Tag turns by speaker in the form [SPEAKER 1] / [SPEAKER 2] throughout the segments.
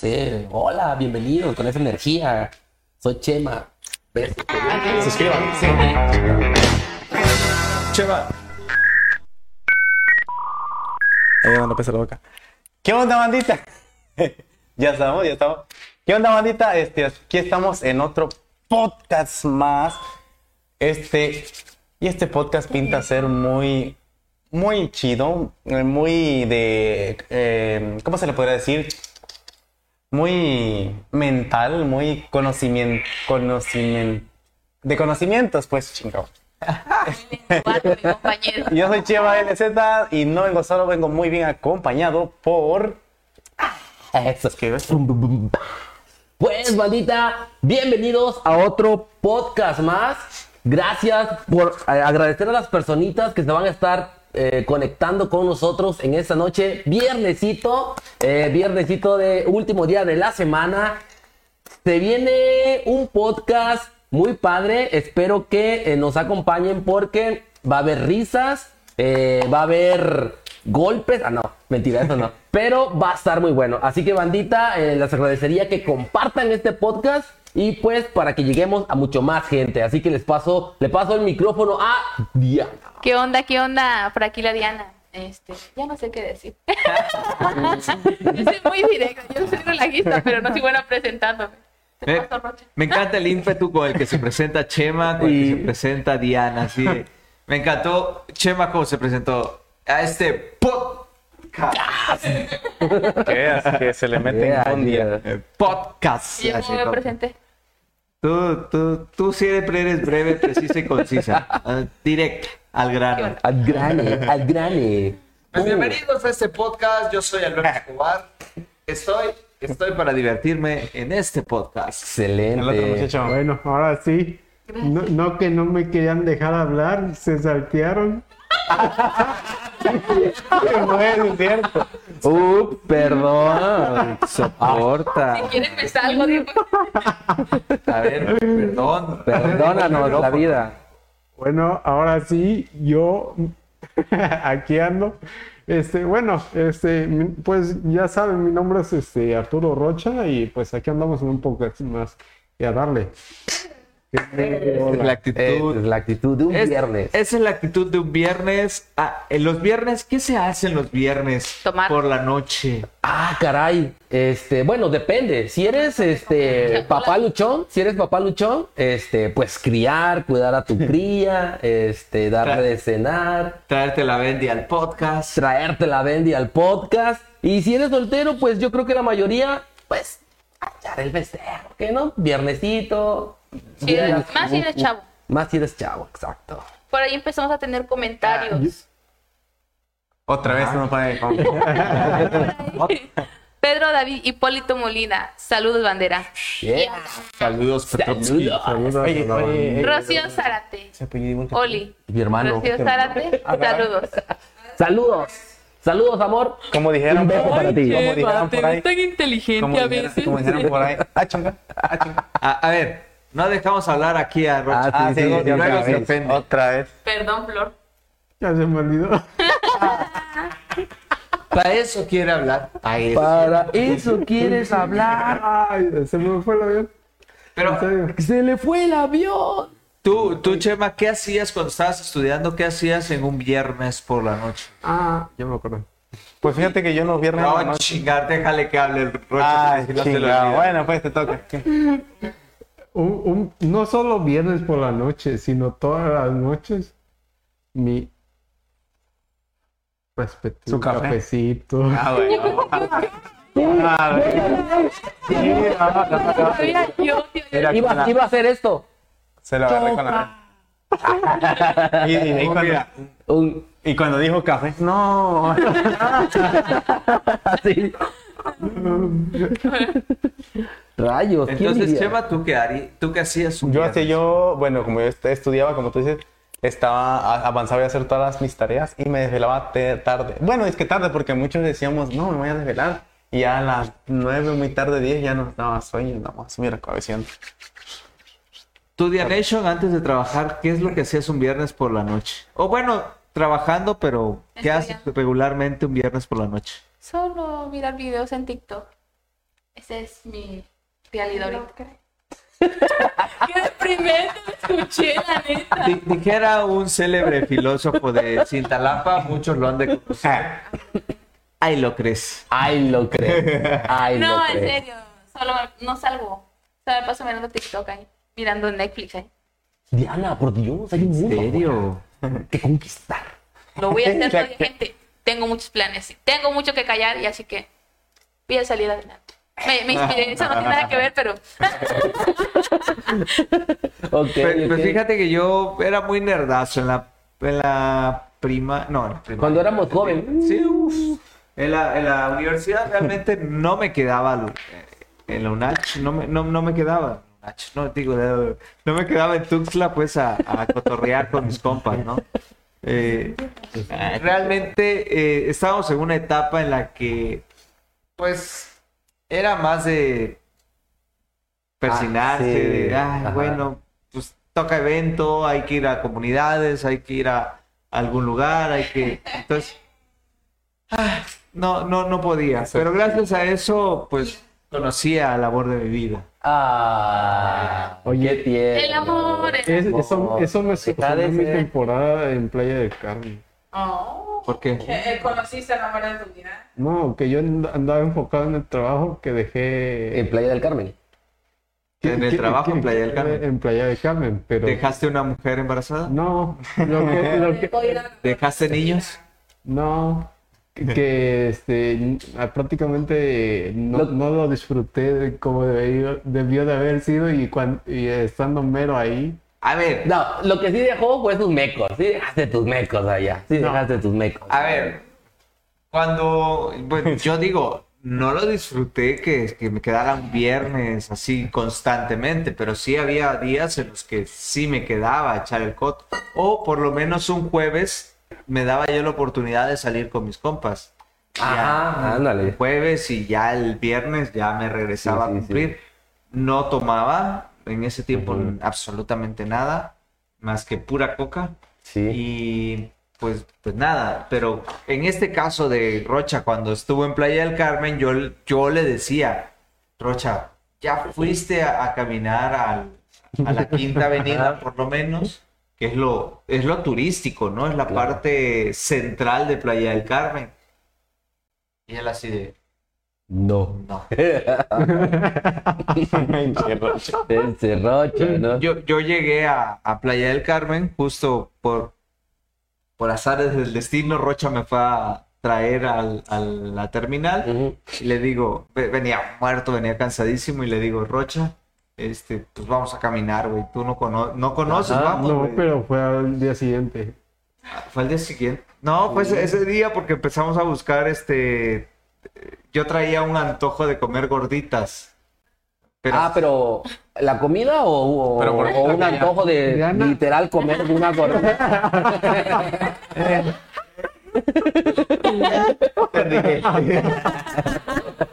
[SPEAKER 1] Sí, hola, bienvenidos con esa energía. Soy Chema. ¿Ves?
[SPEAKER 2] Suscríbanse. Cheva. Ahí no pesa la boca. ¿Qué onda, bandita? ya estamos, ya estamos. ¿Qué onda, bandita? Este, aquí estamos en otro podcast más. Este, y este podcast pinta ser muy, muy chido, eh, muy de, eh, ¿cómo se le podría decir? Muy mental, muy conocimiento, conocimiento, de conocimientos, pues, chingado.
[SPEAKER 3] Cuatro, mi compañero.
[SPEAKER 2] Yo soy Chema LZ y no vengo solo, vengo muy bien acompañado por...
[SPEAKER 1] Eso es que Bum, bum, bum. Pues, bandita, bienvenidos a otro podcast más. Gracias por eh, agradecer a las personitas que se van a estar eh, conectando con nosotros en esta noche. Viernesito, eh, viernesito de último día de la semana. Se viene un podcast muy padre. Espero que eh, nos acompañen porque va a haber risas, eh, va a haber golpes. Ah, no, mentira, eso no. Pero va a estar muy bueno. Así que, bandita, eh, les agradecería que compartan este podcast. Y pues para que lleguemos a mucho más gente. Así que les paso, le paso el micrófono a Diana.
[SPEAKER 3] ¿Qué onda, qué onda? Por aquí la Diana. Este, ya no sé qué decir. yo soy muy directa, yo soy relajista, pero no soy buena presentándome. Te
[SPEAKER 4] Me,
[SPEAKER 3] paso, Rocha.
[SPEAKER 4] me encanta el ímpetu con el que se presenta Chema, con el que se presenta Diana. Así de- me encantó Chema como se presentó a este podcast.
[SPEAKER 2] ¿Qué? Así que se le meten
[SPEAKER 1] Yeah,
[SPEAKER 2] con
[SPEAKER 1] yeah.
[SPEAKER 2] diez.
[SPEAKER 4] eh, Podcast.
[SPEAKER 3] Y yo
[SPEAKER 4] Así
[SPEAKER 3] me
[SPEAKER 4] como-
[SPEAKER 3] presenté.
[SPEAKER 4] tú, tú, tú siempre eres breve, precisa y concisa. Ah, Directa, al grano.
[SPEAKER 1] Al grane, al grane.
[SPEAKER 4] Pues
[SPEAKER 1] Uh,
[SPEAKER 4] bienvenidos a este podcast. Yo soy Alberto Escobar. Estoy, estoy para divertirme en este podcast.
[SPEAKER 1] excelente.
[SPEAKER 2] El otro muchacho.
[SPEAKER 5] Bueno, ahora sí. No, no que no me querían dejar hablar, se saltearon.
[SPEAKER 2] No es cierto.
[SPEAKER 1] Uh, perdón. Soporta.
[SPEAKER 3] Si quieren me salgo, digo.
[SPEAKER 4] A ver, perdón.
[SPEAKER 1] Perdónanos la vida.
[SPEAKER 5] Bueno, ahora sí, yo aquí ando. Este, bueno, este, mi- pues ya saben, mi nombre es este Arturo Rocha y pues aquí andamos en un poco más y a darle.
[SPEAKER 4] Es la actitud.
[SPEAKER 1] Esa es la actitud de un
[SPEAKER 4] Es-
[SPEAKER 1] viernes.
[SPEAKER 4] Esa es la actitud de un viernes. Ah, en los viernes, ¿qué se hace en los viernes?
[SPEAKER 3] Tomar.
[SPEAKER 4] Por la noche.
[SPEAKER 1] Ah, caray. Este, bueno, depende. Si eres este papá luchón, si eres papá luchón, este, pues criar, cuidar a tu cría, este, darle de cenar.
[SPEAKER 4] Traerte la Bendy al podcast.
[SPEAKER 1] traerte la Bendy al podcast. Y si eres soltero, pues yo creo que la mayoría, pues, echar el festejo, ¿qué no? Viernesito.
[SPEAKER 3] Sí,
[SPEAKER 1] día-
[SPEAKER 3] más si eres chavo.
[SPEAKER 1] Más si eres chavo, exacto.
[SPEAKER 3] Por ahí empezamos a tener comentarios.
[SPEAKER 2] Otra vez no puede.
[SPEAKER 1] Ah.
[SPEAKER 3] Pedro David Hipólito Molina. Saludos, bandera. Eh,
[SPEAKER 1] Bien.
[SPEAKER 2] Saludos, Petrovsky.
[SPEAKER 1] Saludos.
[SPEAKER 2] Oye, oye,
[SPEAKER 3] Rocío Zárate.
[SPEAKER 2] ese apellido nunca-
[SPEAKER 3] Oli.
[SPEAKER 1] Mi hermano.
[SPEAKER 3] Rocío Zárate. Saludos.
[SPEAKER 1] Saludos. Saludos, amor.
[SPEAKER 2] Como dijeron,
[SPEAKER 1] Un beso
[SPEAKER 2] como-
[SPEAKER 1] para ti.
[SPEAKER 2] como dijeron por ahí.
[SPEAKER 3] inteligente
[SPEAKER 2] Como dijeron, como dijeron por ahí. Ah, chonga. Ah, chonga.
[SPEAKER 4] A, a ver, no dejamos hablar aquí a Rocha.
[SPEAKER 1] Ah,
[SPEAKER 2] Ah, sí,
[SPEAKER 4] luego-
[SPEAKER 2] sí,
[SPEAKER 4] luego
[SPEAKER 2] otra
[SPEAKER 4] se
[SPEAKER 2] vez,
[SPEAKER 4] ofende.
[SPEAKER 2] Otra vez.
[SPEAKER 3] Perdón, Flor.
[SPEAKER 5] Ya se me olvidó.
[SPEAKER 4] Para eso quiere hablar.
[SPEAKER 1] Para eso quieres hablar.
[SPEAKER 5] Ay, se me fue la vida.
[SPEAKER 4] Pero
[SPEAKER 5] En serio.
[SPEAKER 1] Se le fue el avión.
[SPEAKER 4] tú, tú, Chema, ¿qué hacías cuando estabas estudiando? ¿Qué hacías en un viernes por la noche?
[SPEAKER 5] Ah, ya me acuerdo.
[SPEAKER 2] Pues fíjate que yo los viernes. en la
[SPEAKER 4] No,
[SPEAKER 2] noche-
[SPEAKER 4] chingar, déjale que hable el Rocha.
[SPEAKER 2] Ah,
[SPEAKER 4] porque si no se le
[SPEAKER 2] chingado.
[SPEAKER 4] olvida.
[SPEAKER 2] Bueno, pues te toca.
[SPEAKER 5] Un- un- no solo viernes por la noche, sino todas las noches, mi respectivo
[SPEAKER 2] Su café.
[SPEAKER 5] cafecito.
[SPEAKER 2] Ah, bueno. Ah, bueno. Sí, no, no, no, no.
[SPEAKER 3] Todavía yo, tío, yo-
[SPEAKER 2] Mira, con
[SPEAKER 1] Iba,
[SPEAKER 2] la-
[SPEAKER 1] iba a hacer esto.
[SPEAKER 2] se lo agarré con la y, y- y cuando,
[SPEAKER 1] Un-
[SPEAKER 2] y cuando dijo café, no.
[SPEAKER 1] así. Rayos. ¿quién
[SPEAKER 4] Entonces,
[SPEAKER 1] diría?
[SPEAKER 4] Chema, ¿tú qué, harí- ¿tú qué hacías? un
[SPEAKER 2] Yo hacía
[SPEAKER 4] viernes?
[SPEAKER 2] yo, bueno, como yo est- estudiaba, como tú dices, estaba, a- avanzaba a hacer todas las- mis tareas y me desvelaba te- tarde. Bueno, es que tarde porque muchos decíamos, no, me voy a desvelar. Y ya a las 9, muy tarde, 10, ya nos daba sueño, nada más, mira, cabeceando.
[SPEAKER 4] Tu Nation, antes de trabajar, ¿qué es lo que hacías un viernes por la noche? O bueno, trabajando, pero ¿qué haces
[SPEAKER 3] Estudiando.
[SPEAKER 4] regularmente un viernes por la noche?
[SPEAKER 3] Solo mirar videos en TikTok. Esa es mi realidad ahorita. Qué deprimente me escuché, la neta.
[SPEAKER 4] Di- Dijera un célebre filósofo de Cintalapa, muchos lo han de conocer. Ahí lo crees.
[SPEAKER 1] Ay, lo creo. Ay, lo
[SPEAKER 3] No, en
[SPEAKER 1] creo.
[SPEAKER 3] serio. Solo no salgo. Solo me paso mirando TikTok ahí. Mirando Netflix ahí.
[SPEAKER 1] Diana, por Dios, hay un
[SPEAKER 4] ¿En
[SPEAKER 1] mundo
[SPEAKER 4] serio?
[SPEAKER 1] afuera que conquistar.
[SPEAKER 3] Lo voy a hacer
[SPEAKER 2] La
[SPEAKER 3] todavía, gente. Tengo muchos planes. Tengo mucho que callar y así que voy a salir adelante. Me, me inspiré. Eso no tiene nada que ver, pero
[SPEAKER 1] Ok,
[SPEAKER 4] Pero, pero
[SPEAKER 1] ok.
[SPEAKER 4] Pues, fíjate que yo era muy nerdazo en la, en la prima. No, en la prima.
[SPEAKER 1] Cuando éramos jóvenes.
[SPEAKER 4] Sí, uf. En la, en la universidad realmente no me quedaba. lo- eh, En la UNACH no me, no, no me quedaba. UNACH, no, digo, eh, no me quedaba en Tuxtla pues a, a cotorrear con mis compas, ¿no? Eh, realmente eh, estábamos en una etapa en la que, pues, era más de persinarse,
[SPEAKER 1] Ah, sí.
[SPEAKER 4] de, "Ay,
[SPEAKER 1] Ajá.
[SPEAKER 4] bueno, pues toca evento, hay que ir a comunidades, hay que ir a algún lugar, hay que... Entonces, ah, no, no, no podía. Pero gracias a eso, pues, conocía al amor de mi vida.
[SPEAKER 1] Ah,
[SPEAKER 5] Oye,
[SPEAKER 1] oye, tierno.
[SPEAKER 3] el amor. el-
[SPEAKER 5] Es-
[SPEAKER 4] Oh,
[SPEAKER 5] eso, eso me
[SPEAKER 1] Deja
[SPEAKER 5] sucedió
[SPEAKER 1] de
[SPEAKER 5] en mi
[SPEAKER 1] ser.
[SPEAKER 5] temporada en Playa del Carmen.
[SPEAKER 6] Oh.
[SPEAKER 4] ¿Por qué?
[SPEAKER 6] Eh, eh, ¿Conociste el amor de tu vida?
[SPEAKER 5] No, que yo and- andaba enfocado en el trabajo que dejé.
[SPEAKER 1] En Playa del Carmen.
[SPEAKER 4] En el
[SPEAKER 5] que-
[SPEAKER 4] trabajo
[SPEAKER 5] que-
[SPEAKER 4] en Playa del Carmen.
[SPEAKER 5] En Playa del Carmen, pero.
[SPEAKER 4] ¿Dejaste una mujer embarazada?
[SPEAKER 5] No, lo que, lo que-
[SPEAKER 6] Voy a ir a-
[SPEAKER 4] ¿Dejaste niños?
[SPEAKER 5] no, que- que este, n- ah, prácticamente no no
[SPEAKER 1] Lo-
[SPEAKER 5] lo, disfruté de como debió, debió de haber sido y, cuan- y estando mero ahí.
[SPEAKER 4] A ver,
[SPEAKER 1] No, lo que sí dejó fue tus mecos. Sí dejaste tus mecos allá. Sí
[SPEAKER 5] No.
[SPEAKER 1] dejaste tus mecos.
[SPEAKER 4] a ver. Cuando, bueno, yo digo, no lo disfruté que, que me quedara un viernes así constantemente, pero sí había días en los que sí me quedaba a echar el coto. O por lo menos un jueves me daba yo la oportunidad de salir con mis compas.
[SPEAKER 1] Ajá, ándale.
[SPEAKER 4] el jueves y ya el viernes ya me regresaba
[SPEAKER 1] Sí, sí,
[SPEAKER 4] a cumplir. No tomaba en ese tiempo
[SPEAKER 1] Ujú.
[SPEAKER 4] absolutamente nada, más que pura coca.
[SPEAKER 1] Sí.
[SPEAKER 4] Y pues, pues nada, pero en este caso de Rocha, cuando estuvo en Playa del Carmen, yo, yo le decía, Rocha, ya fuiste a, a caminar al- a la Quinta Avenida, por lo menos, que es lo, es lo turístico, ¿no? Es la parte central de Playa del Carmen. Y él así de,
[SPEAKER 1] No.
[SPEAKER 4] no.
[SPEAKER 1] El cerrocho, ¿no?
[SPEAKER 4] Yo, yo llegué a, a Playa del Carmen justo por, por azares del destino. Rocha me fue a traer al- a la terminal.
[SPEAKER 1] Ujú.
[SPEAKER 4] Y le digo, ve- venía muerto, venía cansadísimo. Y le digo, Rocha, este, pues vamos a caminar, güey. Tú no, cono- no conoces,
[SPEAKER 2] Ah,
[SPEAKER 1] Ajá,
[SPEAKER 4] vamos.
[SPEAKER 5] Ah, No,
[SPEAKER 4] güey".
[SPEAKER 5] pero fue al día siguiente.
[SPEAKER 4] Fue al día siguiente. No, pues ese día porque empezamos a buscar este. Yo traía un antojo de comer gorditas. Pero
[SPEAKER 1] Ah, pero ¿la comida o, o-
[SPEAKER 2] Pero por-
[SPEAKER 1] o un antojo de
[SPEAKER 5] Diana.
[SPEAKER 1] literal comer de una gordita?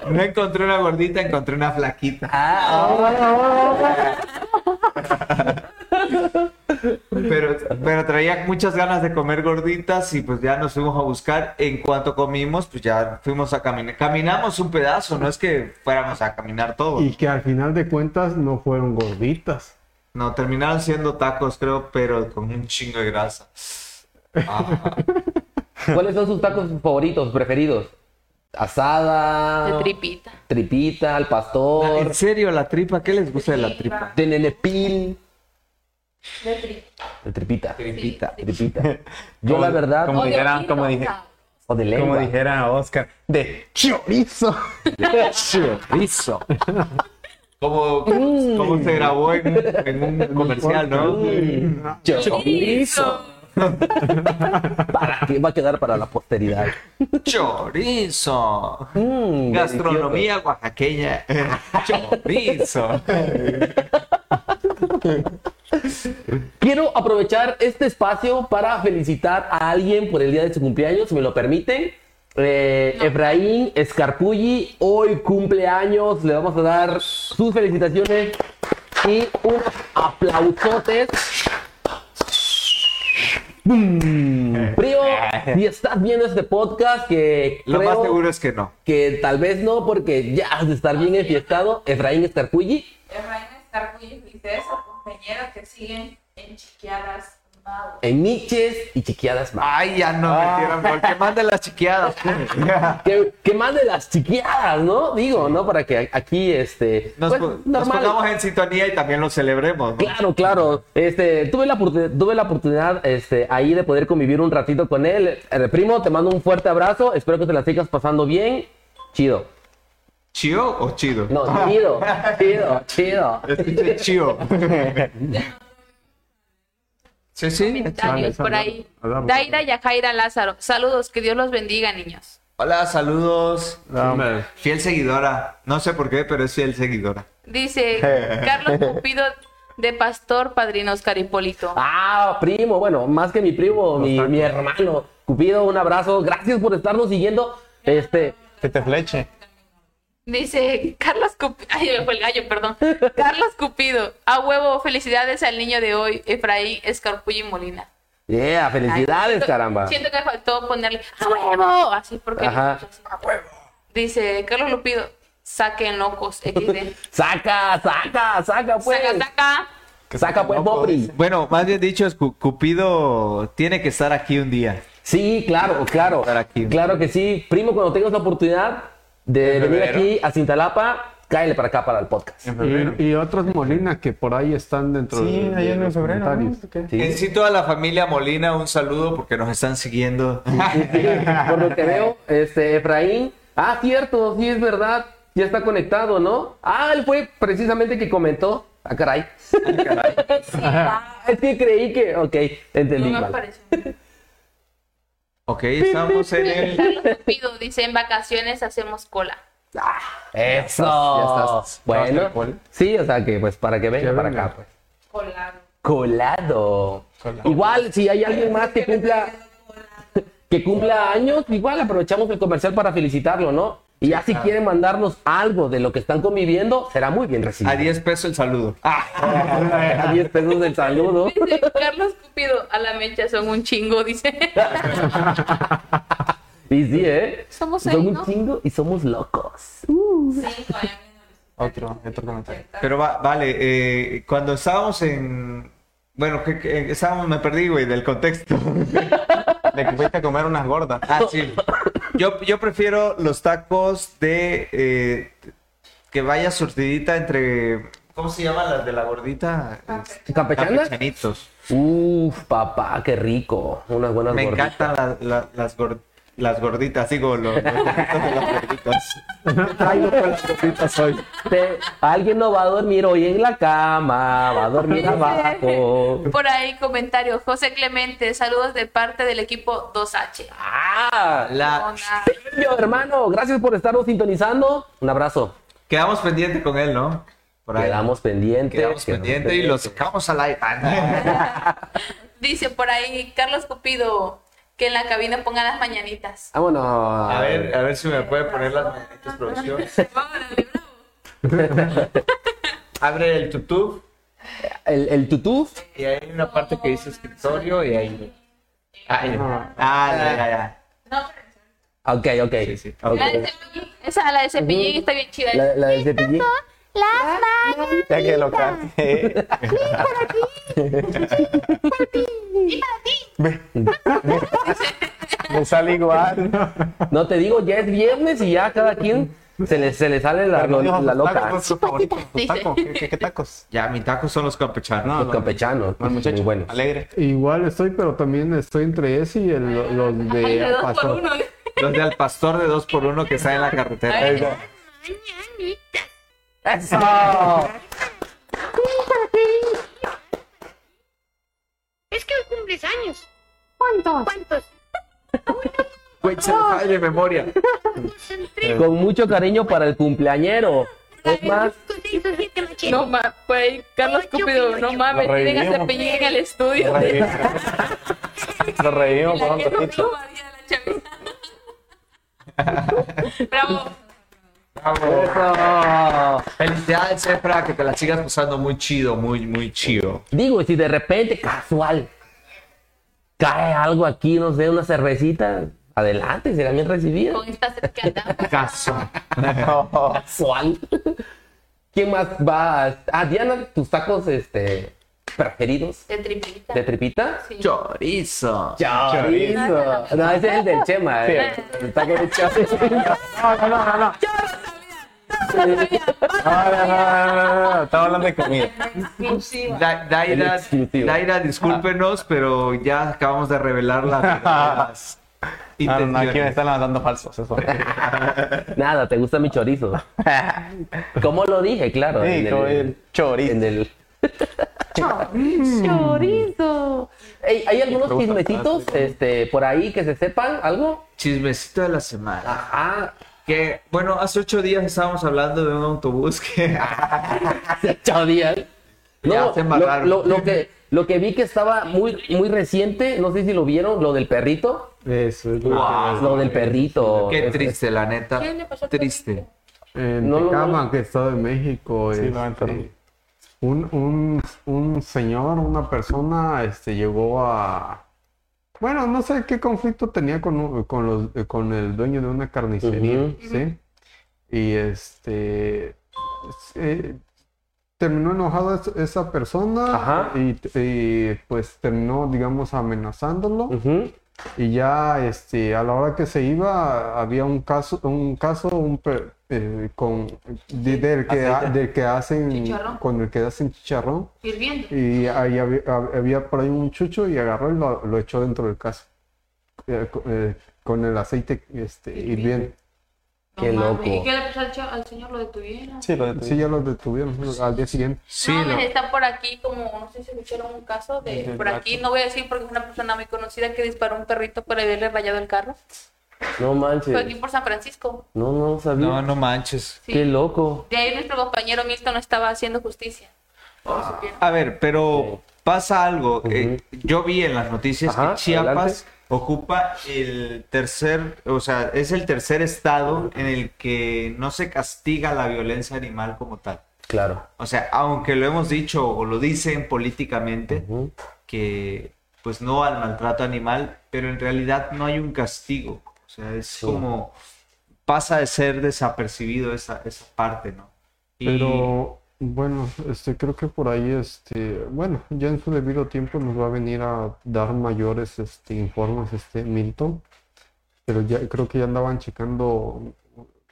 [SPEAKER 4] no encontré una gordita, encontré una flaquita.
[SPEAKER 1] Ah, oh.
[SPEAKER 4] Pero, pero traía muchas ganas de comer gorditas y pues ya nos fuimos a buscar. En cuanto comimos, pues ya fuimos a caminar. Caminamos un pedazo, no es que fuéramos a caminar
[SPEAKER 2] Oh.
[SPEAKER 4] todo.
[SPEAKER 5] Y que al final de cuentas no fueron gorditas.
[SPEAKER 4] No, terminaron siendo tacos, creo, pero con un chingo de grasa. Ah,
[SPEAKER 1] ¿Cuáles son sus tacos favoritos, preferidos? Asada,
[SPEAKER 3] de tripita.
[SPEAKER 1] tripita, al pastor,
[SPEAKER 4] ¿En serio la tripa? ¿Qué les gusta de la tripa?
[SPEAKER 1] de nenepil,
[SPEAKER 6] de tripita.
[SPEAKER 1] de tripita,
[SPEAKER 4] Tripita.
[SPEAKER 1] tripita. Yo la verdad,
[SPEAKER 2] Como
[SPEAKER 3] O de
[SPEAKER 2] dijera-
[SPEAKER 3] ojito,
[SPEAKER 2] como dije-
[SPEAKER 3] o sea,
[SPEAKER 1] o de
[SPEAKER 2] Como
[SPEAKER 1] lengua.
[SPEAKER 2] dijera Oscar, de chorizo.
[SPEAKER 4] Chorizo. Como, como se grabó en, en un comercial, ¿no?
[SPEAKER 1] Chorizo. ¿Para qué va a quedar para la posteridad?
[SPEAKER 4] Chorizo.
[SPEAKER 1] Mm,
[SPEAKER 4] Gastronomía oaxaqueña. Chorizo.
[SPEAKER 1] Quiero aprovechar este espacio para felicitar a alguien por el día de su cumpleaños, si me lo permiten. Eh, Efraín Escarpulli, hoy cumpleaños, le vamos a dar sus felicitaciones y un aplausotes. ¡Bum! Primo, Mm. si estás viendo este podcast, que
[SPEAKER 4] Lo
[SPEAKER 1] creo
[SPEAKER 4] más seguro es que no.
[SPEAKER 1] que tal vez no, porque ya has de estar bien enfiestado, Efraín Estarcuyi.
[SPEAKER 6] Efraín está muy dice eso, compañera, que siguen en chiqueadas. Mau.
[SPEAKER 1] en niches y chiquiadas más.
[SPEAKER 4] Ay, ya no metieron gol. Que mande las chiqueadas.
[SPEAKER 1] Que, que más de las chiquiadas, ¿no? Digo, ¿no? Para que a- aquí, este,
[SPEAKER 4] Nos,
[SPEAKER 1] pues,
[SPEAKER 4] po- nos pongamos en sintonía y también lo celebremos. ¿no?
[SPEAKER 1] Claro, claro. Este, tuve la, oportu- tuve la oportunidad este, ahí de poder convivir un ratito con él. Eh, primo, te mando un fuerte abrazo. Espero que te la sigas pasando bien. Chido.
[SPEAKER 4] ¿Chío o chido?
[SPEAKER 1] No, chido. chido, chido.
[SPEAKER 4] Escuché chío. Sí, sí.
[SPEAKER 3] Comentarios eh, por ahí. Daira Yajaira Lázaro. Saludos, que Dios los bendiga, niños.
[SPEAKER 4] Hola, saludos.
[SPEAKER 5] No,
[SPEAKER 4] Sí, Fiel seguidora. No sé por qué, pero es fiel seguidora.
[SPEAKER 3] Dice Carlos Cupido de Pastor Padrino Oscar Hipólito.
[SPEAKER 1] Ah, primo, bueno, más que mi primo, mi, mi hermano. Cupido, un abrazo. Gracias por estarnos siguiendo. Este,
[SPEAKER 2] Que te fleche.
[SPEAKER 3] Dice Carlos Cupido. Ay, me fue el gallo, perdón. Carlos Cupido. A huevo, felicidades al niño de hoy, Efraín Escarpulli Molina.
[SPEAKER 1] yeah,
[SPEAKER 3] Ay,
[SPEAKER 1] felicidades,
[SPEAKER 3] siento-
[SPEAKER 1] caramba.
[SPEAKER 3] Siento que faltó ponerle ¡A huevo! Así porque.
[SPEAKER 1] Ajá.
[SPEAKER 3] ¡A huevo! Dice Carlos Lupido. Saquen locos, XD.
[SPEAKER 1] Saca, saca, saca, pues.
[SPEAKER 3] Saca, saca.
[SPEAKER 1] Saca, pues, Popri.
[SPEAKER 4] Bueno, más bien dicho, es Cu- Cupido tiene que estar aquí un día.
[SPEAKER 1] Sí, claro, claro.
[SPEAKER 4] Estar aquí.
[SPEAKER 1] Claro que sí. Primo, cuando tengas la oportunidad de venir
[SPEAKER 2] febrero.
[SPEAKER 1] aquí a Cintalapa, cáele para acá, para el podcast.
[SPEAKER 2] En febrero.
[SPEAKER 5] Y, y otros Molina que por ahí están dentro
[SPEAKER 2] Sí,
[SPEAKER 5] de,
[SPEAKER 2] ahí
[SPEAKER 5] de
[SPEAKER 2] en
[SPEAKER 5] los
[SPEAKER 2] febrero, ¿no?
[SPEAKER 5] comentarios.
[SPEAKER 2] ¿Qué?
[SPEAKER 1] Sí.
[SPEAKER 4] En sí, toda la familia Molina, un saludo porque nos están siguiendo.
[SPEAKER 1] Por lo que veo, este, Efraín. Ah, cierto, sí es verdad. Ya está conectado, ¿no? Ah, él fue precisamente que comentó. Ah, caray. Ah, es que creí que. Ok, entendí.
[SPEAKER 3] No me
[SPEAKER 1] mal.
[SPEAKER 3] pareció.
[SPEAKER 4] Ok, estamos en el.
[SPEAKER 3] Carlos Cupido dice: en vacaciones hacemos cola.
[SPEAKER 1] Eso.
[SPEAKER 2] Ya estás. ¿No
[SPEAKER 1] Bueno,
[SPEAKER 2] vas a alcohol?
[SPEAKER 1] sí, o sea que pues para que venga
[SPEAKER 5] Que
[SPEAKER 1] para
[SPEAKER 5] venga.
[SPEAKER 1] acá, pues.
[SPEAKER 6] Colado.
[SPEAKER 1] Colado.
[SPEAKER 2] Colado.
[SPEAKER 1] Igual, si hay alguien más que cumpla que cumpla años, igual aprovechamos el comercial para felicitarlo, ¿no? Y ya si quieren mandarnos algo de lo que están conviviendo, será muy bien
[SPEAKER 4] A
[SPEAKER 1] recibido.
[SPEAKER 4] 10 pesos el saludo.
[SPEAKER 1] A 10 pesos del saludo.
[SPEAKER 3] Dice Carlos Cupido: a la mecha son un chingo, dice.
[SPEAKER 1] Y sí, ¿eh?
[SPEAKER 3] Somos
[SPEAKER 1] Son
[SPEAKER 3] ahí,
[SPEAKER 1] un
[SPEAKER 3] ¿no?
[SPEAKER 1] chingo y somos locos.
[SPEAKER 6] Sí, todavía
[SPEAKER 2] Otro, otro comentario.
[SPEAKER 4] Pero va- vale, eh, cuando estábamos en. Bueno, que, que- estábamos, me perdí, güey, del contexto.
[SPEAKER 2] De que fuiste a comer unas gordas.
[SPEAKER 4] Ah, sí. Yo, yo prefiero los tacos de. eh, que vaya surtidita entre. ¿Cómo se llaman las de la gordita? Este,
[SPEAKER 1] ¿Campechanas?
[SPEAKER 4] Campechanitos.
[SPEAKER 1] Uf, papá, qué rico. Unas buenas
[SPEAKER 4] Me
[SPEAKER 1] gorditas.
[SPEAKER 4] encantan la- la- las, gor- las gorditas, digo, los, los taquitos de las gorditas.
[SPEAKER 2] Traigo con las gorditas hoy.
[SPEAKER 1] Te- alguien no va a dormir hoy en la cama, va a dormir
[SPEAKER 3] Dice,
[SPEAKER 1] abajo.
[SPEAKER 3] Por ahí comentario. José Clemente, saludos de parte del equipo 2H.
[SPEAKER 1] Ah,
[SPEAKER 4] La,
[SPEAKER 3] Hola.
[SPEAKER 1] Sergio, hermano, gracias por estarnos sintonizando. Un abrazo.
[SPEAKER 4] quedamos pendiente con él, ¿no? Por ahí.
[SPEAKER 1] Quedamos pendientes.
[SPEAKER 4] Quedamos pendiente y lo sacamos al aire. Ah, no.
[SPEAKER 3] Dice por ahí Carlos Cupido que en la cabina pongan las mañanitas.
[SPEAKER 1] Vámonos.
[SPEAKER 4] A ver, a ver si me puede poner las mañanitas, producción.
[SPEAKER 3] Órale, bravo.
[SPEAKER 4] Abre el tutú
[SPEAKER 1] El, el tutú.
[SPEAKER 4] y hay una parte que dice escritorio y ahí. Ah, ya. Ah, ya, ya, ya.
[SPEAKER 6] No, pero
[SPEAKER 1] Ok, ok.
[SPEAKER 4] Sí, sí.
[SPEAKER 1] Ok.
[SPEAKER 3] La de Cepillín, esa la de Cepillín está bien chida. ¿eh?
[SPEAKER 1] La, la del cepillín.
[SPEAKER 2] Ya que lo cante. Me sale igual.
[SPEAKER 1] No te digo, ya es viernes y ya cada quien se le, se le sale la,
[SPEAKER 2] Pero dijo,
[SPEAKER 1] la
[SPEAKER 2] ¿tus
[SPEAKER 1] loca.
[SPEAKER 2] tacos son tus favoritos? ¿Tus
[SPEAKER 3] Dice.
[SPEAKER 2] tacos? ¿Qué, qué- qué tacos?
[SPEAKER 4] Ya, mi taco son los campechanos.
[SPEAKER 2] No,
[SPEAKER 1] Los campechanos.
[SPEAKER 2] no, muchacho,
[SPEAKER 1] Muy buenos.
[SPEAKER 2] Alegre.
[SPEAKER 5] Igual estoy, pero también estoy entre ese y el,
[SPEAKER 3] Ay,
[SPEAKER 5] los de
[SPEAKER 3] de dos por
[SPEAKER 5] Pastor.
[SPEAKER 3] uno.
[SPEAKER 4] Los de al pastor de dos por uno que está en la carretera.
[SPEAKER 3] Ay,
[SPEAKER 1] ¡Eso!
[SPEAKER 7] Es que hoy cumples años. ¿Cuántos? ¿Cuántos?
[SPEAKER 4] Güey, se me falla de memoria.
[SPEAKER 7] Son tres,
[SPEAKER 1] Con mucho cariño para el cumpleañero. Es más,
[SPEAKER 7] cinco, seis o siete machín.
[SPEAKER 3] No mames, por ahí Carlos Cupido, no mames,
[SPEAKER 2] Lo
[SPEAKER 3] tienen a
[SPEAKER 2] revivimos.
[SPEAKER 3] Cepillín en el estudio.
[SPEAKER 2] Nos reímos. Nos reímos por
[SPEAKER 3] La
[SPEAKER 2] un
[SPEAKER 3] que no
[SPEAKER 2] ratito.
[SPEAKER 3] toma, día de la chaviza. Bravo.
[SPEAKER 1] eso.
[SPEAKER 4] Felicidades, Efra, que te la sigas pasando muy chido, muy, muy chido.
[SPEAKER 1] Digo, y si de repente, casual, cae algo aquí, no sé, una cervecita, adelante, será bien recibido.
[SPEAKER 3] Con esta cercana.
[SPEAKER 4] Caso.
[SPEAKER 1] Casual. ¿Quién más va? a- Ah, Diana, tus tacos este, preferidos
[SPEAKER 3] De tripita.
[SPEAKER 1] de tripita.
[SPEAKER 3] Sí.
[SPEAKER 4] Chorizo.
[SPEAKER 1] Chorizo. No, ese es el del Chema.
[SPEAKER 2] Sí.
[SPEAKER 1] eh. El taco de chorizo.
[SPEAKER 2] No, no, no, no, no. No, no, no, no, no, no, Estaba hablando de comida.
[SPEAKER 6] Exclusiva.
[SPEAKER 4] Da- Daira,
[SPEAKER 1] El exclusivo.
[SPEAKER 4] Daira, discúlpenos, pero ya acabamos de revelar la- las
[SPEAKER 2] Ah, No, no, no, aquí me
[SPEAKER 4] intenciones.
[SPEAKER 2] están levantando falsos. Eso.
[SPEAKER 1] Nada, te gusta mi chorizo. ¿Cómo lo dije? Claro. en
[SPEAKER 2] Sí,
[SPEAKER 1] el-
[SPEAKER 2] como el chorizo.
[SPEAKER 1] en el-
[SPEAKER 3] Chorizo.
[SPEAKER 1] Ey, ¿Hay algunos
[SPEAKER 2] gusta
[SPEAKER 1] chismecitos este, por ahí que se sepan? ¿Algo? Ah,
[SPEAKER 4] Chismecito de la semana.
[SPEAKER 1] Ajá.
[SPEAKER 4] Que, bueno, hace ocho días estábamos hablando de un autobús que...
[SPEAKER 1] Hace ocho días. ah, No,
[SPEAKER 4] Ya se
[SPEAKER 1] lo,
[SPEAKER 4] embarraron.
[SPEAKER 1] lo- lo que, lo que vi que estaba muy, muy reciente, no sé si lo vieron, lo del perrito.
[SPEAKER 5] Eso es lo
[SPEAKER 4] Wow.
[SPEAKER 1] Lo del
[SPEAKER 2] Oh,
[SPEAKER 1] perrito.
[SPEAKER 4] Qué
[SPEAKER 1] Es-
[SPEAKER 4] triste, la neta.
[SPEAKER 6] ¿Qué le pasó al
[SPEAKER 4] Triste.
[SPEAKER 5] que en
[SPEAKER 1] No lo-
[SPEAKER 5] Tecama, que Estado de México,
[SPEAKER 2] Sí, lo
[SPEAKER 5] este,
[SPEAKER 2] enterré.
[SPEAKER 5] un, un, un señor, una persona, este, llegó a... Bueno, no sé qué conflicto tenía con, un- con, los, eh, con el dueño de una carnicería,
[SPEAKER 1] Ujú.
[SPEAKER 5] ¿sí? Y este... se- terminó enojada es- esa persona
[SPEAKER 1] Ajá.
[SPEAKER 5] y, y, pues terminó, digamos, amenazándolo.
[SPEAKER 1] Ujú.
[SPEAKER 5] Y ya este, a la hora que se iba, había un caso, un caso un per- eh, con, de- del, que, ha-
[SPEAKER 2] Aceite.
[SPEAKER 5] del que hacen
[SPEAKER 6] Chicharrón.
[SPEAKER 5] con el que hacen chicharrón.
[SPEAKER 6] Hirviendo.
[SPEAKER 5] Y ahí había, hab- había por ahí un chucho y agarró y lo, lo echó dentro del caso. Eh, co- eh, con el aceite este, hirviendo.
[SPEAKER 6] No
[SPEAKER 1] Qué
[SPEAKER 6] mames.
[SPEAKER 1] loco.
[SPEAKER 6] ¿Y qué le pasó al, cha- al señor? Lo detuvieron.
[SPEAKER 2] Sí, lo de tu-
[SPEAKER 5] Sí, ya los detuvieron al día siguiente.
[SPEAKER 4] Sí,
[SPEAKER 3] no,
[SPEAKER 4] lo-
[SPEAKER 3] pues, está por aquí como, no sé si escucharon un caso de,
[SPEAKER 2] Del
[SPEAKER 3] por aquí,
[SPEAKER 2] gato.
[SPEAKER 3] no voy a decir porque es una persona muy conocida que disparó a un perrito para haberle rayado el carro.
[SPEAKER 1] No
[SPEAKER 3] Fue aquí
[SPEAKER 1] manches.
[SPEAKER 3] por San Francisco.
[SPEAKER 1] No, no sabía.
[SPEAKER 4] No, no manches.
[SPEAKER 3] Sí.
[SPEAKER 1] Qué loco.
[SPEAKER 3] De ahí nuestro compañero Milton no estaba haciendo justicia. Todos supieron.
[SPEAKER 4] A ver, pero pasa algo. eh, yo vi en las noticias
[SPEAKER 1] Ajá,
[SPEAKER 4] que Chiapas
[SPEAKER 1] adelante.
[SPEAKER 4] ocupa el tercer, o sea, es el tercer estado en el que no se castiga la violencia animal como tal.
[SPEAKER 1] Claro.
[SPEAKER 4] O sea, aunque lo hemos dicho o lo dicen políticamente,
[SPEAKER 1] Ujú.
[SPEAKER 4] que pues no al maltrato animal, pero en realidad no hay un castigo. O sea, es como pasa de ser desapercibido esa, esa parte, ¿no? Y-
[SPEAKER 5] Pero bueno, este, creo que por ahí, este, bueno, ya en su debido tiempo nos va a venir a dar mayores, este, informes, este, Milton. Pero ya creo que ya andaban checando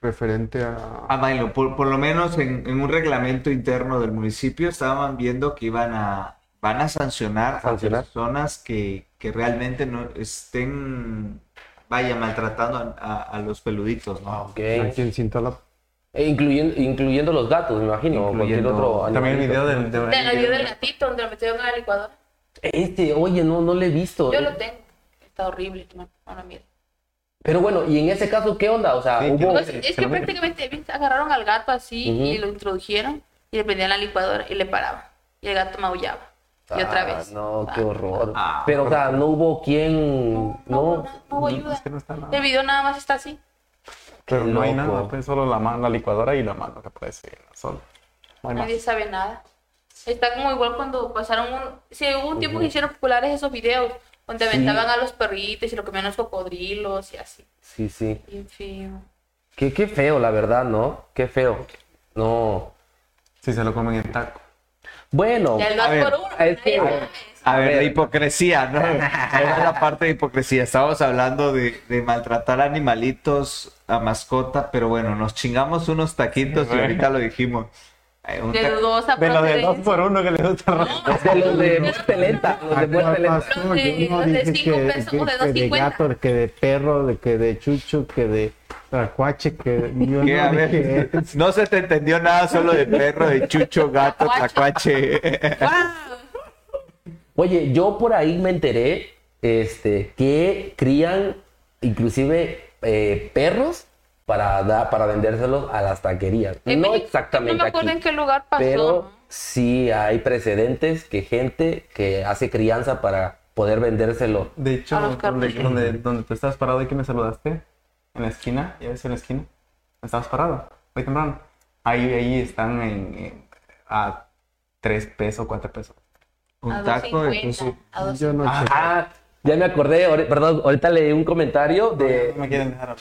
[SPEAKER 5] referente
[SPEAKER 4] Ah,
[SPEAKER 5] a...
[SPEAKER 4] bailo. Por, por lo menos en, en un reglamento interno del municipio estaban viendo que iban a, van a sancionar a
[SPEAKER 1] Sancionar.
[SPEAKER 4] personas que, que realmente no estén, vaya, maltratando a, a- a los peluditos, ¿no?
[SPEAKER 1] Ok.
[SPEAKER 5] Aquí en Cintalapa.
[SPEAKER 1] E incluyendo, incluyendo los gatos, me imagino. o
[SPEAKER 4] Incluyendo-
[SPEAKER 1] cualquier otro
[SPEAKER 2] También el
[SPEAKER 1] animalito.
[SPEAKER 2] video del.
[SPEAKER 3] De la vida del gatito, donde lo metieron a la licuadora.
[SPEAKER 1] Este, oye, no, no le he visto.
[SPEAKER 3] Yo lo tengo. Está horrible, hermano. Bueno, mira.
[SPEAKER 1] Pero bueno, ¿y en ese caso qué onda? O sea,
[SPEAKER 2] Sí,
[SPEAKER 1] hubo...
[SPEAKER 2] ¿qué
[SPEAKER 3] Pues, es que prácticamente viste, agarraron al gato así
[SPEAKER 1] Ujú.
[SPEAKER 3] y lo introdujeron y le prendían la licuadora y le paraban. Y el gato maullaba. Y otra
[SPEAKER 1] Ah,
[SPEAKER 3] vez.
[SPEAKER 1] No,
[SPEAKER 3] Ah,
[SPEAKER 1] qué horror.
[SPEAKER 4] Ah.
[SPEAKER 1] Pero, o sea, no hubo quien...
[SPEAKER 3] No, no,
[SPEAKER 1] No.
[SPEAKER 3] hubo nada, no hubo ayuda.
[SPEAKER 2] Es que no está nada.
[SPEAKER 3] El video nada más está así.
[SPEAKER 2] Pero no hay
[SPEAKER 1] Loco.
[SPEAKER 2] nada, pues solo la mano, la licuadora y la mano que puede seguir. Solo. No hay más.
[SPEAKER 3] Nadie sabe nada. Está como igual cuando pasaron un... Sí, hubo un tiempo que hicieron populares esos videos donde aventaban a los perritos y lo comían los cocodrilos y así.
[SPEAKER 1] Sí, sí.
[SPEAKER 3] Bien feo.
[SPEAKER 1] Qué, qué feo, la verdad, ¿no? Qué feo. No.
[SPEAKER 2] Si se lo comen en taco.
[SPEAKER 1] Bueno,
[SPEAKER 3] Ya el dos
[SPEAKER 4] A ver,
[SPEAKER 3] por uno.
[SPEAKER 1] es que-
[SPEAKER 3] nadie sabe.
[SPEAKER 4] A ver,
[SPEAKER 1] ver.
[SPEAKER 4] la hipocresía, ¿no? Era la parte de hipocresía. Estábamos hablando de, de maltratar animalitos a mascota, pero bueno, nos chingamos unos taquitos y ahorita lo dijimos. Ay, un
[SPEAKER 3] De
[SPEAKER 4] ta-
[SPEAKER 3] dudosa
[SPEAKER 2] De lo de
[SPEAKER 3] procedencia.
[SPEAKER 2] dos por uno que le gusta al rato.
[SPEAKER 1] de los de muerte lenta, los de muerte lenta.
[SPEAKER 3] no,
[SPEAKER 5] Acá pasó, yo no
[SPEAKER 3] de- de
[SPEAKER 5] dije
[SPEAKER 3] cinco
[SPEAKER 5] que,
[SPEAKER 3] pesos
[SPEAKER 5] que-
[SPEAKER 3] o de
[SPEAKER 5] que
[SPEAKER 3] dos
[SPEAKER 5] de
[SPEAKER 3] cincuenta.
[SPEAKER 5] gato, que de perro, de, que de chucho, que de tracuache, que yo
[SPEAKER 4] ¿Qué?
[SPEAKER 5] no
[SPEAKER 4] A ver,
[SPEAKER 5] dije
[SPEAKER 4] no se te entendió nada, solo de perro, de chucho, gato, tacuache.
[SPEAKER 3] ¡Guau!
[SPEAKER 1] Oye, yo por ahí me enteré este, que crían inclusive eh, perros para, da- para vendérselos a las taquerías.
[SPEAKER 3] En
[SPEAKER 1] no
[SPEAKER 3] México-
[SPEAKER 1] exactamente
[SPEAKER 3] No me acuerdo
[SPEAKER 1] aquí,
[SPEAKER 3] en qué lugar pasó.
[SPEAKER 1] pero
[SPEAKER 3] ¿no?
[SPEAKER 1] sí hay precedentes que gente que hace crianza para poder vendérselo.
[SPEAKER 2] De hecho,
[SPEAKER 3] A los
[SPEAKER 2] donde,
[SPEAKER 3] carros.
[SPEAKER 2] donde, donde tú estabas parado y que me saludaste, en la esquina, ya ves en la esquina, estabas parado, muy temprano. Ahí, ahí están en, en- a 3 pesos, 4 pesos.
[SPEAKER 4] Un
[SPEAKER 3] a
[SPEAKER 4] taco,
[SPEAKER 3] 2.50,
[SPEAKER 4] entonces,
[SPEAKER 3] a dos-
[SPEAKER 5] Yo no chequé.
[SPEAKER 1] Ah, Ya me acordé, ahori- perdón, ahorita leí un comentario de,
[SPEAKER 2] Eh, No me quieren dejar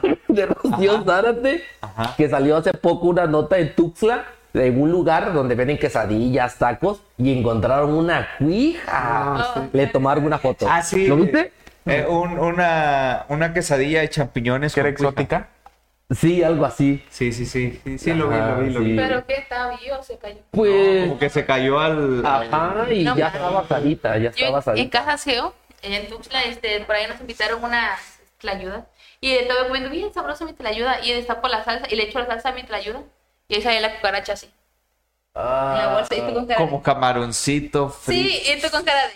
[SPEAKER 2] hablar.
[SPEAKER 1] de Rocío Zárate,
[SPEAKER 2] Ajá.
[SPEAKER 1] que salió hace poco una nota de Tuxtla, de un lugar donde venden quesadillas, tacos, y encontraron una cuija.
[SPEAKER 3] Ah, sí.
[SPEAKER 1] Le tomaron una foto.
[SPEAKER 4] Ah, sí.
[SPEAKER 1] ¿Lo viste?
[SPEAKER 4] Eh, un- una, una quesadilla de champiñones.
[SPEAKER 2] ¿Que era
[SPEAKER 4] con cuija.
[SPEAKER 2] exótica?
[SPEAKER 1] Sí, algo así.
[SPEAKER 4] Sí, sí, sí. Sí, sí, lo vi, lo vi, lo vi.
[SPEAKER 1] Sí.
[SPEAKER 3] Pero qué tal, yo se cayó.
[SPEAKER 1] Pues,
[SPEAKER 4] Como que se cayó al.
[SPEAKER 1] ajá, y
[SPEAKER 3] No
[SPEAKER 1] ya
[SPEAKER 3] manches.
[SPEAKER 1] estaba salita, ya
[SPEAKER 3] Yo
[SPEAKER 1] estaba
[SPEAKER 3] en, en
[SPEAKER 1] salita.
[SPEAKER 3] Caja Geo, en Tuxtla, este, por ahí nos invitaron una tlayuda. Y estaba comiendo bien sabroso mi tlayuda. Y destapo la salsa y le echo la salsa a mi tlayuda. Y ahí sale la cucaracha así.
[SPEAKER 1] Ah.
[SPEAKER 3] en la bolsa. Y tú con cara de-
[SPEAKER 4] Como camaroncito frito.
[SPEAKER 3] Sí, y tú con cara de.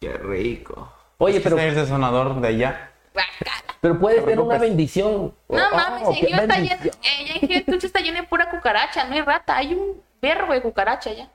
[SPEAKER 4] Qué rico.
[SPEAKER 1] Oye,
[SPEAKER 2] Es que
[SPEAKER 1] pero,
[SPEAKER 2] ese es el sonador de allá.
[SPEAKER 3] "Guácala".
[SPEAKER 1] pero puede ser una
[SPEAKER 2] preocupes.
[SPEAKER 1] bendición.
[SPEAKER 3] No
[SPEAKER 1] Oh,
[SPEAKER 3] mames,
[SPEAKER 1] qué
[SPEAKER 3] en Geo está lleno.
[SPEAKER 1] bendición.
[SPEAKER 3] eh, ya en Geo Tuxtla está lleno de pura cucaracha. No hay rata, hay un verbo de cucaracha ya.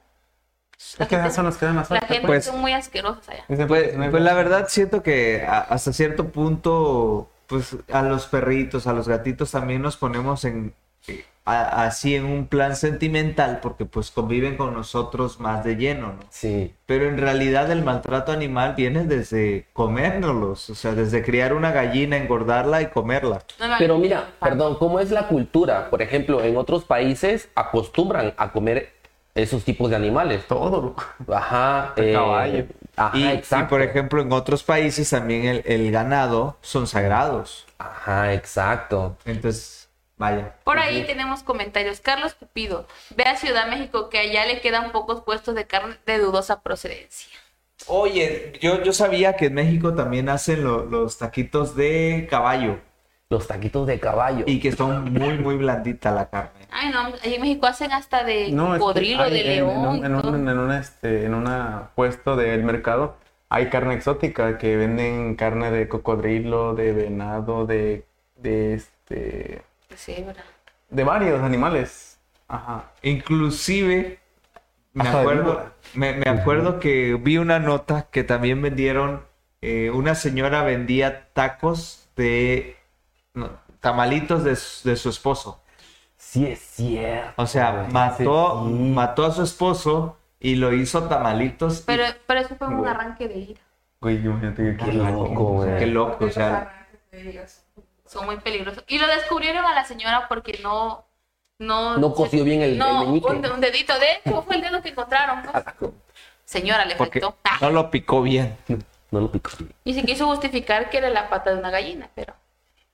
[SPEAKER 2] Es que esas son las que dan más
[SPEAKER 3] La
[SPEAKER 2] suerte,
[SPEAKER 3] gente
[SPEAKER 4] pues.
[SPEAKER 3] son muy asquerosas allá.
[SPEAKER 2] Ese
[SPEAKER 4] Pues,
[SPEAKER 2] personaje.
[SPEAKER 4] pues la verdad siento que a- hasta cierto punto, pues a los perritos, a los gatitos también nos ponemos en eh, a- así en un plan sentimental porque pues conviven con nosotros más de lleno, ¿no?
[SPEAKER 1] Sí.
[SPEAKER 4] Pero en realidad el maltrato animal viene desde comérnoslos, o sea, desde criar una gallina, engordarla y comerla.
[SPEAKER 3] No mames,
[SPEAKER 1] Pero mira,
[SPEAKER 3] no mames.
[SPEAKER 1] perdón, ¿cómo es la cultura? Por ejemplo, en otros países acostumbran a comer esos tipos de animales.
[SPEAKER 2] Todo, loco.
[SPEAKER 1] Ajá. eh,
[SPEAKER 2] El caballo.
[SPEAKER 1] Ajá,
[SPEAKER 4] y, y,
[SPEAKER 1] exacto.
[SPEAKER 4] por ejemplo, en otros países también el, el ganado son sagrados.
[SPEAKER 1] Ajá, exacto.
[SPEAKER 4] Entonces, vaya.
[SPEAKER 3] Por ahí tenemos comentarios. Carlos Cupido, ve a Ciudad México que allá le quedan pocos puestos de carne de dudosa procedencia.
[SPEAKER 4] Oye, yo, yo sabía que en México también hacen lo- los taquitos de caballo
[SPEAKER 1] Los taquitos de caballo.
[SPEAKER 4] y que son muy, muy blandita la carne.
[SPEAKER 3] Ay, no, allí en México hacen hasta de
[SPEAKER 2] No, es que
[SPEAKER 3] cocodrilo,
[SPEAKER 2] hay
[SPEAKER 3] de
[SPEAKER 2] en- En,
[SPEAKER 3] león.
[SPEAKER 2] un, en,
[SPEAKER 3] todo.
[SPEAKER 2] un, en un, este, en una puesto del mercado hay carne exótica que venden carne de cocodrilo, de venado, de, de este,
[SPEAKER 3] Pues Sí, ¿verdad?
[SPEAKER 2] de varios animales. Ajá.
[SPEAKER 4] Inclusive, me
[SPEAKER 2] Hasta de
[SPEAKER 4] acuerdo,
[SPEAKER 2] víbora.
[SPEAKER 4] me, me acuerdo que vi una nota que también vendieron, eh, una señora vendía tacos de no, tamalitos de, su- de su esposo.
[SPEAKER 1] Sí, es cierto.
[SPEAKER 4] O sea, mató, mató a su esposo y lo hizo tamalitos. y-
[SPEAKER 3] Pero, pero eso fue un
[SPEAKER 2] Güey.
[SPEAKER 3] arranque de ira.
[SPEAKER 2] Güey, imagínate
[SPEAKER 1] Qué loco, güey.
[SPEAKER 4] qué loco, o
[SPEAKER 6] Los
[SPEAKER 4] sea.
[SPEAKER 6] arranques de ellos.
[SPEAKER 3] Son muy peligrosos. Y lo descubrieron a la señora porque no. No,
[SPEAKER 1] No coció bien el-
[SPEAKER 3] no,
[SPEAKER 1] el meñique.
[SPEAKER 3] Un, un dedito de. ¿Cómo fue el dedo que encontraron?
[SPEAKER 2] Ah,
[SPEAKER 3] pues? Señora, le
[SPEAKER 4] Porque
[SPEAKER 3] faltó. Ah,
[SPEAKER 4] no lo picó bien.
[SPEAKER 1] No lo picó.
[SPEAKER 3] Y se quiso justificar que era la pata de una gallina, pero.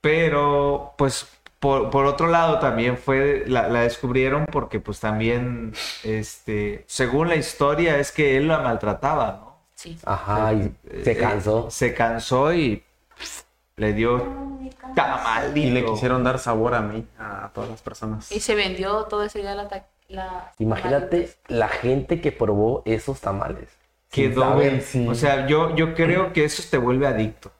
[SPEAKER 4] Pero, pues, por, por otro lado, también fue, la, la descubrieron porque, pues, también, este, según la historia, es que él la maltrataba, ¿no?
[SPEAKER 3] Sí.
[SPEAKER 1] Ajá, y se
[SPEAKER 4] Eh,
[SPEAKER 1] cansó.
[SPEAKER 4] se cansó y le dio tamalito.
[SPEAKER 2] Y le quisieron dar sabor a mí, a todas las personas.
[SPEAKER 3] Y se vendió todo ese día la... ta- la
[SPEAKER 1] Imagínate la gente que probó esos tamales.
[SPEAKER 4] Quedó,
[SPEAKER 2] sabe,
[SPEAKER 4] güey.
[SPEAKER 2] sí.
[SPEAKER 4] O sea, yo, yo creo que eso te vuelve adicto.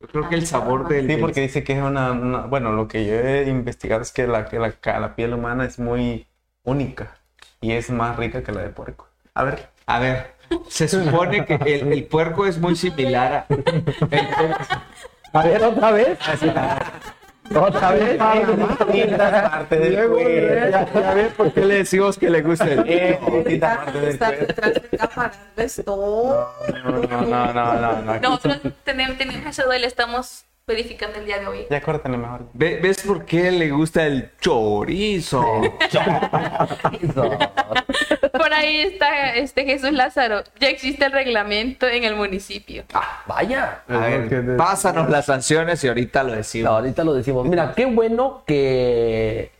[SPEAKER 4] Yo creo que el sabor del...
[SPEAKER 2] Sí, porque dice que es una, una- bueno, lo que yo he investigado es que la, que la, ca- la piel humana es muy única y es más rica que la de puerco. A ver,
[SPEAKER 4] A ver, se supone que el, el puerco es muy similar a...
[SPEAKER 1] A ver, otra vez. otra vez.
[SPEAKER 2] distintas partes del
[SPEAKER 5] Luego,
[SPEAKER 2] cuerpo.
[SPEAKER 5] ya- ya ves por qué
[SPEAKER 4] le decimos que le gusta el...
[SPEAKER 2] Eh, distintas
[SPEAKER 6] Estar-
[SPEAKER 2] partes del
[SPEAKER 6] estar
[SPEAKER 2] cuerpo.
[SPEAKER 6] detrás de cámaras, ves todo.
[SPEAKER 2] No, no, no, no, no, no, aquí-
[SPEAKER 3] Nosotros tenemos, tenemos ese duelo, estamos verificando el día de hoy.
[SPEAKER 2] Ya córtale mejor.
[SPEAKER 4] Ve- ¿Ves por qué le gusta el chorizo?
[SPEAKER 3] Por ahí está este Jesús Lázaro. Ya existe el reglamento en el municipio.
[SPEAKER 1] Ah, vaya.
[SPEAKER 4] A ver, pásanos las sanciones y ahorita lo
[SPEAKER 1] No,
[SPEAKER 4] decimos.
[SPEAKER 1] ahorita lo decimos. Mira, qué bueno que,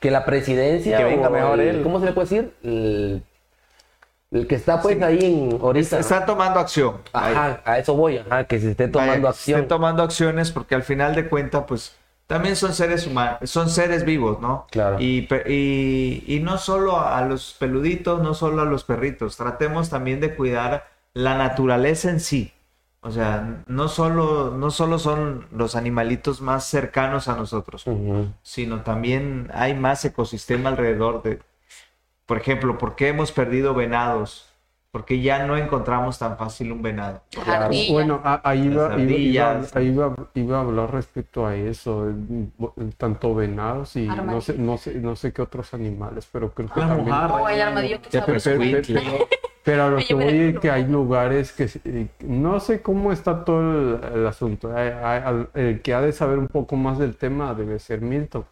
[SPEAKER 1] que la presidencia.
[SPEAKER 2] Que venga
[SPEAKER 1] o
[SPEAKER 2] mejor
[SPEAKER 1] el-
[SPEAKER 2] él.
[SPEAKER 1] ¿Cómo se le puede decir? El, el que está pues ahí en ahorita.
[SPEAKER 4] Están tomando acción. Ahí.
[SPEAKER 1] Ajá, a eso voy. Ajá, que se esté tomando
[SPEAKER 4] Vaya, que
[SPEAKER 1] acción.
[SPEAKER 4] Estén tomando acciones porque al final de cuentas, pues, también son seres humanos, son seres vivos, ¿no?
[SPEAKER 1] Claro.
[SPEAKER 4] Y, pe- y, y no solo a los peluditos, no solo a los perritos. Tratemos también de cuidar la naturaleza en sí. O sea, no solo, no solo son los animalitos más cercanos a nosotros.
[SPEAKER 1] Ujú.
[SPEAKER 4] sino también hay más ecosistema alrededor de, por ejemplo, ¿por qué hemos perdido venados? Porque ya no encontramos tan fácil un venado.
[SPEAKER 1] Claro.
[SPEAKER 3] Ardilla.
[SPEAKER 5] Bueno, a- ahí iba,
[SPEAKER 4] Las
[SPEAKER 5] iba- iba-
[SPEAKER 4] ardillas.
[SPEAKER 5] ahí iba- iba a hablar respecto a eso, en- en tanto venados y no sé, no sé, no sé qué otros animales, pero creo que
[SPEAKER 2] La
[SPEAKER 5] también-
[SPEAKER 2] mojarra.
[SPEAKER 3] Oh, el armadillo que
[SPEAKER 5] Pe- pe-
[SPEAKER 3] sabroso.
[SPEAKER 5] pe-
[SPEAKER 4] Escuincle.
[SPEAKER 5] pero- Pero a lo
[SPEAKER 3] Oye,
[SPEAKER 5] que
[SPEAKER 3] me
[SPEAKER 5] voy
[SPEAKER 3] recuerdo.
[SPEAKER 5] es que hay lugares que se- eh, no sé cómo está todo el, el asunto. Hay- hay- al- el que ha de saber un poco más del tema debe ser Milton.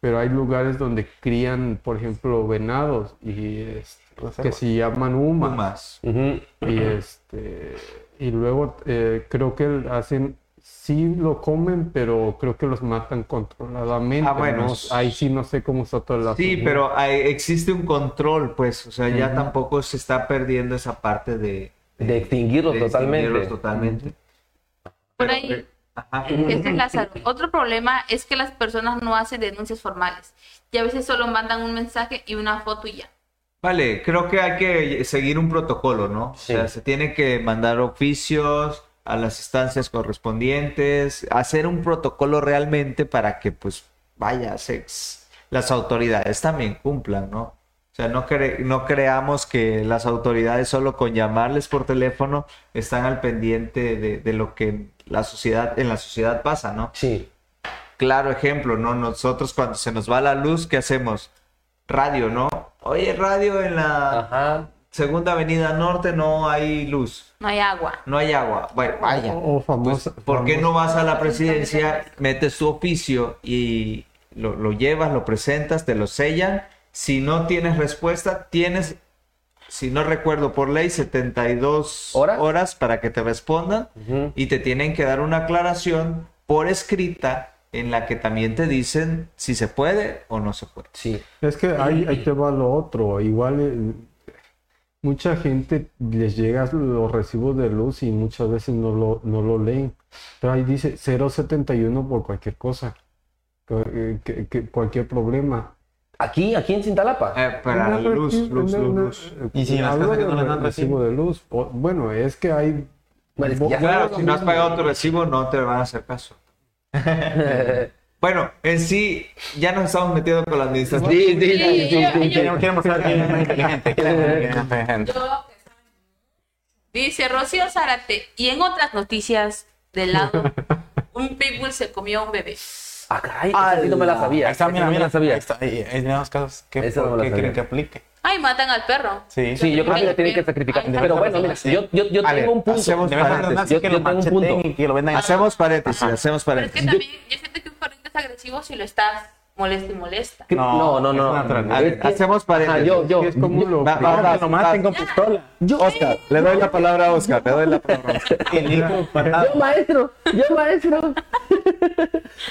[SPEAKER 5] Pero hay lugares donde crían, por ejemplo, venados y este, que se llaman humas.
[SPEAKER 4] Pumas.
[SPEAKER 1] Ujú.
[SPEAKER 5] Y este y luego eh, creo que hacen sí lo comen, pero creo que los matan controladamente.
[SPEAKER 4] Ah, bueno.
[SPEAKER 5] ¿no? Ahí sí no sé cómo está todo el
[SPEAKER 4] Sí,
[SPEAKER 5] asunto.
[SPEAKER 4] pero hay- existe un control, pues, o sea, ya
[SPEAKER 5] Ujú.
[SPEAKER 4] tampoco se está perdiendo esa parte de...
[SPEAKER 1] De extinguirlos
[SPEAKER 4] de
[SPEAKER 1] totalmente.
[SPEAKER 4] extinguirlos totalmente.
[SPEAKER 3] Por
[SPEAKER 4] Pero,
[SPEAKER 3] ahí.
[SPEAKER 4] eh, ajá.
[SPEAKER 3] Este es Lázaro. Otro problema es que las personas no hacen denuncias formales y a veces solo mandan un mensaje y una foto y ya.
[SPEAKER 4] Vale, creo que hay que seguir un protocolo, ¿no? O sea,
[SPEAKER 1] Sí.
[SPEAKER 4] se tiene que mandar oficios a las instancias correspondientes, hacer un protocolo realmente para que, pues, vaya, se- las autoridades también cumplan, ¿no? O sea, no, cre- no creamos que las autoridades solo con llamarles por teléfono están al pendiente de, de lo que la sociedad, en la sociedad pasa, ¿no?
[SPEAKER 1] Sí.
[SPEAKER 4] claro ejemplo, ¿no? Nosotros cuando se nos va la luz, ¿qué hacemos? Radio, ¿no? Oye, radio en la
[SPEAKER 1] Ajá.
[SPEAKER 4] segunda avenida norte no hay luz,
[SPEAKER 3] No hay agua.
[SPEAKER 4] no hay agua. Bueno, vaya.
[SPEAKER 5] O, o famosa-
[SPEAKER 4] pues, ¿Por qué
[SPEAKER 5] famosa-
[SPEAKER 4] no vas a la presidencia, metes tu oficio y lo, lo llevas, lo presentas, te lo sellan? Si no tienes respuesta, tienes, si no recuerdo por ley, 72
[SPEAKER 1] ¿Horas?
[SPEAKER 4] para que te respondan
[SPEAKER 1] Ujú.
[SPEAKER 4] y te tienen que dar una aclaración por escrita en la que también te dicen si se puede o no se puede.
[SPEAKER 1] Sí.
[SPEAKER 5] Es que ahí, ahí te va lo otro. Igual eh, mucha gente les llega los recibos de luz y muchas veces no lo, no lo leen. Pero ahí dice 0.71 por cualquier cosa, que- que- que- cualquier problema.
[SPEAKER 1] Aquí, aquí en Cintalapa.
[SPEAKER 4] Eh, para
[SPEAKER 5] No, no,
[SPEAKER 4] luz,
[SPEAKER 5] sí,
[SPEAKER 4] luz,
[SPEAKER 5] no,
[SPEAKER 4] luz,
[SPEAKER 5] no,
[SPEAKER 4] luz.
[SPEAKER 5] eh,
[SPEAKER 2] Y si en las
[SPEAKER 5] hablo
[SPEAKER 2] casas que no
[SPEAKER 5] del
[SPEAKER 2] les dan
[SPEAKER 5] recibo de luz. o- bueno, es que hay...
[SPEAKER 4] Pues
[SPEAKER 1] Bueno, es que ya-
[SPEAKER 4] Claro, si no has pagado tu recibo no te van a hacer caso. Bueno, en sí ya nos estamos metiendo con la administración.
[SPEAKER 1] Sí, sí, sí,
[SPEAKER 3] Sí,
[SPEAKER 1] sí,
[SPEAKER 3] yo-
[SPEAKER 1] sí, sí.
[SPEAKER 3] yo-
[SPEAKER 2] Quieren quieren mostrar que es muy inteligente. quieren mostrar que es muy inteligente.
[SPEAKER 6] Yo, que estaba
[SPEAKER 3] Dice Rocío Zárate. Y en otras noticias del lado, un pitbull se comió a un bebé.
[SPEAKER 1] Ah, caray, esa sí no me la sabía.
[SPEAKER 2] Ahí está,
[SPEAKER 1] esa
[SPEAKER 2] mira,
[SPEAKER 1] no me
[SPEAKER 2] mira.
[SPEAKER 1] la sabía.
[SPEAKER 2] Ahí está, ahí, ahí en los casos. ¿Qué,
[SPEAKER 1] Esa no me la
[SPEAKER 2] ¿qué
[SPEAKER 1] sabía.
[SPEAKER 2] quieren que aplique?
[SPEAKER 3] Ay, matan al perro.
[SPEAKER 2] Sí,
[SPEAKER 1] Sí, yo creo que la tienen que
[SPEAKER 3] Ahí
[SPEAKER 1] sacrificar.
[SPEAKER 3] está.
[SPEAKER 1] Pero bueno, mira,
[SPEAKER 2] Sí.
[SPEAKER 1] yo, yo, yo
[SPEAKER 4] A ver,
[SPEAKER 1] tengo un punto.
[SPEAKER 4] hacemos
[SPEAKER 2] Debemos hacer
[SPEAKER 4] paréntesis.
[SPEAKER 2] una
[SPEAKER 1] Yo-
[SPEAKER 2] que
[SPEAKER 1] yo
[SPEAKER 2] lo
[SPEAKER 1] tengo un punto.
[SPEAKER 2] macheten y que lo vendan.
[SPEAKER 4] Hacemos paréntesis, hacemos
[SPEAKER 3] Pero es que
[SPEAKER 4] paréntesis.
[SPEAKER 3] también, yo siento que un perrito es agresivo si lo estás molesta y molesta.
[SPEAKER 1] Que- No,
[SPEAKER 2] No,
[SPEAKER 1] no,
[SPEAKER 2] es
[SPEAKER 1] no.
[SPEAKER 2] una
[SPEAKER 4] A
[SPEAKER 2] naturaleza.
[SPEAKER 1] Es
[SPEAKER 4] ver,
[SPEAKER 1] que-
[SPEAKER 4] hacemos
[SPEAKER 1] Ajá,
[SPEAKER 4] paréntesis.
[SPEAKER 1] yo, yo.
[SPEAKER 5] es como
[SPEAKER 1] yo-
[SPEAKER 5] lo
[SPEAKER 4] Va- va-
[SPEAKER 5] primero-
[SPEAKER 4] va- va-
[SPEAKER 2] pistola.
[SPEAKER 1] Yo-
[SPEAKER 2] Oscar, le doy la palabra a Oscar, le doy la palabra. El hijo patada.
[SPEAKER 1] Yo maestro, yo maestro.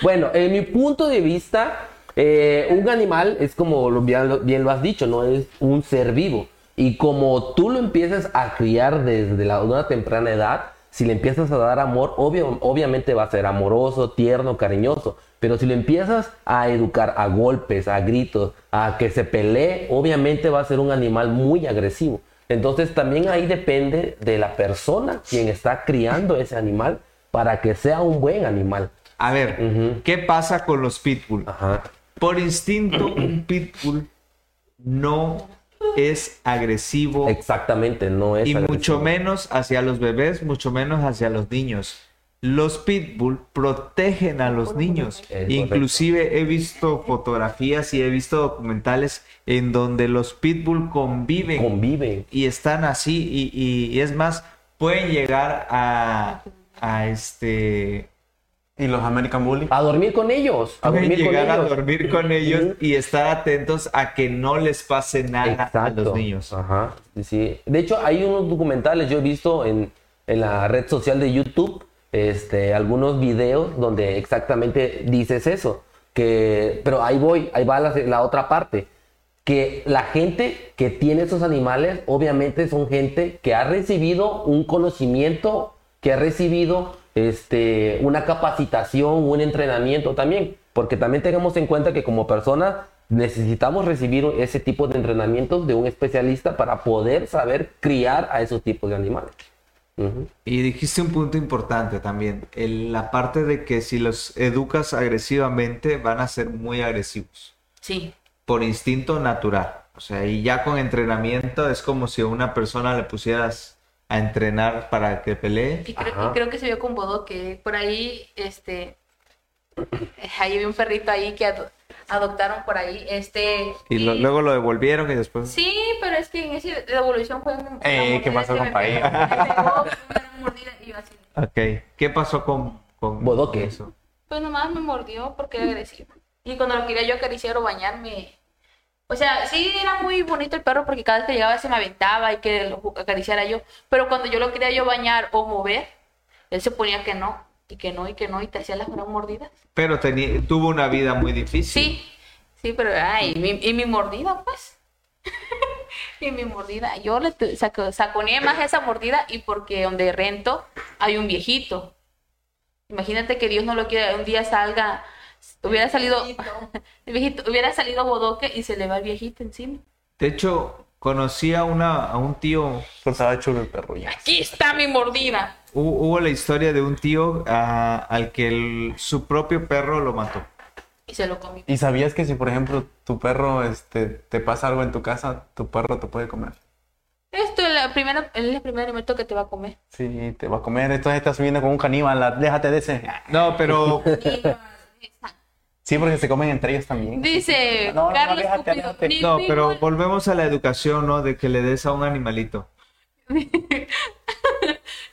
[SPEAKER 1] bueno, en mi punto de vista, eh, un animal es como lo- bien, lo- bien lo has dicho, no es un ser vivo. Y como tú lo empiezas a criar desde la, una temprana edad, si le empiezas a dar amor, obvio, obviamente va a ser amoroso, tierno, cariñoso. Pero si lo empiezas a educar a golpes, a gritos, a que se pelee, obviamente va a ser un animal muy agresivo. Entonces también ahí depende de la persona quien está criando ese animal para que sea un buen animal.
[SPEAKER 4] A ver,
[SPEAKER 1] Ujú. Ah.
[SPEAKER 4] ¿qué pasa con los pitbull?
[SPEAKER 1] Ajá.
[SPEAKER 4] Por instinto, un pitbull no es agresivo
[SPEAKER 1] Exactamente, no es
[SPEAKER 4] y
[SPEAKER 1] agresivo.
[SPEAKER 4] mucho menos hacia los bebés, mucho menos hacia los niños. Los pitbull protegen a los niños.
[SPEAKER 1] Es
[SPEAKER 4] Inclusive he visto fotografías y he visto documentales en donde los pitbull conviven
[SPEAKER 1] conviven.
[SPEAKER 4] y están así y, y- y es más, pueden llegar a, a este...
[SPEAKER 2] Y los American Bully.
[SPEAKER 1] A dormir con ellos, a
[SPEAKER 4] pueden
[SPEAKER 1] dormir con
[SPEAKER 4] llegar a
[SPEAKER 1] ellos.
[SPEAKER 4] dormir con ellos
[SPEAKER 1] Ujú.
[SPEAKER 4] y estar atentos a que no les pase nada a los niños.
[SPEAKER 1] Ajá. Sí. De hecho, hay unos documentales, yo he visto en, en la red social de YouTube, este, algunos videos donde exactamente dices eso. Que, pero ahí voy, ahí va la, la otra parte. Que la gente que tiene esos animales, obviamente son gente que ha recibido un conocimiento, que ha recibido este, una capacitación, un entrenamiento también. Porque también tengamos en cuenta que como personas necesitamos recibir ese tipo de entrenamientos de un especialista para poder saber criar a esos tipos de animales. Ujú.
[SPEAKER 4] Y dijiste un punto importante también, el- la parte de que si los educas agresivamente van a ser muy agresivos,
[SPEAKER 3] Sí.
[SPEAKER 4] por instinto natural. O sea, y ya con entrenamiento es como si a una persona le pusieras a entrenar para que pelee.
[SPEAKER 3] Y creo,
[SPEAKER 1] Ajá.
[SPEAKER 3] y creo que se vio con Bodo que por ahí, este, eh, ahí vi un perrito ahí que ado- adoptaron por ahí, este.
[SPEAKER 4] Y lo- luego lo devolvieron y después...
[SPEAKER 3] Sí, pero pero es que en esa devolución fue un. una
[SPEAKER 2] Eh, ¿qué
[SPEAKER 3] mordida
[SPEAKER 2] pasó,
[SPEAKER 3] que me
[SPEAKER 2] compadre?
[SPEAKER 3] pegó, me pegó, fue una mordida y yo así.
[SPEAKER 4] Ok. ¿Qué pasó con, con
[SPEAKER 1] Bodoque.
[SPEAKER 4] eso?
[SPEAKER 3] Pues nomás me mordió porque era agresivo. Y cuando lo quería yo acariciar o bañarme. O sea, sí era muy bonito el perro porque cada vez que llegaba se me aventaba y que lo ju- acariciara yo. Pero cuando yo lo quería yo bañar o mover, él se ponía que no, y que no, y que no, y te hacía las gran mordidas.
[SPEAKER 4] Pero tenía, tuvo una vida muy difícil.
[SPEAKER 3] Sí, sí, pero ay, y mi, y mi mordida, pues. y mi mordida. Yo le tu- saco- saconeé más esa mordida y porque donde rento hay un viejito. Imagínate que Dios no lo quiera, un día salga, hubiera salido, el viejito, hubiera salido bodoque y se le va el viejito encima.
[SPEAKER 4] De hecho, conocí a, una, a un tío
[SPEAKER 2] Pues estaba chulo el perro ya.
[SPEAKER 3] Aquí está mi mordida.
[SPEAKER 4] Hu- Hubo la historia de un tío ah, al que el- su propio perro lo mató.
[SPEAKER 3] Y se lo comió.
[SPEAKER 2] ¿Y sabías que si, por ejemplo, tu perro este, te pasa algo en tu casa, tu perro te puede comer?
[SPEAKER 3] Esto es, la primera, es el primer alimento que te va a comer.
[SPEAKER 2] Sí, te va a comer. Entonces estás subiendo con un caníbal, la- déjate de ese.
[SPEAKER 4] No, pero
[SPEAKER 2] Sí, porque se comen entre ellos también.
[SPEAKER 3] Dice
[SPEAKER 2] No, no, no,
[SPEAKER 3] Carlos
[SPEAKER 2] déjate,
[SPEAKER 3] Cupido,
[SPEAKER 2] déjate.
[SPEAKER 3] "Ni-
[SPEAKER 4] no,
[SPEAKER 3] ni
[SPEAKER 4] pero
[SPEAKER 3] gol-
[SPEAKER 4] volvemos a la educación, ¿no? De que le des a un animalito.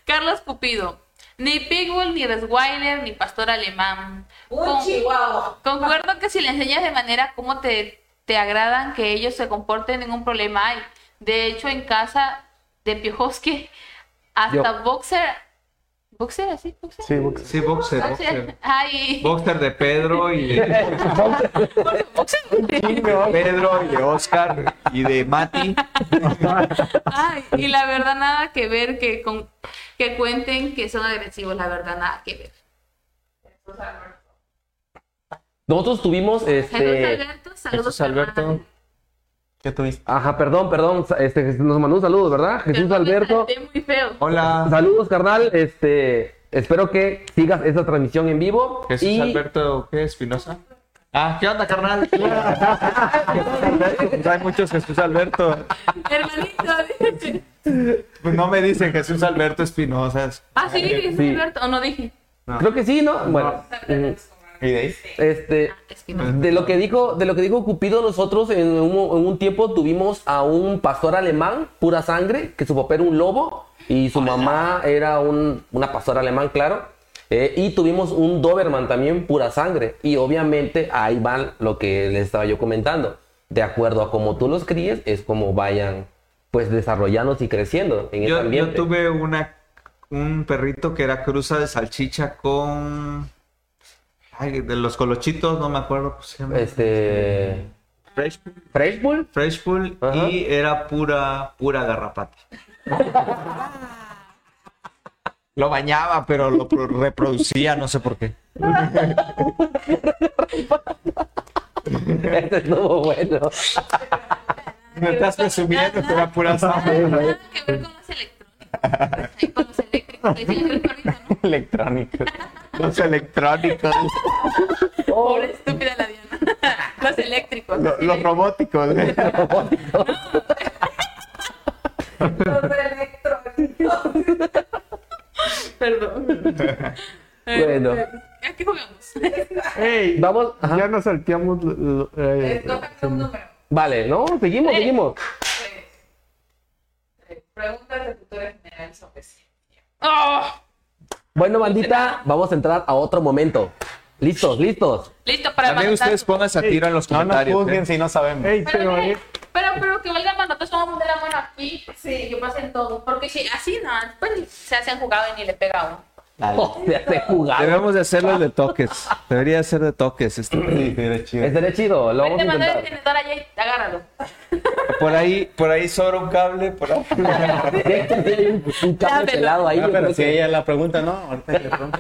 [SPEAKER 3] Carlos Cupido. Ni Pigwell, ni Resweiler, ni Pastor Alemán.
[SPEAKER 6] Un chihuahua.
[SPEAKER 3] Concuerdo que si le enseñas de manera como te, te agradan que ellos se comporten, ningún problema hay. De hecho, en casa de Piojoski, hasta Boxer. ¿Boxer así? ¿Boxer?
[SPEAKER 2] Sí, porque-
[SPEAKER 4] Sí, boxer,
[SPEAKER 3] Boxer.
[SPEAKER 4] boxer.
[SPEAKER 3] Ay,
[SPEAKER 4] Boxer de Pedro y de
[SPEAKER 3] boxer.
[SPEAKER 4] Pedro y de Oscar y de Mati.
[SPEAKER 3] Ay, y la verdad nada que ver que con que cuenten que son agresivos, la verdad nada que ver.
[SPEAKER 1] Nosotros tuvimos
[SPEAKER 3] Saludos
[SPEAKER 1] este.
[SPEAKER 3] Alberto, saludos
[SPEAKER 2] Jesús Alberto.
[SPEAKER 3] Fernando.
[SPEAKER 2] ¿Qué tuviste?
[SPEAKER 1] Ajá, perdón, perdón. Este, Jesús- nos mandó un saludo, ¿verdad? Jesús
[SPEAKER 3] Perdón,
[SPEAKER 1] Alberto.
[SPEAKER 3] me salté muy feo.
[SPEAKER 4] Hola,
[SPEAKER 1] Saludos, carnal. Este, espero que sigas esta transmisión en vivo.
[SPEAKER 4] Jesús
[SPEAKER 1] y-
[SPEAKER 4] Alberto, ¿qué Espinosa? Ah, ¿qué onda, carnal?
[SPEAKER 2] Pues hay muchos Jesús Alberto.
[SPEAKER 3] Hermanito,
[SPEAKER 4] Pues no me dicen Jesús Alberto Espinosa.
[SPEAKER 3] ah, sí, dije Jesús
[SPEAKER 1] Sí.
[SPEAKER 3] Alberto, o no dije.
[SPEAKER 1] Creo que sí, ¿no? Bueno, mm, ujú.
[SPEAKER 2] ¿Y de ahí?
[SPEAKER 1] este,
[SPEAKER 3] Ah, Es que no.
[SPEAKER 1] de lo que dijo, de lo que dijo Cupido, nosotros en un, mo- en un tiempo tuvimos a un pastor alemán, pura sangre, que su papá era un lobo y su mamá era un- una pastora alemán, claro. Eh, y tuvimos un Doberman también, pura sangre. Y obviamente ahí van lo que les estaba yo comentando. De acuerdo a cómo tú los críes, es como vayan pues desarrollándose y creciendo en ese
[SPEAKER 4] Yo, yo
[SPEAKER 1] ambiente.
[SPEAKER 4] tuve una, un perrito que era cruza de salchicha con. Ay, de los colochitos, no me acuerdo cómo se llama.
[SPEAKER 1] Este.
[SPEAKER 4] Fresh,
[SPEAKER 1] Eh, ¿Fresh Bull?
[SPEAKER 4] Fresh Bull,
[SPEAKER 1] Ajá.
[SPEAKER 4] y era pura, pura garrapata. lo bañaba, pero lo pro- reproducía, no sé por qué.
[SPEAKER 1] Este estuvo bueno.
[SPEAKER 4] Me estás presumiendo que era pura sangre.
[SPEAKER 3] Nada que ver con los electrónicos. Ay, Con los eléctricos. le dicen el perrito,
[SPEAKER 2] Electrónico.
[SPEAKER 3] ¿no?
[SPEAKER 4] Los electrónicos,
[SPEAKER 3] Pobre estúpida la Diana. Los eléctricos.
[SPEAKER 4] lo- los robóticos.
[SPEAKER 6] Los electrónicos.
[SPEAKER 3] Perdón. Eh,
[SPEAKER 1] Bueno.
[SPEAKER 3] ¿A qué jugamos?
[SPEAKER 5] Ey,
[SPEAKER 1] Vamos. ajá.
[SPEAKER 5] ya nos salteamos. l- l- eh,
[SPEAKER 6] Escojan un número.
[SPEAKER 1] Vale, no, seguimos, seguimos.
[SPEAKER 3] pues,
[SPEAKER 6] Tres.
[SPEAKER 3] eh,
[SPEAKER 6] Tres. Preguntas de cultura general sobre sí.
[SPEAKER 3] Oh,
[SPEAKER 1] Bueno, bandita, vamos a entrar a otro momento. Listos, listos.
[SPEAKER 3] listo para manotazo.
[SPEAKER 4] pónganse a tiro en los
[SPEAKER 2] No nos
[SPEAKER 4] ¿eh?
[SPEAKER 2] juzguen si no sabemos.
[SPEAKER 5] ey,
[SPEAKER 3] Pero,
[SPEAKER 5] pero,
[SPEAKER 3] mire,
[SPEAKER 5] eh,
[SPEAKER 3] pero, pero que valga manotazo, vamos a poner la mano aquí. Sí, que pasen todos. Porque si así no, pues se hacen jugado y ni le pega a uno.
[SPEAKER 1] Oh, se hace jugar.
[SPEAKER 4] Debemos de hacerlo de toques. Debería ser de toques. este
[SPEAKER 2] Sí, sí, era chido.
[SPEAKER 1] Estaría chido, lo vamos a
[SPEAKER 3] Vete, mandar el
[SPEAKER 1] intentar.
[SPEAKER 3] tenedor allá y agárralo.
[SPEAKER 4] Por ahí, por ahí sobra un cable, por ahí.
[SPEAKER 1] Sí, hay un, un cable
[SPEAKER 3] Lávelo.
[SPEAKER 1] pelado ahí.
[SPEAKER 2] Ah,
[SPEAKER 1] yo
[SPEAKER 2] pero
[SPEAKER 1] creo
[SPEAKER 2] si
[SPEAKER 1] que-
[SPEAKER 2] ella la pregunta, ¿no? Ahorita le pregunto.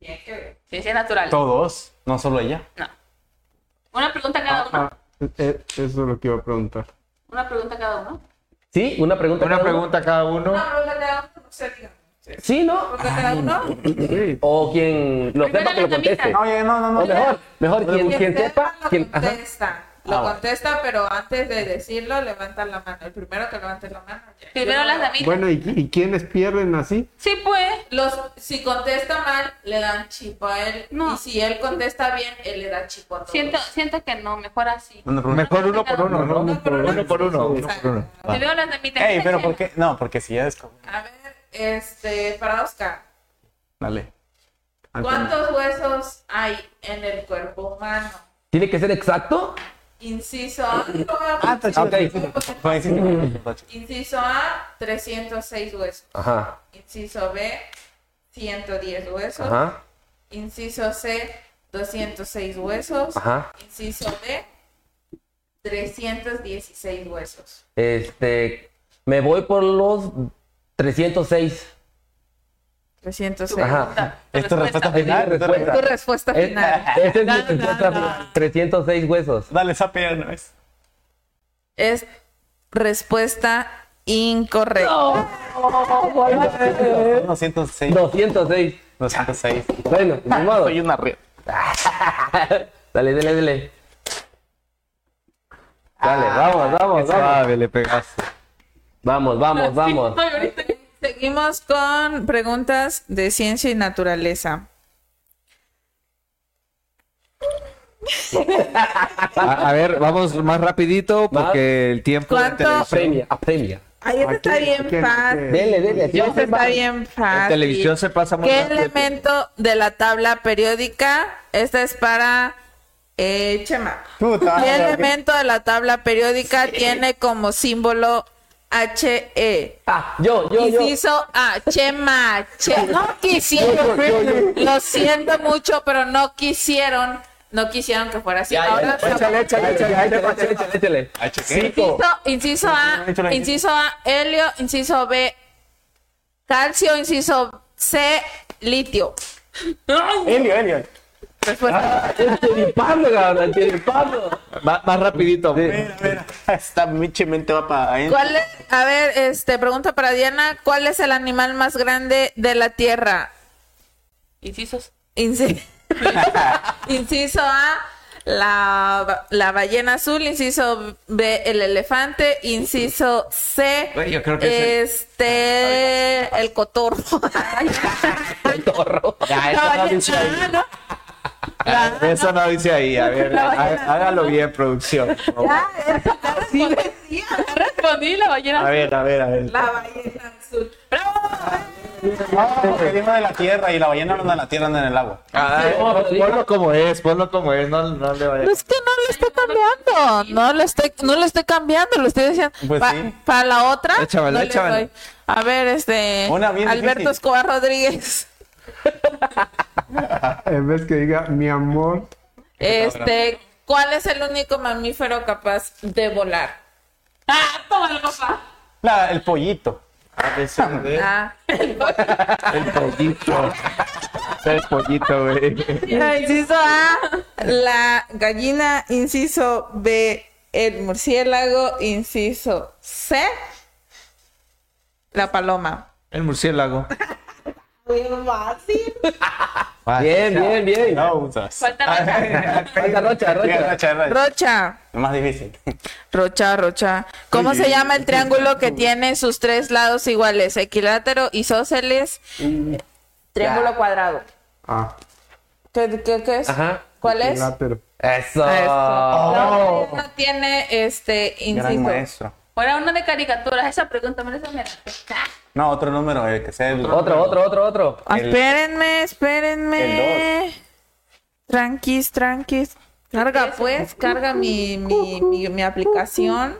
[SPEAKER 6] Bien, qué bien.
[SPEAKER 3] Ciencias naturales.
[SPEAKER 2] Todos, no solo ella.
[SPEAKER 3] Una pregunta cada uno.
[SPEAKER 5] ah, eh, eso es lo que iba a preguntar.
[SPEAKER 3] Una pregunta cada uno.
[SPEAKER 1] Sí, una pregunta.
[SPEAKER 4] Una
[SPEAKER 1] cada uno.
[SPEAKER 4] pregunta cada uno.
[SPEAKER 6] Una pregunta cada uno, o sea, digamos.
[SPEAKER 1] Sí, ¿no?
[SPEAKER 6] Pregunta cada uno.
[SPEAKER 5] Sí,
[SPEAKER 1] O quien lo
[SPEAKER 3] Primero
[SPEAKER 1] sepa que
[SPEAKER 3] la
[SPEAKER 1] lo conteste.
[SPEAKER 3] camisa.
[SPEAKER 2] Oye, no, no,
[SPEAKER 1] O
[SPEAKER 2] no.
[SPEAKER 1] mejor, mejor, quien,
[SPEAKER 6] Quien
[SPEAKER 1] quien
[SPEAKER 6] sepa,
[SPEAKER 1] sepa,
[SPEAKER 6] lo
[SPEAKER 1] quien. ajá.
[SPEAKER 6] contesta. Lo
[SPEAKER 1] Ah, bueno.
[SPEAKER 6] contesta, pero antes de decirlo, levanta la mano. El primero que levante la mano. ya.
[SPEAKER 3] Primero las damitas.
[SPEAKER 5] Bueno, ¿y, y quiénes pierden así?
[SPEAKER 3] Sí, pues.
[SPEAKER 6] Los, si contesta mal, le dan chipo a él.
[SPEAKER 3] No.
[SPEAKER 6] Y si él contesta bien, él le da chipo a todos.
[SPEAKER 3] Siento, siento que no, mejor así.
[SPEAKER 2] No, no, pero-
[SPEAKER 4] Mejor uno por uno, ¿no?
[SPEAKER 6] Uno por uno.
[SPEAKER 4] Uno por uno, uno por uno.
[SPEAKER 6] Exacto.
[SPEAKER 2] Va.
[SPEAKER 3] Primero las damitas.
[SPEAKER 2] Ey, pero ¿por qué? No, porque si ya es como-
[SPEAKER 6] A ver, este, para Oscar.
[SPEAKER 2] Dale.
[SPEAKER 6] ¿Cuántos huesos hay en el cuerpo humano?
[SPEAKER 1] ¿Tiene que ser exacto?
[SPEAKER 6] Inciso A.
[SPEAKER 2] Ah, está chido. Pues sí, está chido.
[SPEAKER 6] Inciso A, 306 huesos.
[SPEAKER 1] Ajá,
[SPEAKER 6] Inciso B, 110 huesos.
[SPEAKER 1] ajá,
[SPEAKER 6] Inciso C, 206 huesos.
[SPEAKER 1] ajá.
[SPEAKER 6] Inciso D, 316 huesos.
[SPEAKER 1] Este, me voy por los 306.
[SPEAKER 6] 306.
[SPEAKER 1] Ajá.
[SPEAKER 2] ¿Es tu respuesta final? ¿Es tu
[SPEAKER 1] Respuesta.
[SPEAKER 6] Tu
[SPEAKER 2] respuesta?
[SPEAKER 6] respuesta
[SPEAKER 1] Es-
[SPEAKER 6] final.
[SPEAKER 1] Esa Eh, es mi
[SPEAKER 6] No, no,
[SPEAKER 1] respuesta,
[SPEAKER 6] no.
[SPEAKER 1] 306 huesos.
[SPEAKER 2] Dale, esa pena no es.
[SPEAKER 6] Es respuesta incorrecta.
[SPEAKER 2] Son 206.
[SPEAKER 1] 206.
[SPEAKER 2] 206.
[SPEAKER 1] Bueno, ni modo.
[SPEAKER 2] Soy una red.
[SPEAKER 1] Dale, dale, dale. Dale,
[SPEAKER 6] Ah,
[SPEAKER 1] vamos, vamos, vamos.
[SPEAKER 4] Suave, le pegaste.
[SPEAKER 1] Vamos, vamos, vamos.
[SPEAKER 6] Seguimos con preguntas de ciencia y naturaleza.
[SPEAKER 4] A, a ver, vamos más rapidito porque el tiempo de
[SPEAKER 6] ¿Cuánto?
[SPEAKER 4] televisión,
[SPEAKER 1] Apremia, apremia.
[SPEAKER 6] Ahí esta está
[SPEAKER 5] Aquí,
[SPEAKER 6] bien
[SPEAKER 5] aquí, aquí.
[SPEAKER 6] fácil.
[SPEAKER 1] Dele, dele. así
[SPEAKER 6] Esta
[SPEAKER 1] vamos,
[SPEAKER 6] está
[SPEAKER 1] vamos.
[SPEAKER 6] bien
[SPEAKER 4] en
[SPEAKER 6] fácil.
[SPEAKER 4] televisión se pasa muy
[SPEAKER 6] ¿Qué
[SPEAKER 4] rápido.
[SPEAKER 6] elemento de la tabla periódica? Esta es para eh, Chema.
[SPEAKER 2] Puta.
[SPEAKER 6] ¿Qué elemento de la tabla periódica tiene como símbolo HE?
[SPEAKER 1] Ah, yo, yo, yo.
[SPEAKER 6] Inciso A, Chema, Che- no quisieron, lo siento mucho, pero no quisieron, no quisieron que fuera así.
[SPEAKER 1] Ya, ya,
[SPEAKER 6] Ahora
[SPEAKER 1] ya,
[SPEAKER 6] está-
[SPEAKER 1] Échale, échale, échale, échale, échale. Cinco.
[SPEAKER 6] Inciso, inciso A, inciso A, helio, inciso B, calcio, inciso C, litio.
[SPEAKER 2] Helio, Helio.
[SPEAKER 6] Respuesta.
[SPEAKER 4] Ah,
[SPEAKER 1] Antiripando, cabrón, antiripando.
[SPEAKER 4] Más, más rapidito.
[SPEAKER 2] Mira, mira. Esta miche mente va para ahí.
[SPEAKER 6] ¿Cuál es- a ver, este, pregunta para Diana, ¿cuál es el animal más grande de la Tierra?
[SPEAKER 3] Incisos.
[SPEAKER 6] Inci- inciso A, la, la ballena azul, inciso B, el elefante, inciso C,
[SPEAKER 4] Güey, yo creo que Ah,
[SPEAKER 6] este, el cotorro.
[SPEAKER 1] El torro.
[SPEAKER 4] Ya, eso no dice ahí.
[SPEAKER 6] Ah, no,
[SPEAKER 4] Ah, Eso no dice ahí. A ver, há- hágalo bien, producción. por favor.
[SPEAKER 6] Ah, sí decía,
[SPEAKER 3] Respondí la ballena.
[SPEAKER 2] A ver, a ver, a ver.
[SPEAKER 6] la ballena azul. eh.
[SPEAKER 2] No, porque dijo Ah, de la tierra y la ballena no anda en la tierra, anda en el agua.
[SPEAKER 4] Ah,
[SPEAKER 1] Sí, no, pero
[SPEAKER 4] ponlo como es, ponlo como es. No, no le vaya.
[SPEAKER 6] No, Es que no lo estoy cambiando, no lo estoy, no lo estoy cambiando, lo estoy diciendo.
[SPEAKER 2] Pues
[SPEAKER 6] Pa-
[SPEAKER 2] sí. Eh,
[SPEAKER 6] Para la otra,
[SPEAKER 4] Échamela,
[SPEAKER 6] no le
[SPEAKER 4] échamela.
[SPEAKER 6] doy. A ver, este,
[SPEAKER 2] Una bien
[SPEAKER 6] Alberto
[SPEAKER 2] difícil.
[SPEAKER 6] Escobar Rodríguez.
[SPEAKER 5] En vez Eh, que diga, mi amor,
[SPEAKER 6] Este, ¿cuál es el único mamífero capaz de volar?
[SPEAKER 3] Ah, toma la papá.
[SPEAKER 2] La, el pollito.
[SPEAKER 4] A veces, güey.
[SPEAKER 6] Ah,
[SPEAKER 4] El pollito. El pollito, güey.
[SPEAKER 6] inciso A, Eh, la gallina, inciso B, el murciélago, inciso C, la paloma.
[SPEAKER 4] El murciélago.
[SPEAKER 6] Muy fácil.
[SPEAKER 1] Bien, bien, bien.
[SPEAKER 2] No, usas.
[SPEAKER 3] Falta la
[SPEAKER 1] Falta rocha, rocha.
[SPEAKER 2] Mira, racha, racha.
[SPEAKER 6] Rocha,
[SPEAKER 2] Lo más difícil.
[SPEAKER 6] rocha, rocha. ¿Cómo se llama el triángulo que tiene sus tres lados iguales? Equilátero, isósceles,
[SPEAKER 2] Mm.
[SPEAKER 6] triángulo cuadrado.
[SPEAKER 5] ah,
[SPEAKER 6] ¿Qué, qué- qué es?
[SPEAKER 1] Ajá.
[SPEAKER 6] ¿Cuál es?
[SPEAKER 5] látero.
[SPEAKER 1] Eso.
[SPEAKER 6] No, no tiene este
[SPEAKER 2] Oh, Gran
[SPEAKER 6] inciso.
[SPEAKER 2] maestro.
[SPEAKER 3] Ahora una de caricaturas. Esa pregunta, mira esa mierda.
[SPEAKER 2] No, otro número, el que sea el.
[SPEAKER 1] Otro, otro, otro, otro.
[SPEAKER 6] Ah,
[SPEAKER 2] El-
[SPEAKER 6] espérenme, espérenme. Tranquis, tranquis. Carga pues, carga mi, mi, mi, mi aplicación.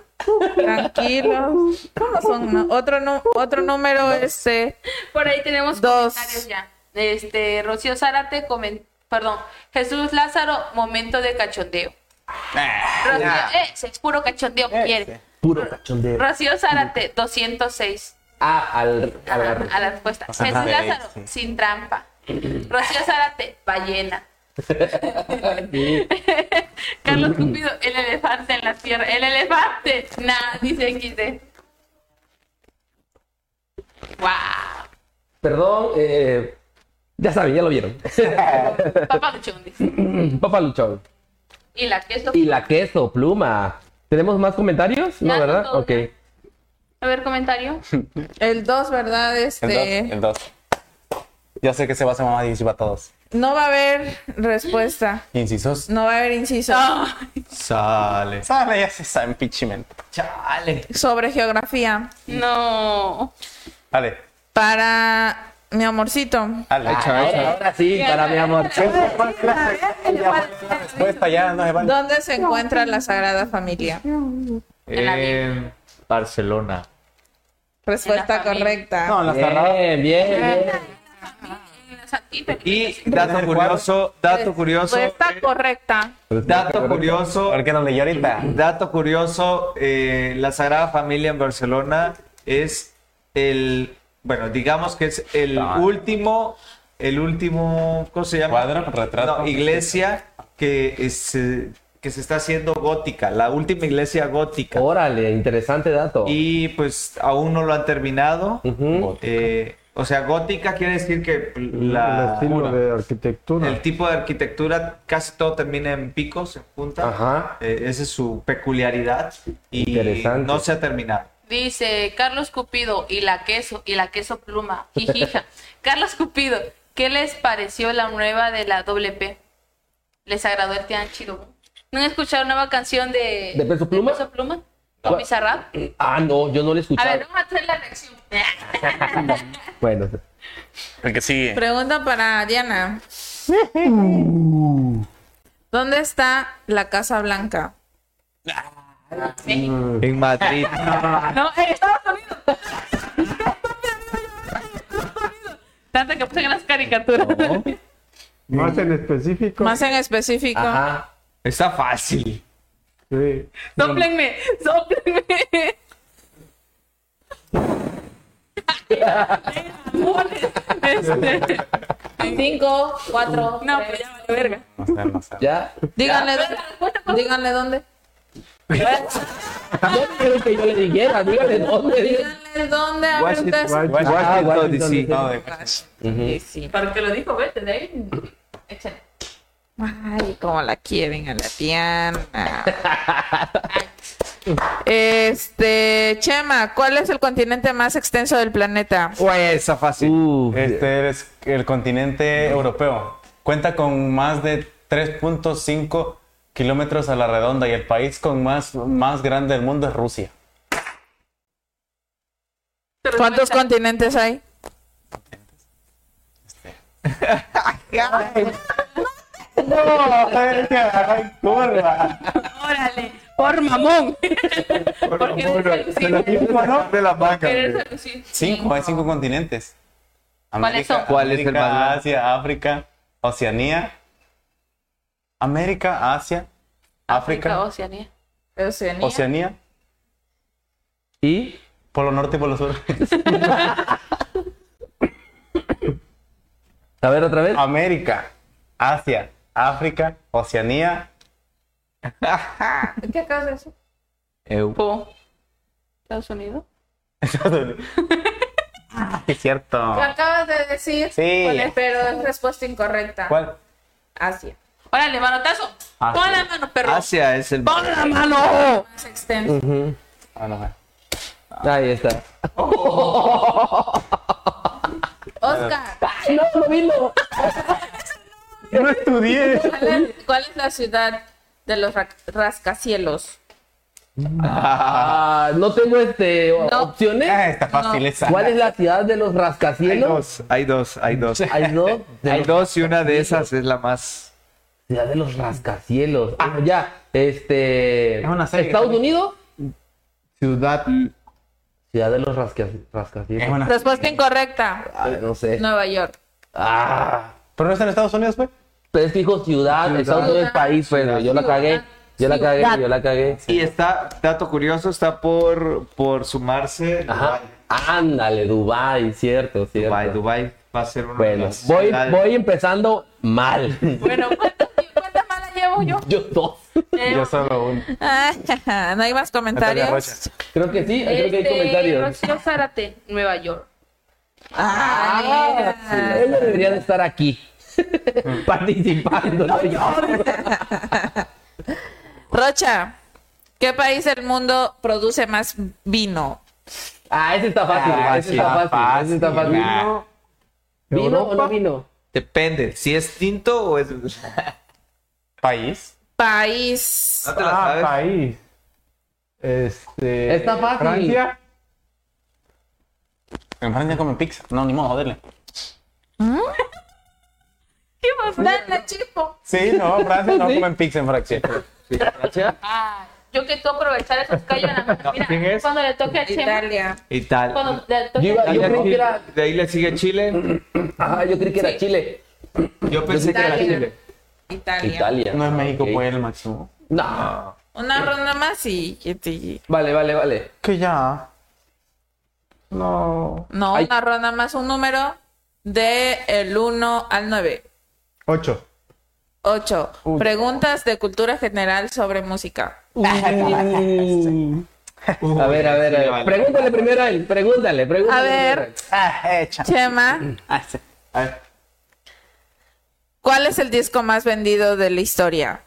[SPEAKER 6] Tranquilos. ¿Cómo son? no? Otro, nu- otro número este.
[SPEAKER 3] Por ahí tenemos
[SPEAKER 6] Dos.
[SPEAKER 3] comentarios ya. Este, Rocío Zárate, comen- perdón, Jesús Lázaro, momento de cachondeo. Rocío, ese es puro cachondeo, quiere.
[SPEAKER 1] Puro cachondeo.
[SPEAKER 3] Rocío Zárate, 206.
[SPEAKER 1] Ah, al,
[SPEAKER 3] Ajá,
[SPEAKER 1] al,
[SPEAKER 3] a la respuesta.
[SPEAKER 2] Ajá.
[SPEAKER 3] Jesús
[SPEAKER 2] Sí,
[SPEAKER 3] Lázaro,
[SPEAKER 2] sí.
[SPEAKER 3] sin trampa. Rocío Zárate, ballena. Carlos Cupido, el elefante en la tierra. El elefante. Nah, dice XD. Wow.
[SPEAKER 1] Perdón, eh, ya saben, ya lo vieron.
[SPEAKER 3] Papá Luchón dice.
[SPEAKER 1] Papá Luchón.
[SPEAKER 3] Y la queso.
[SPEAKER 1] Y la queso, pluma. ¿Tenemos más comentarios? No,
[SPEAKER 3] Ya,
[SPEAKER 1] ¿verdad?
[SPEAKER 3] son todos,
[SPEAKER 1] ok.
[SPEAKER 3] ya. A ver, comentario.
[SPEAKER 6] El 2, ¿verdad?
[SPEAKER 2] El 2,
[SPEAKER 6] Este.
[SPEAKER 2] el 2. Ya sé que se va a hacer mamá y se va a todos.
[SPEAKER 6] No va a haber respuesta.
[SPEAKER 2] Incisos.
[SPEAKER 6] No va a haber inciso.
[SPEAKER 4] Sale.
[SPEAKER 2] Sale, ya se sabe, impeachment.
[SPEAKER 4] Chale.
[SPEAKER 6] Sobre geografía.
[SPEAKER 3] No.
[SPEAKER 2] Dale,
[SPEAKER 6] Para mi amorcito.
[SPEAKER 2] dale.
[SPEAKER 1] Ahora, eh, ahora sí, para mi amor.
[SPEAKER 2] Respuesta ya, no se vale.
[SPEAKER 6] ¿Dónde se encuentra la Sagrada Familia?
[SPEAKER 3] la
[SPEAKER 4] En Barcelona.
[SPEAKER 6] Respuesta
[SPEAKER 3] En la familia.
[SPEAKER 6] correcta.
[SPEAKER 2] No, en las tardadas.
[SPEAKER 1] Bien, bien, bien.
[SPEAKER 4] Y dato
[SPEAKER 2] ¿Tienes
[SPEAKER 4] curioso, dato curioso,
[SPEAKER 6] Respuesta correcta.
[SPEAKER 4] dato curioso,
[SPEAKER 2] ¿Por qué no leí ahorita?
[SPEAKER 4] dato curioso, eh, la Sagrada Familia en Barcelona es el, bueno, digamos que es el
[SPEAKER 2] Ah.
[SPEAKER 4] último, el último, ¿cómo se llama?
[SPEAKER 2] Cuadro, retrato.
[SPEAKER 4] No, iglesia que es, eh, que se está haciendo gótica, la última iglesia gótica.
[SPEAKER 1] Órale, interesante dato.
[SPEAKER 4] Y pues aún no lo han terminado.
[SPEAKER 1] Ujú.
[SPEAKER 4] Eh, o sea, gótica quiere decir que
[SPEAKER 5] el
[SPEAKER 4] la,
[SPEAKER 5] estilo de arquitectura.
[SPEAKER 4] el tipo de arquitectura casi todo termina en picos, en punta.
[SPEAKER 1] Ajá.
[SPEAKER 4] Eh, esa es su peculiaridad y
[SPEAKER 1] Interesante.
[SPEAKER 4] no se ha terminado.
[SPEAKER 3] Dice Carlos Cupido y la queso y la queso pluma. Jijija. Carlos Cupido, ¿qué les pareció la nueva de la WP? ¿Les agradó el Tianchido? ¿No han escuchado nueva canción de,
[SPEAKER 1] ¿De Peso Pluma?
[SPEAKER 3] Peso Pluma? ¿Con
[SPEAKER 1] ¿Cuál?
[SPEAKER 3] Bizarrap?
[SPEAKER 1] Ah, no, yo no lo he
[SPEAKER 3] A
[SPEAKER 1] escuchado.
[SPEAKER 3] ver, vamos a hacer la reacción.
[SPEAKER 1] Bueno,
[SPEAKER 2] El que sigue.
[SPEAKER 6] Pregunta para Diana. ¿Dónde está la Casa Blanca?
[SPEAKER 5] Mm.
[SPEAKER 3] México.
[SPEAKER 4] En Madrid.
[SPEAKER 3] No, en Estados Unidos. Tanto que puse en las caricaturas.
[SPEAKER 1] Oh.
[SPEAKER 5] Más en específico.
[SPEAKER 6] Más en específico.
[SPEAKER 1] ajá.
[SPEAKER 4] Está fácil.
[SPEAKER 5] Sí.
[SPEAKER 3] Sóplenme, sóplenme. Este,
[SPEAKER 6] Cinco, cuatro.
[SPEAKER 3] no, pues ya vale verga.
[SPEAKER 2] No sé, no sé.
[SPEAKER 1] Ya.
[SPEAKER 6] Díganle, dónde- díganle dónde.
[SPEAKER 1] No quiero que yo le dijera, dígale dónde. dígale.
[SPEAKER 6] Díganle dónde. a ver
[SPEAKER 4] Washington,
[SPEAKER 6] ustedes.
[SPEAKER 5] Washington.
[SPEAKER 4] Washington,
[SPEAKER 1] Ah, Washington,
[SPEAKER 4] DC.
[SPEAKER 1] sí.
[SPEAKER 2] No, de-
[SPEAKER 1] Ujú.
[SPEAKER 3] Porque lo dijo, vete de ahí. Échale.
[SPEAKER 6] Ay, cómo la quieren a la Diana. Este, Chema, ¿cuál es el continente más extenso del planeta?
[SPEAKER 4] Güey, está fácil.
[SPEAKER 1] Uh,
[SPEAKER 2] Este es el continente europeo. Cuenta con más de 3.5 kilómetros a la redonda y el país con más, más grande del mundo es Rusia.
[SPEAKER 3] Pero
[SPEAKER 6] ¿Cuántos
[SPEAKER 3] no me-
[SPEAKER 6] continentes hay?
[SPEAKER 3] Órale, por mamón. Porque eres alucin.
[SPEAKER 4] De la manga,
[SPEAKER 3] Porque
[SPEAKER 4] güey.
[SPEAKER 3] eres alucin.
[SPEAKER 2] Cinco, hay cinco continentes.
[SPEAKER 3] ¿Cuáles son?
[SPEAKER 4] ¿Cuál es el
[SPEAKER 2] América,
[SPEAKER 4] más grande?
[SPEAKER 2] Asia, África, Oceanía. América, Asia,
[SPEAKER 3] África,
[SPEAKER 2] África,
[SPEAKER 3] Oceanía.
[SPEAKER 6] Oceanía.
[SPEAKER 2] Oceanía,
[SPEAKER 1] y
[SPEAKER 2] Polo Norte y Polo Sur.
[SPEAKER 1] a ver otra vez.
[SPEAKER 2] América, Asia, África, Oceanía,
[SPEAKER 6] ¿Qué acabas de decir?
[SPEAKER 4] Eu.
[SPEAKER 3] Po. Estados Unidos.
[SPEAKER 2] Ah, sí, es cierto.
[SPEAKER 6] Acabas de decir,
[SPEAKER 2] Sí.
[SPEAKER 6] Bueno, pero es respuesta incorrecta.
[SPEAKER 2] ¿Cuál?
[SPEAKER 6] Asia.
[SPEAKER 3] Órale, manotazo.
[SPEAKER 2] Ah,
[SPEAKER 3] Pon
[SPEAKER 2] sí.
[SPEAKER 3] la mano, perro.
[SPEAKER 4] Asia es el.
[SPEAKER 3] Pon la mano.
[SPEAKER 6] Más extenso.
[SPEAKER 1] Ujú.
[SPEAKER 2] Ah, no, eh.
[SPEAKER 1] Ahí está.
[SPEAKER 6] Oscar,
[SPEAKER 1] No, lo vino.
[SPEAKER 2] No estudié.
[SPEAKER 6] ¿cuál es, cuál es la ciudad de los ra- rascacielos?
[SPEAKER 1] Ah, no tengo este o-
[SPEAKER 6] No.
[SPEAKER 1] opciones.
[SPEAKER 2] Ah, está fácil esa.
[SPEAKER 1] ¿Cuál es la ciudad de los
[SPEAKER 4] Hay
[SPEAKER 1] rascacielos?
[SPEAKER 4] dos, hay dos, hay dos.
[SPEAKER 1] Hay dos. de
[SPEAKER 4] Hay
[SPEAKER 1] los-
[SPEAKER 4] dos y una de esas es la más.
[SPEAKER 1] Ciudad de los rascacielos. Ah, ya. Este.
[SPEAKER 2] Es una serie.
[SPEAKER 1] Estados Unidos.
[SPEAKER 4] Ciudad.
[SPEAKER 1] Ciudad de los rasca- rascacielos.
[SPEAKER 2] Es
[SPEAKER 4] Ah.
[SPEAKER 2] una-
[SPEAKER 6] Respuesta incorrecta.
[SPEAKER 1] Ah, no sé.
[SPEAKER 6] Nueva York.
[SPEAKER 1] Ah.
[SPEAKER 2] Pero no está en Estados Unidos, pues.
[SPEAKER 1] Pero es que dijo ciudad, Estados Unidos es país, pero yo la cagué. Yo la cagué, yo la cagué.
[SPEAKER 4] Y está, dato curioso, está por, por sumarse.
[SPEAKER 1] Ajá. Ándale, Dubai, cierto, cierto.
[SPEAKER 4] Dubai, Dubai va a ser una de
[SPEAKER 1] Bueno,
[SPEAKER 4] las
[SPEAKER 1] voy,
[SPEAKER 4] ciudades-
[SPEAKER 1] voy empezando mal.
[SPEAKER 3] Bueno, ¿cuántas, cuántas malas llevo yo?
[SPEAKER 1] Yo dos.
[SPEAKER 3] Eh,
[SPEAKER 2] Yo solo uno.
[SPEAKER 6] Ah, no hay
[SPEAKER 2] Natalia
[SPEAKER 6] más comentarios.
[SPEAKER 2] Rocha.
[SPEAKER 1] Creo que sí, creo que hay
[SPEAKER 3] este,
[SPEAKER 1] comentarios.
[SPEAKER 3] Rocío Zárate, Nueva York.
[SPEAKER 6] Ah, mira.
[SPEAKER 1] Ellos deberían estar aquí participando. ¿no?
[SPEAKER 6] Rocha, ¿qué país del mundo produce más vino?
[SPEAKER 1] Ah, ese está fácil,
[SPEAKER 2] Ah,
[SPEAKER 1] ese
[SPEAKER 2] sí,
[SPEAKER 1] está
[SPEAKER 2] está
[SPEAKER 1] fácil, ese está
[SPEAKER 2] fácil,
[SPEAKER 1] fácil.
[SPEAKER 2] nah.
[SPEAKER 1] ¿Vino? ¿Vino o no
[SPEAKER 5] ¿Europa?
[SPEAKER 1] vino?
[SPEAKER 4] Depende, si es tinto o es. No
[SPEAKER 2] País.
[SPEAKER 6] País.
[SPEAKER 4] te la
[SPEAKER 5] Ah,
[SPEAKER 4] sabes.
[SPEAKER 5] país. Este.
[SPEAKER 1] Está fácil.
[SPEAKER 5] Francia.
[SPEAKER 2] En Francia comen pizza. No, ni modo, joderle.
[SPEAKER 3] ¿Qué más?
[SPEAKER 6] Dale, chipo.
[SPEAKER 2] Sí, no, Francia no comen pizza en Francia.
[SPEAKER 3] Ah, yo que tú aprovechar esos callos en la mano. Mira,
[SPEAKER 5] ¿quién es?
[SPEAKER 3] cuando le toque a Chema.
[SPEAKER 6] Italia.
[SPEAKER 4] Y tal.
[SPEAKER 3] Cuando le toque
[SPEAKER 1] Yo iba-
[SPEAKER 3] a
[SPEAKER 1] yo
[SPEAKER 4] De
[SPEAKER 3] Chema.
[SPEAKER 1] creo
[SPEAKER 4] ahí-
[SPEAKER 1] que era,
[SPEAKER 4] De ahí le sigue Chile.
[SPEAKER 1] ajá, yo creí que era
[SPEAKER 6] Sí.
[SPEAKER 1] Chile.
[SPEAKER 4] Yo pensé que era
[SPEAKER 6] Italia.
[SPEAKER 4] Chile.
[SPEAKER 6] Italia.
[SPEAKER 1] Italia.
[SPEAKER 2] No es México,
[SPEAKER 1] Ok.
[SPEAKER 2] pues el máximo.
[SPEAKER 1] No.
[SPEAKER 6] Una ronda más y. y-
[SPEAKER 1] Vale, vale, vale.
[SPEAKER 2] Que ya. No.
[SPEAKER 6] No,
[SPEAKER 1] Ay.
[SPEAKER 6] una ronda más, un número de el 1 al 9.
[SPEAKER 5] Ocho.
[SPEAKER 6] 8. Preguntas de cultura general sobre música.
[SPEAKER 1] A ver, a ver, a ver.
[SPEAKER 4] vale.
[SPEAKER 1] Pregúntale primero a él, pregúntale, pregúntale.
[SPEAKER 6] A ver.
[SPEAKER 1] primero él.
[SPEAKER 2] Ah, hecha.
[SPEAKER 6] Chema,
[SPEAKER 2] Ah, sí.
[SPEAKER 4] A ver,
[SPEAKER 6] ¿cuál es el disco más vendido de la historia?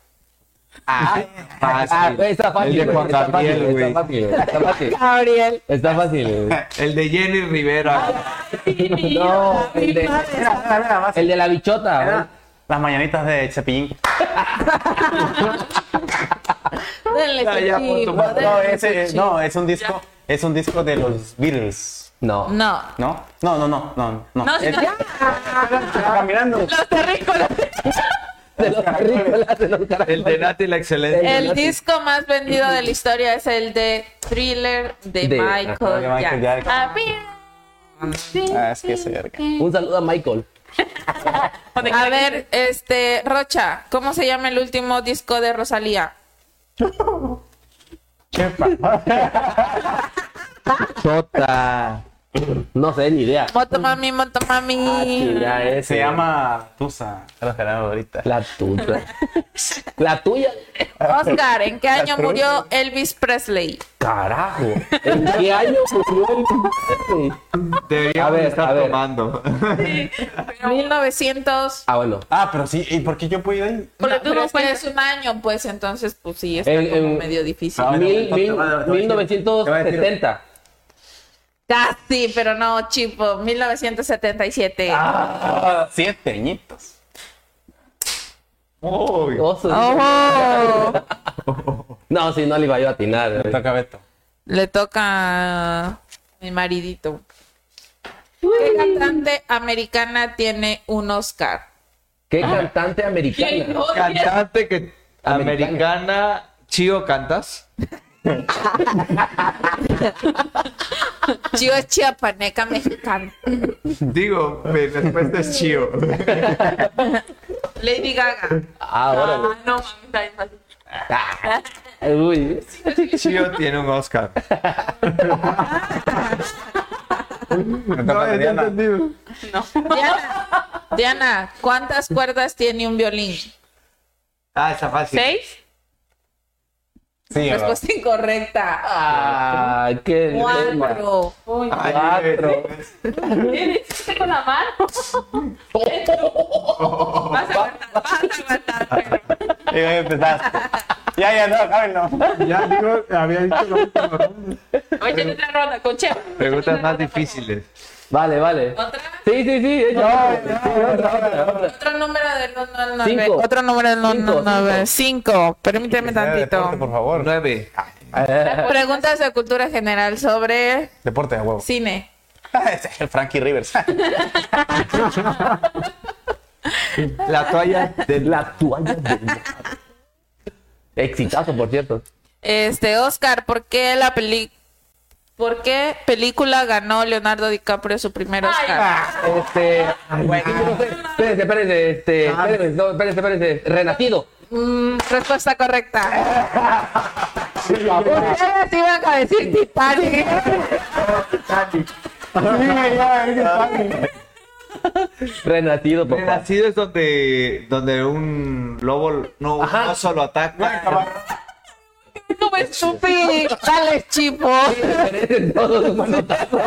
[SPEAKER 1] Ah,
[SPEAKER 4] fácil.
[SPEAKER 1] güey, está fácil.
[SPEAKER 4] El de
[SPEAKER 1] güey,
[SPEAKER 4] Juan
[SPEAKER 1] está fácil,
[SPEAKER 4] Gabriel,
[SPEAKER 1] güey,
[SPEAKER 4] güey.
[SPEAKER 1] Está fácil, güey, está fácil.
[SPEAKER 6] Gabriel.
[SPEAKER 1] Está fácil, güey.
[SPEAKER 4] El de Jenny Rivera.
[SPEAKER 1] No, el de,
[SPEAKER 2] Mira, mira, mira, más.
[SPEAKER 1] el de la bichota, güey.
[SPEAKER 6] Ah.
[SPEAKER 2] Era Las mañanitas de Cepillín.
[SPEAKER 6] Dale,
[SPEAKER 4] Ya, ya, por tu
[SPEAKER 6] chivo,
[SPEAKER 4] madre.
[SPEAKER 2] No,
[SPEAKER 6] dale,
[SPEAKER 2] ese,
[SPEAKER 6] chivo.
[SPEAKER 2] no, es un disco, es un disco de los Beatles.
[SPEAKER 1] No.
[SPEAKER 6] No.
[SPEAKER 2] ¿No? No, no, no, no, no.
[SPEAKER 6] No,
[SPEAKER 2] Es-
[SPEAKER 6] sino-
[SPEAKER 2] Caminando.
[SPEAKER 6] Los terrícolas.
[SPEAKER 1] De los caracoles, de los
[SPEAKER 4] El de
[SPEAKER 1] caracoles.
[SPEAKER 4] Nati la excelencia.
[SPEAKER 6] El disco más vendido de la historia es el de Thriller de,
[SPEAKER 1] De-
[SPEAKER 6] Michael
[SPEAKER 1] ajá,
[SPEAKER 2] de Michael
[SPEAKER 6] Jackson.
[SPEAKER 2] Jackson.
[SPEAKER 6] Ah, bien.
[SPEAKER 2] Ah, es que se verga.
[SPEAKER 1] Un saludo a Michael.
[SPEAKER 6] A ver, este, Rocha, ¿cómo se llama el último disco de Rosalía?
[SPEAKER 4] Chota.
[SPEAKER 1] No sé, ni idea.
[SPEAKER 6] Motomami,
[SPEAKER 2] Ah,
[SPEAKER 6] Motomami.
[SPEAKER 1] Ya es.
[SPEAKER 2] Se llama Tusa. Se Los ganamos ahorita.
[SPEAKER 1] La tuya. La tuya.
[SPEAKER 6] Oscar, ¿en qué año murió Elvis Presley?
[SPEAKER 1] Carajo. ¿En qué año murió el A
[SPEAKER 4] Deberíamos
[SPEAKER 1] ver, a
[SPEAKER 4] estar
[SPEAKER 1] ver.
[SPEAKER 4] tomando.
[SPEAKER 6] 1900.
[SPEAKER 1] Ah, bueno.
[SPEAKER 2] Ah, pero sí, ¿y por qué yo puedo ir ahí?
[SPEAKER 3] Porque
[SPEAKER 6] No,
[SPEAKER 3] tú
[SPEAKER 6] pero
[SPEAKER 3] no
[SPEAKER 6] es que
[SPEAKER 3] puedes-
[SPEAKER 6] es un año, pues entonces, pues sí, está
[SPEAKER 1] En-
[SPEAKER 6] como
[SPEAKER 1] en-
[SPEAKER 6] medio difícil.
[SPEAKER 2] Ah, bueno,
[SPEAKER 1] Mil-
[SPEAKER 2] entonces,
[SPEAKER 1] mil-
[SPEAKER 2] vale, vale, te voy a decir.
[SPEAKER 1] 1970.
[SPEAKER 6] Casi, pero no, chipo, 1977.
[SPEAKER 2] Ah, siete añitos.
[SPEAKER 4] Uy.
[SPEAKER 1] Oh, su-
[SPEAKER 6] Oh.
[SPEAKER 1] No, si no le iba yo a atinar.
[SPEAKER 2] Le toca a Beto.
[SPEAKER 6] Le toca a mi maridito. ¿Qué cantante americana tiene un Oscar?
[SPEAKER 1] ¿Qué cantante
[SPEAKER 3] Ay,
[SPEAKER 1] americana?
[SPEAKER 3] no, ya.
[SPEAKER 4] Cantante que.
[SPEAKER 1] Americana.
[SPEAKER 4] Americana. Chío, ¿cantas?
[SPEAKER 6] Chio es chiapaneca mexicana.
[SPEAKER 4] Digo, mi respuesta es Chío.
[SPEAKER 6] Lady Gaga.
[SPEAKER 1] Ah, órale.
[SPEAKER 3] Ah, no, mami, está bien fácil.
[SPEAKER 1] Uy.
[SPEAKER 4] Chío tiene un Oscar.
[SPEAKER 2] Le toca
[SPEAKER 5] No,
[SPEAKER 2] a
[SPEAKER 5] ya
[SPEAKER 2] Diana.
[SPEAKER 5] entendido.
[SPEAKER 6] Diana, Diana, ¿cuántas cuerdas tiene un violín?
[SPEAKER 4] Ah, está fácil.
[SPEAKER 3] ¿Seis?
[SPEAKER 2] Sí, ¿verdad?
[SPEAKER 6] Respuesta incorrecta.
[SPEAKER 1] Ah, qué lema.
[SPEAKER 6] Cuatro.
[SPEAKER 3] Uy,
[SPEAKER 4] Ay,
[SPEAKER 1] Cuatro.
[SPEAKER 3] ¿qué hiciste con la mano? Vas a aguantar, vas a aguantar. pero-
[SPEAKER 2] Y ahí empezaste. Ya, ya, no, acábenlo.
[SPEAKER 5] Ya digo, había dicho la última ronda.
[SPEAKER 3] Oye, échate otra ronda, con Chema.
[SPEAKER 4] Preguntas más difíciles.
[SPEAKER 1] Vale, vale.
[SPEAKER 6] ¿Otra?
[SPEAKER 1] Sí, sí, sí. échale. Sí, otra, otra, otra.
[SPEAKER 6] Otro número del 1 al 9.
[SPEAKER 1] Cinco.
[SPEAKER 6] Otro número del 1 al 9. 5. Permíteme
[SPEAKER 2] Deporte, por
[SPEAKER 6] tantito.
[SPEAKER 2] favor. Ah,
[SPEAKER 4] Nueve.
[SPEAKER 6] Preguntas de cultura general sobre
[SPEAKER 2] Deporte de huevo. Ah,
[SPEAKER 6] cine.
[SPEAKER 2] Ese es el Frankie Rivers.
[SPEAKER 4] La toalla de
[SPEAKER 1] La toalla de... Exitazo, por cierto.
[SPEAKER 6] Este, Oscar, ¿por qué la peli... ¿Por qué película ganó Leonardo DiCaprio su primer
[SPEAKER 3] Ay,
[SPEAKER 6] Oscar?
[SPEAKER 1] Este. Espérense, espérense, este. Espérense, no, espérense, espérense. Renacido.
[SPEAKER 6] Mm, respuesta correcta. Ustedes iban a decir Titanic.
[SPEAKER 1] Renacido, papá.
[SPEAKER 4] Renacido es donde, donde un lobo no,
[SPEAKER 1] Ajá.
[SPEAKER 4] no solo ataca.
[SPEAKER 3] ¿Cómo
[SPEAKER 6] Chupi, dale chipo.
[SPEAKER 1] Merecen todos un manotazo.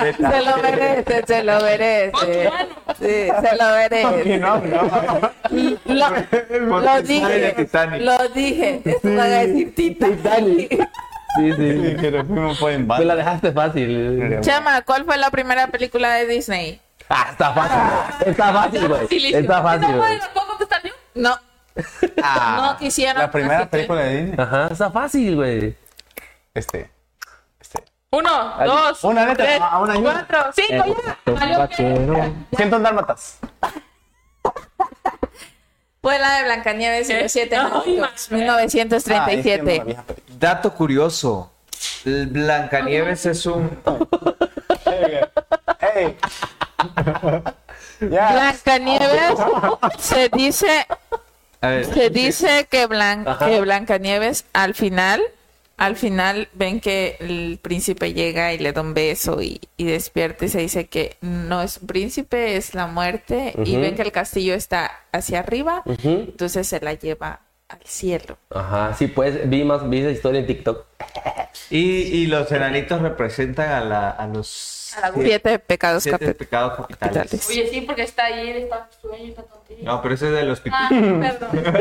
[SPEAKER 6] Se lo merece, se lo merece. Sí, se lo merece.
[SPEAKER 2] No, no.
[SPEAKER 6] Lo, lo
[SPEAKER 4] Porque sale de
[SPEAKER 6] dije.
[SPEAKER 4] Titanic.
[SPEAKER 6] Lo dije. Esto va a decir Titanic.
[SPEAKER 1] Sí, sí.
[SPEAKER 2] Sí, que nos fuimos por en
[SPEAKER 1] Me la
[SPEAKER 2] banda.
[SPEAKER 1] dejaste fácil.
[SPEAKER 6] Chama, ¿cuál fue la primera película de Disney?
[SPEAKER 1] Ah, está fácil. Está fácil, güey.
[SPEAKER 3] Facilísimo.
[SPEAKER 1] Está fácil,
[SPEAKER 3] ¿Esa
[SPEAKER 1] güey.
[SPEAKER 3] puedo, puedo contestar yo?
[SPEAKER 6] No,
[SPEAKER 2] Ah,
[SPEAKER 6] no quisieron.
[SPEAKER 2] La primera
[SPEAKER 6] así que-
[SPEAKER 2] película de Disney.
[SPEAKER 1] Ajá, está fácil, güey.
[SPEAKER 2] Este.
[SPEAKER 3] Uno, dos,
[SPEAKER 2] Una neta,
[SPEAKER 3] tres,
[SPEAKER 2] a una Eh, y una.
[SPEAKER 3] cuatro, cinco, ya. Valió que-
[SPEAKER 2] Siento dálmatas.
[SPEAKER 6] Fue la de Blancanieves y
[SPEAKER 3] ¿Qué?
[SPEAKER 6] los siete
[SPEAKER 3] Ay,
[SPEAKER 6] enanos,
[SPEAKER 3] madre.
[SPEAKER 2] Ah, es que es una
[SPEAKER 6] 1937.
[SPEAKER 2] vieja película.
[SPEAKER 4] Dato curioso. el Blancanieves es un
[SPEAKER 2] Ey. Ya.
[SPEAKER 6] Blancanieves
[SPEAKER 2] Ah,
[SPEAKER 6] se dice
[SPEAKER 4] a ver,
[SPEAKER 6] se dice que, Blan- que Blancanieves al final al final ven que el príncipe llega y le da un beso y, y despierta y se dice que no es un príncipe, es la muerte y
[SPEAKER 1] Ujú.
[SPEAKER 6] ven que el castillo está hacia arriba,
[SPEAKER 1] Ujú.
[SPEAKER 6] entonces se la lleva al cielo.
[SPEAKER 1] Ajá, sí, pues vi más, vi esa historia en TikTok.
[SPEAKER 4] y, y los enanitos representan a, la, a los
[SPEAKER 3] A la
[SPEAKER 4] siete,
[SPEAKER 6] Siete pecados
[SPEAKER 4] siete
[SPEAKER 6] capi-
[SPEAKER 4] pecados capitales.
[SPEAKER 6] capitales.
[SPEAKER 3] Oye, sí, porque está ahí, está sueño, está tontería.
[SPEAKER 4] No, pero ese es de los
[SPEAKER 3] Ah,
[SPEAKER 4] pitufos.
[SPEAKER 3] perdón.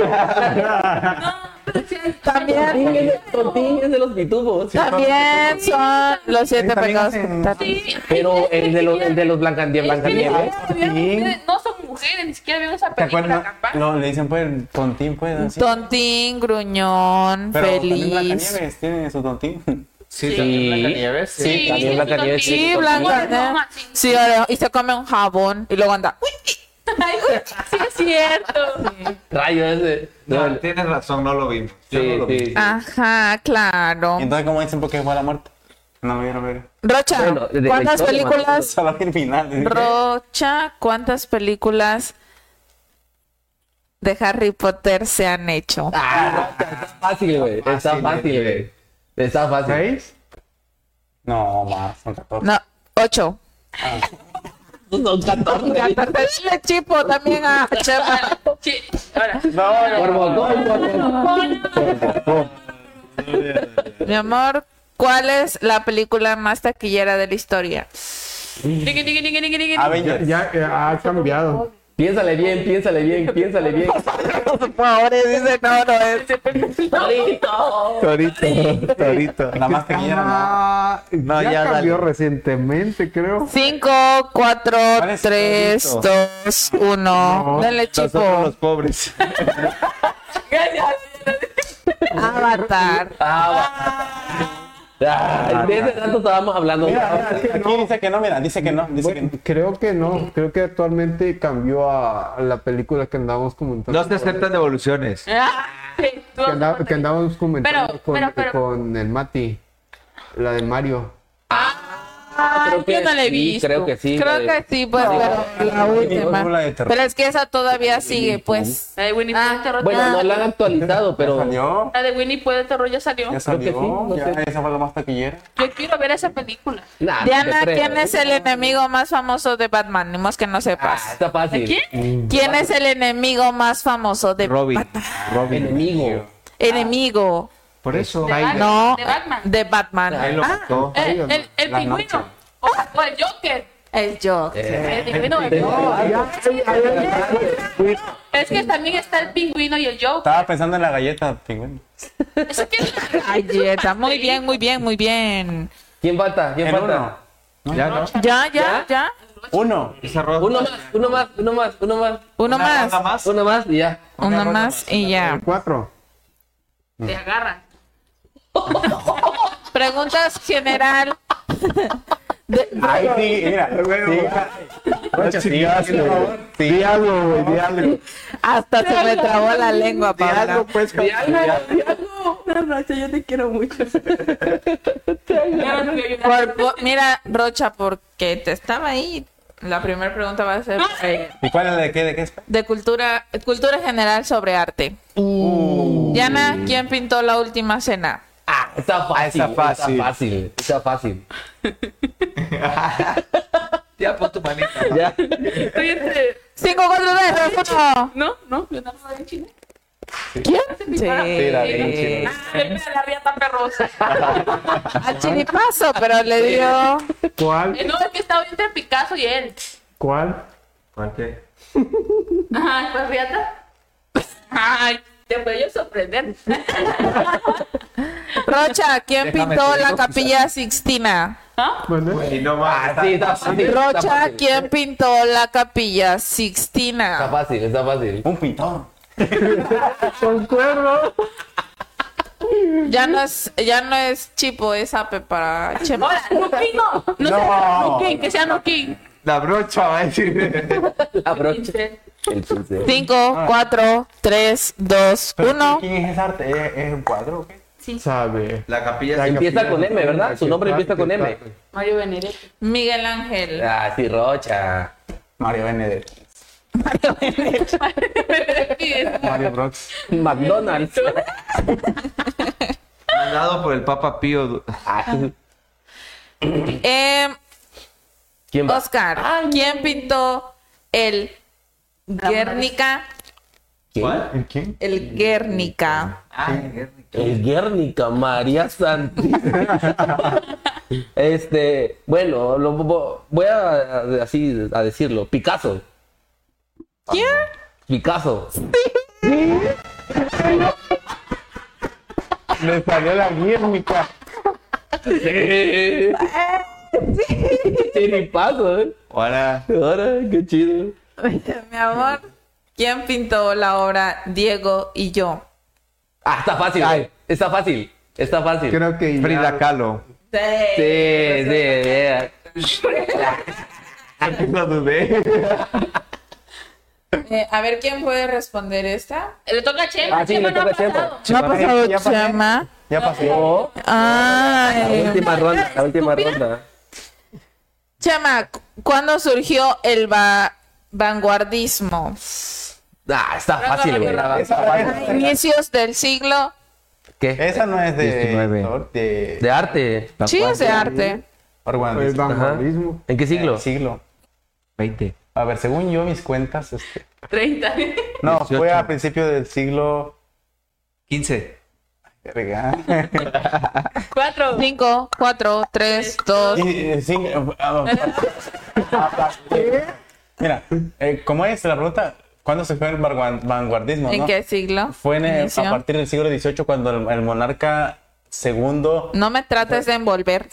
[SPEAKER 3] no, pero sí,
[SPEAKER 6] También,
[SPEAKER 1] Tontín es de los pitufos.
[SPEAKER 6] también son los siete
[SPEAKER 2] también
[SPEAKER 6] pecados
[SPEAKER 2] hacen-
[SPEAKER 6] capitales.
[SPEAKER 3] Sí,
[SPEAKER 1] Pero
[SPEAKER 3] es
[SPEAKER 1] el de los, el de los Blancandie-
[SPEAKER 3] Es que ni
[SPEAKER 1] Blancanieves.
[SPEAKER 3] siquiera vieron ustedes, No son mujeres, ni siquiera vieron esa
[SPEAKER 2] ¿Te
[SPEAKER 3] película,
[SPEAKER 2] acuerdas?
[SPEAKER 3] capaz.
[SPEAKER 2] No, le dicen pues tontín, pues así.
[SPEAKER 6] Tontín, gruñón,
[SPEAKER 2] Pero también
[SPEAKER 6] feliz.
[SPEAKER 2] Blancanieves tiene su tontín.
[SPEAKER 4] Sí,
[SPEAKER 3] Sí.
[SPEAKER 4] también Blancanieves. Sí.
[SPEAKER 1] Sí, también Blancanieves.
[SPEAKER 3] tontín.
[SPEAKER 6] Sí,
[SPEAKER 1] Sí,
[SPEAKER 6] Blanca.
[SPEAKER 3] Bueno,
[SPEAKER 6] ¿no?
[SPEAKER 3] así.
[SPEAKER 6] Sí, ahora- y se come un jabón y luego anda. "Uy".
[SPEAKER 3] Ay, güey, sí es cierto.
[SPEAKER 1] Rayo ese. No,
[SPEAKER 4] No, tienes razón, no lo vimos. Yo no
[SPEAKER 1] sí,
[SPEAKER 4] lo
[SPEAKER 1] sí,
[SPEAKER 4] vi.
[SPEAKER 1] sí.
[SPEAKER 6] Ah. Ajá, claro.
[SPEAKER 2] Entonces, ¿cómo dicen por qué fue a la muerte? No lo vieron ver.
[SPEAKER 6] Rocha,
[SPEAKER 1] Bueno, de- de
[SPEAKER 6] ¿cuántas
[SPEAKER 1] historia,
[SPEAKER 6] películas?
[SPEAKER 2] Solo vi el final. ¿sí?
[SPEAKER 6] Rocha, ¿cuántas películas de Harry Potter se han hecho?
[SPEAKER 1] Ah, está fácil, güey. Está
[SPEAKER 4] fácil,
[SPEAKER 1] fácil, güey. Está fácil.
[SPEAKER 5] ¿Seis?
[SPEAKER 2] No, más, son 14.
[SPEAKER 6] No, ocho.
[SPEAKER 1] Son 14.
[SPEAKER 6] Le chipo también a Chema.
[SPEAKER 3] Sí, ahora.
[SPEAKER 2] No, no,
[SPEAKER 1] Por bocón, por bocón.
[SPEAKER 2] Oh,
[SPEAKER 6] Mi amor, ¿cuál es la película más taquillera de la historia?
[SPEAKER 3] Digui, digui, digui, digui, digui.
[SPEAKER 5] Ya,
[SPEAKER 2] Avengers.
[SPEAKER 5] ya, eh, ha cambiado.
[SPEAKER 1] Piénsale bien, piénsale bien, piénsale bien.
[SPEAKER 6] Pobre, dice, no, no es.
[SPEAKER 5] Torito, torito.
[SPEAKER 2] Nada más que quiero, ¿no?
[SPEAKER 5] no, ya,
[SPEAKER 4] ya
[SPEAKER 5] cambió
[SPEAKER 4] dale.
[SPEAKER 5] recientemente, creo.
[SPEAKER 6] 5, 4,
[SPEAKER 2] es
[SPEAKER 6] 3, 2, 1. Dale,
[SPEAKER 4] Nosotros
[SPEAKER 6] chico.
[SPEAKER 4] los pobres.
[SPEAKER 6] Avatar.
[SPEAKER 1] Ah, va. Ah, de ese tanto estábamos hablando.
[SPEAKER 2] Mira, mira, aquí dice que no, mira, dice que no, dice que no.
[SPEAKER 5] Bueno, creo que no, creo que actualmente cambió a, a la película que andábamos comentando.
[SPEAKER 4] No se aceptan devoluciones.
[SPEAKER 3] Ah, sí, tú
[SPEAKER 5] que, anda-
[SPEAKER 3] vas a-
[SPEAKER 5] que andábamos comentando
[SPEAKER 3] Pero,
[SPEAKER 5] con,
[SPEAKER 3] pero, pero-
[SPEAKER 5] con el Mati, la de Mario.
[SPEAKER 3] Ay,
[SPEAKER 1] creo que
[SPEAKER 3] yo no la he
[SPEAKER 1] sí,
[SPEAKER 3] visto.
[SPEAKER 1] creo que sí.
[SPEAKER 6] Creo
[SPEAKER 1] la de-
[SPEAKER 6] que sí, pues, pero la
[SPEAKER 2] no, no, la
[SPEAKER 6] última.
[SPEAKER 2] de terror.
[SPEAKER 6] Pero es que esa todavía sigue, pues.
[SPEAKER 3] La de Winnie
[SPEAKER 6] Ah,
[SPEAKER 3] Puede Terror.
[SPEAKER 1] Bueno,
[SPEAKER 3] ya-
[SPEAKER 1] no la han actualizado, pero.
[SPEAKER 2] Salió,
[SPEAKER 3] La de Winnie Puede Terror ya salió.
[SPEAKER 2] ya
[SPEAKER 1] Creo que sí, no
[SPEAKER 2] salió, ya,
[SPEAKER 1] sé.
[SPEAKER 2] esa fue la más taquillera.
[SPEAKER 3] Yo quiero ver esa película.
[SPEAKER 1] Nah, no
[SPEAKER 6] Diana,
[SPEAKER 1] te creas.
[SPEAKER 6] ¿quién es el enemigo más famoso de Batman? Ni más que no
[SPEAKER 1] Ah,
[SPEAKER 6] sepas.
[SPEAKER 1] está fácil.
[SPEAKER 3] ¿Quién?
[SPEAKER 6] ¿Quién es el enemigo más famoso de
[SPEAKER 4] Robin.
[SPEAKER 1] Enemigo.
[SPEAKER 6] enemigo
[SPEAKER 4] Por eso.
[SPEAKER 3] De
[SPEAKER 1] Ah,
[SPEAKER 3] Batman.
[SPEAKER 6] No.
[SPEAKER 3] De Batman.
[SPEAKER 6] de Batman?
[SPEAKER 4] Ahí lo mató.
[SPEAKER 3] Eh, el, el,
[SPEAKER 2] La
[SPEAKER 3] pingüino.
[SPEAKER 2] noche.
[SPEAKER 3] O, o el Joker.
[SPEAKER 6] El Joker.
[SPEAKER 1] Eh,
[SPEAKER 3] El pingüino. el Joker. Es que también está el pingüino y el Joker.
[SPEAKER 2] Estaba pensando en la galleta, pingüino.
[SPEAKER 3] Es que
[SPEAKER 6] Ay, está muy bien, muy bien, muy bien.
[SPEAKER 1] ¿Quién falta? ¿Quién
[SPEAKER 2] En
[SPEAKER 1] falta?
[SPEAKER 2] uno.
[SPEAKER 4] Ya, ¿no?
[SPEAKER 6] Ya, ya, ya.
[SPEAKER 2] Uno.
[SPEAKER 4] Esa rosa.
[SPEAKER 1] Uno. más, uno más, uno más, uno más.
[SPEAKER 6] Uno
[SPEAKER 4] Una
[SPEAKER 6] más,
[SPEAKER 4] ronda más.
[SPEAKER 1] Uno más y ya.
[SPEAKER 6] uno más y ya.
[SPEAKER 5] Cuatro.
[SPEAKER 2] Mm.
[SPEAKER 3] te agarran.
[SPEAKER 6] Preguntas general.
[SPEAKER 2] Ahí sí, mira.
[SPEAKER 5] Rocha, sí, hazlo, güey. Di algo, güey, di algo.
[SPEAKER 6] Hasta se me trabó la lengua,
[SPEAKER 5] Di algo,
[SPEAKER 6] Paula.
[SPEAKER 5] pues,
[SPEAKER 1] Ah,
[SPEAKER 3] Ya no te voy a ayudar.
[SPEAKER 6] Por- por- mira, Rocha, porque te estaba ahí. La primera pregunta va a ser eh,
[SPEAKER 2] ¿Y cuál es la de qué? ¿De qué es?
[SPEAKER 6] de cultura, cultura general sobre arte. Uh. Diana, ¿quién pintó la última cena?
[SPEAKER 1] Ah, está fácil.
[SPEAKER 4] está fácil.
[SPEAKER 1] Está fácil. Está fácil.
[SPEAKER 4] Ya pon tu manita.
[SPEAKER 1] Ya.
[SPEAKER 3] Estoy entre-
[SPEAKER 6] Cinco, cuatro, tres, dos, uno.
[SPEAKER 3] No, no, Leonardo da Vinci. ¿no?
[SPEAKER 6] ¿Quién? Sí.
[SPEAKER 2] Sí, la bien
[SPEAKER 3] Ah, La riata perrosa.
[SPEAKER 6] Al chiripazo, pero le dio.
[SPEAKER 5] ¿Cuál?
[SPEAKER 3] Eh, No, es que estaba entre Picasso y él.
[SPEAKER 5] ¿Cuál?
[SPEAKER 4] ¿Cuál qué?
[SPEAKER 3] Ay, pues riata. Ay, te voy a sorprender.
[SPEAKER 6] Rocha, ¿quién
[SPEAKER 2] Déjame
[SPEAKER 6] pintó
[SPEAKER 2] te
[SPEAKER 6] la
[SPEAKER 2] digo,
[SPEAKER 6] capilla Sixtina?
[SPEAKER 3] ¿Ah?
[SPEAKER 5] ¿Mande?
[SPEAKER 4] Y no más.
[SPEAKER 1] Ah, sí, está fácil. está
[SPEAKER 6] Rocha,
[SPEAKER 1] fácil.
[SPEAKER 6] ¿quién pintó la capilla
[SPEAKER 1] Está
[SPEAKER 6] Sixtina?
[SPEAKER 1] fácil, está fácil.
[SPEAKER 2] Un pintor.
[SPEAKER 5] Concuerdo.
[SPEAKER 6] Ya no es, ya no es chipo, es ape para Chema.
[SPEAKER 3] Hola, Nuquino.
[SPEAKER 2] No.
[SPEAKER 3] No, sea Nuquín, que sea Nuquín.
[SPEAKER 4] La brocha va a decir.
[SPEAKER 1] La brocha.
[SPEAKER 3] Pinche.
[SPEAKER 1] El pincel. Ah.
[SPEAKER 6] Cinco, cuatro, tres, dos,
[SPEAKER 2] Pero,
[SPEAKER 6] uno.
[SPEAKER 2] ¿Quién es ese arte? ¿Es, es un cuadro o qué?
[SPEAKER 3] Sí,
[SPEAKER 5] Sabe.
[SPEAKER 4] La capilla
[SPEAKER 5] La
[SPEAKER 4] sin-
[SPEAKER 1] Empieza con M, ¿verdad? Su nombre empieza con M.
[SPEAKER 3] Mario Benedetti.
[SPEAKER 6] Miguel Ángel.
[SPEAKER 1] Ah, sí, Rocha.
[SPEAKER 2] Mario Benedetti.
[SPEAKER 3] Benedetti es
[SPEAKER 2] Mario Brox.
[SPEAKER 1] McDonald's.
[SPEAKER 4] mandado por el Papa Pío.
[SPEAKER 1] Ah,
[SPEAKER 6] Eh,
[SPEAKER 1] ¿Quién va?
[SPEAKER 6] Oscar, ¿quién pintó el Guernica?
[SPEAKER 1] ¿Quién?
[SPEAKER 4] ¿Cuál?
[SPEAKER 2] ¿Quién?
[SPEAKER 6] El Guernica.
[SPEAKER 4] Ah, Guernica.
[SPEAKER 1] El Guernica, María Santísima. este, bueno, lo, vo- voy a, a- así a decirlo. Picasso.
[SPEAKER 6] ¿Quién?
[SPEAKER 1] Picasso.
[SPEAKER 2] Le salió la guérnica.
[SPEAKER 1] Sí. Chiripazo, ¿eh?
[SPEAKER 4] Hola.
[SPEAKER 1] Ahora, qué chido.
[SPEAKER 6] Mi amor, ¿quién pintó la obra Diego y yo?
[SPEAKER 1] Ah, está fácil.
[SPEAKER 2] Ay.
[SPEAKER 1] Está fácil. Está fácil.
[SPEAKER 5] Creo que ya-
[SPEAKER 4] Frida Kahlo.
[SPEAKER 1] Sí, sí, vea.
[SPEAKER 4] No dudé.
[SPEAKER 6] Eh, a ver, ¿quién puede responder esta?
[SPEAKER 3] Le toca a Chema.
[SPEAKER 1] Ah, sí,
[SPEAKER 3] Chema
[SPEAKER 1] le
[SPEAKER 3] no ha
[SPEAKER 1] toca a Chema.
[SPEAKER 3] pasado.
[SPEAKER 6] No ha pasado
[SPEAKER 2] ya pasé.
[SPEAKER 6] Chema.
[SPEAKER 2] Ya pasó.
[SPEAKER 1] Oh, la
[SPEAKER 6] Ay.
[SPEAKER 1] última ronda, la última ronda.
[SPEAKER 6] Chema, cu- ¿cuándo surgió el va- vanguardismo?
[SPEAKER 1] Ah, está fácil, güey.
[SPEAKER 3] Esa-
[SPEAKER 1] Está fácil.
[SPEAKER 6] Inicios del siglo.
[SPEAKER 1] ¿Qué?
[SPEAKER 2] Esa no es de.
[SPEAKER 4] 19.
[SPEAKER 2] De.
[SPEAKER 1] De arte.
[SPEAKER 6] Sí, es de arte.
[SPEAKER 5] Fue el
[SPEAKER 2] Orwell.
[SPEAKER 5] vanguardismo.
[SPEAKER 1] ¿En qué siglo?
[SPEAKER 2] Siglo.
[SPEAKER 4] 20.
[SPEAKER 2] A ver, según yo, mis cuentas. Este...
[SPEAKER 3] 30.
[SPEAKER 2] No, fue
[SPEAKER 4] 18.
[SPEAKER 2] a principio del siglo.
[SPEAKER 4] 15.
[SPEAKER 2] Verga.
[SPEAKER 3] 4.
[SPEAKER 6] Cinco, cuatro, tres, dos.
[SPEAKER 2] Y, eh, sí, eh, ah, ah, ah, Mira, eh, ¿cómo es la pregunta? ¿Cuándo se fue el vanguar- vanguardismo?
[SPEAKER 6] ¿En
[SPEAKER 2] no?
[SPEAKER 6] qué siglo?
[SPEAKER 2] Fue en el-
[SPEAKER 6] Inició.
[SPEAKER 2] a partir del siglo XVIII cuando el, el monarca segundo...
[SPEAKER 6] No me trates de envolver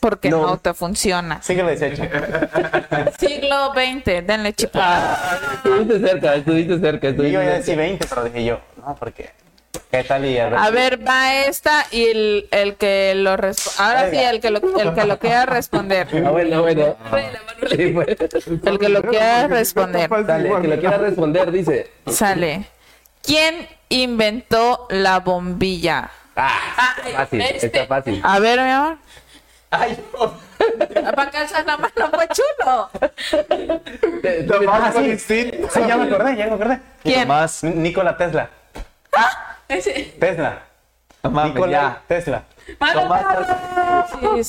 [SPEAKER 6] porque
[SPEAKER 2] No.
[SPEAKER 6] no, te funciona.
[SPEAKER 2] Siglo XVIII.
[SPEAKER 6] Siglo XX, denle chipa.
[SPEAKER 1] Estuviste cerca, estuviste cerca,
[SPEAKER 2] Yo iba a
[SPEAKER 1] estuviste cerca.
[SPEAKER 2] decir 20, pero dije yo, no, porque... ¿Qué tal y
[SPEAKER 6] A ver, va esta y el, el que lo resp- ahora sí el que lo, el que lo quiera responder,
[SPEAKER 1] Ah, bueno, bueno. Sí, pues.
[SPEAKER 6] el que lo quiera responder.
[SPEAKER 1] Dale, que lo quiera responder, dice.
[SPEAKER 6] Sale. ¿Quién inventó la bombilla?
[SPEAKER 1] Ah,
[SPEAKER 3] Ay,
[SPEAKER 1] está fácil,
[SPEAKER 3] este.
[SPEAKER 1] está fácil.
[SPEAKER 6] A ver, mi amor. Ah,
[SPEAKER 2] Ay, no.
[SPEAKER 6] Para calzar la mano, pues chulo.
[SPEAKER 1] Te- te-
[SPEAKER 2] Ah, sí, sí, sí, ya me acordé, ya me acordé.
[SPEAKER 6] ¿Quién? Ah,
[SPEAKER 4] Más.
[SPEAKER 2] N- Nikola Tesla.
[SPEAKER 3] Ese.
[SPEAKER 2] Tesla.
[SPEAKER 4] No mames,
[SPEAKER 2] Nikola
[SPEAKER 4] ya.
[SPEAKER 2] Tesla.
[SPEAKER 3] Mátalo.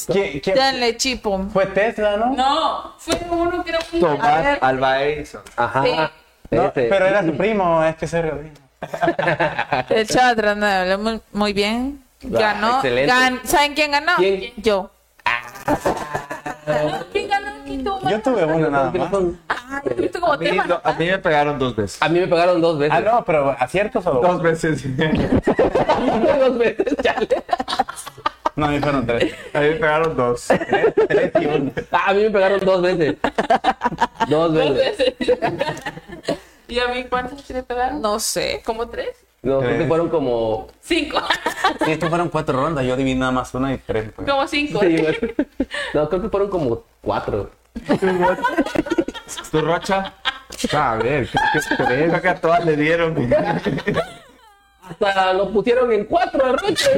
[SPEAKER 2] ¿Quién, quién?
[SPEAKER 6] Denle chipo.
[SPEAKER 2] Fue Tesla, ¿no?
[SPEAKER 3] No, fue uno que era un.
[SPEAKER 6] A ver,
[SPEAKER 4] Tomás Alba Edison.
[SPEAKER 1] Ajá.
[SPEAKER 2] No,
[SPEAKER 1] Este.
[SPEAKER 2] pero era su primo, este es que se
[SPEAKER 6] el chaval tratando de hablar muy, muy bien.
[SPEAKER 4] Ah,
[SPEAKER 6] Ganó.
[SPEAKER 1] excelente.
[SPEAKER 6] Gan- ¿Saben quién ganó?
[SPEAKER 1] ¿Quién?
[SPEAKER 6] Yo.
[SPEAKER 1] Ah.
[SPEAKER 3] ¿Quién ganó? ¿Quién tuvo más?
[SPEAKER 2] Yo tuve una nada más.
[SPEAKER 3] Ay, tuviste como
[SPEAKER 4] A mí,
[SPEAKER 3] tres
[SPEAKER 4] no- a mí me pegaron dos veces.
[SPEAKER 1] A mí me pegaron dos veces.
[SPEAKER 2] Ah, no, pero aciertos o
[SPEAKER 4] Dos veces.
[SPEAKER 1] dos veces, chale.
[SPEAKER 2] No, a mí fueron tres.
[SPEAKER 4] A mí me pegaron dos.
[SPEAKER 2] Tres y uno.
[SPEAKER 1] Ah, a mí me pegaron dos veces. Dos veces.
[SPEAKER 3] veces. ¿Y a mí cuántas le pegaron?
[SPEAKER 6] No sé.
[SPEAKER 3] ¿Como tres?
[SPEAKER 1] No, creo que
[SPEAKER 2] Tres.
[SPEAKER 1] fueron como.
[SPEAKER 3] Cinco.
[SPEAKER 2] Sí, esto fueron cuatro rondas, yo adiviné nada más una y tres. pues.
[SPEAKER 3] Como cinco.
[SPEAKER 1] Sí, güey. No, creo que fueron como cuatro.
[SPEAKER 4] ¿Tu rocha?
[SPEAKER 2] Ah,
[SPEAKER 5] A ver, creo que es tres.
[SPEAKER 4] Creo que a todas le dieron.
[SPEAKER 1] Hasta lo pusieron en cuatro, Rocha.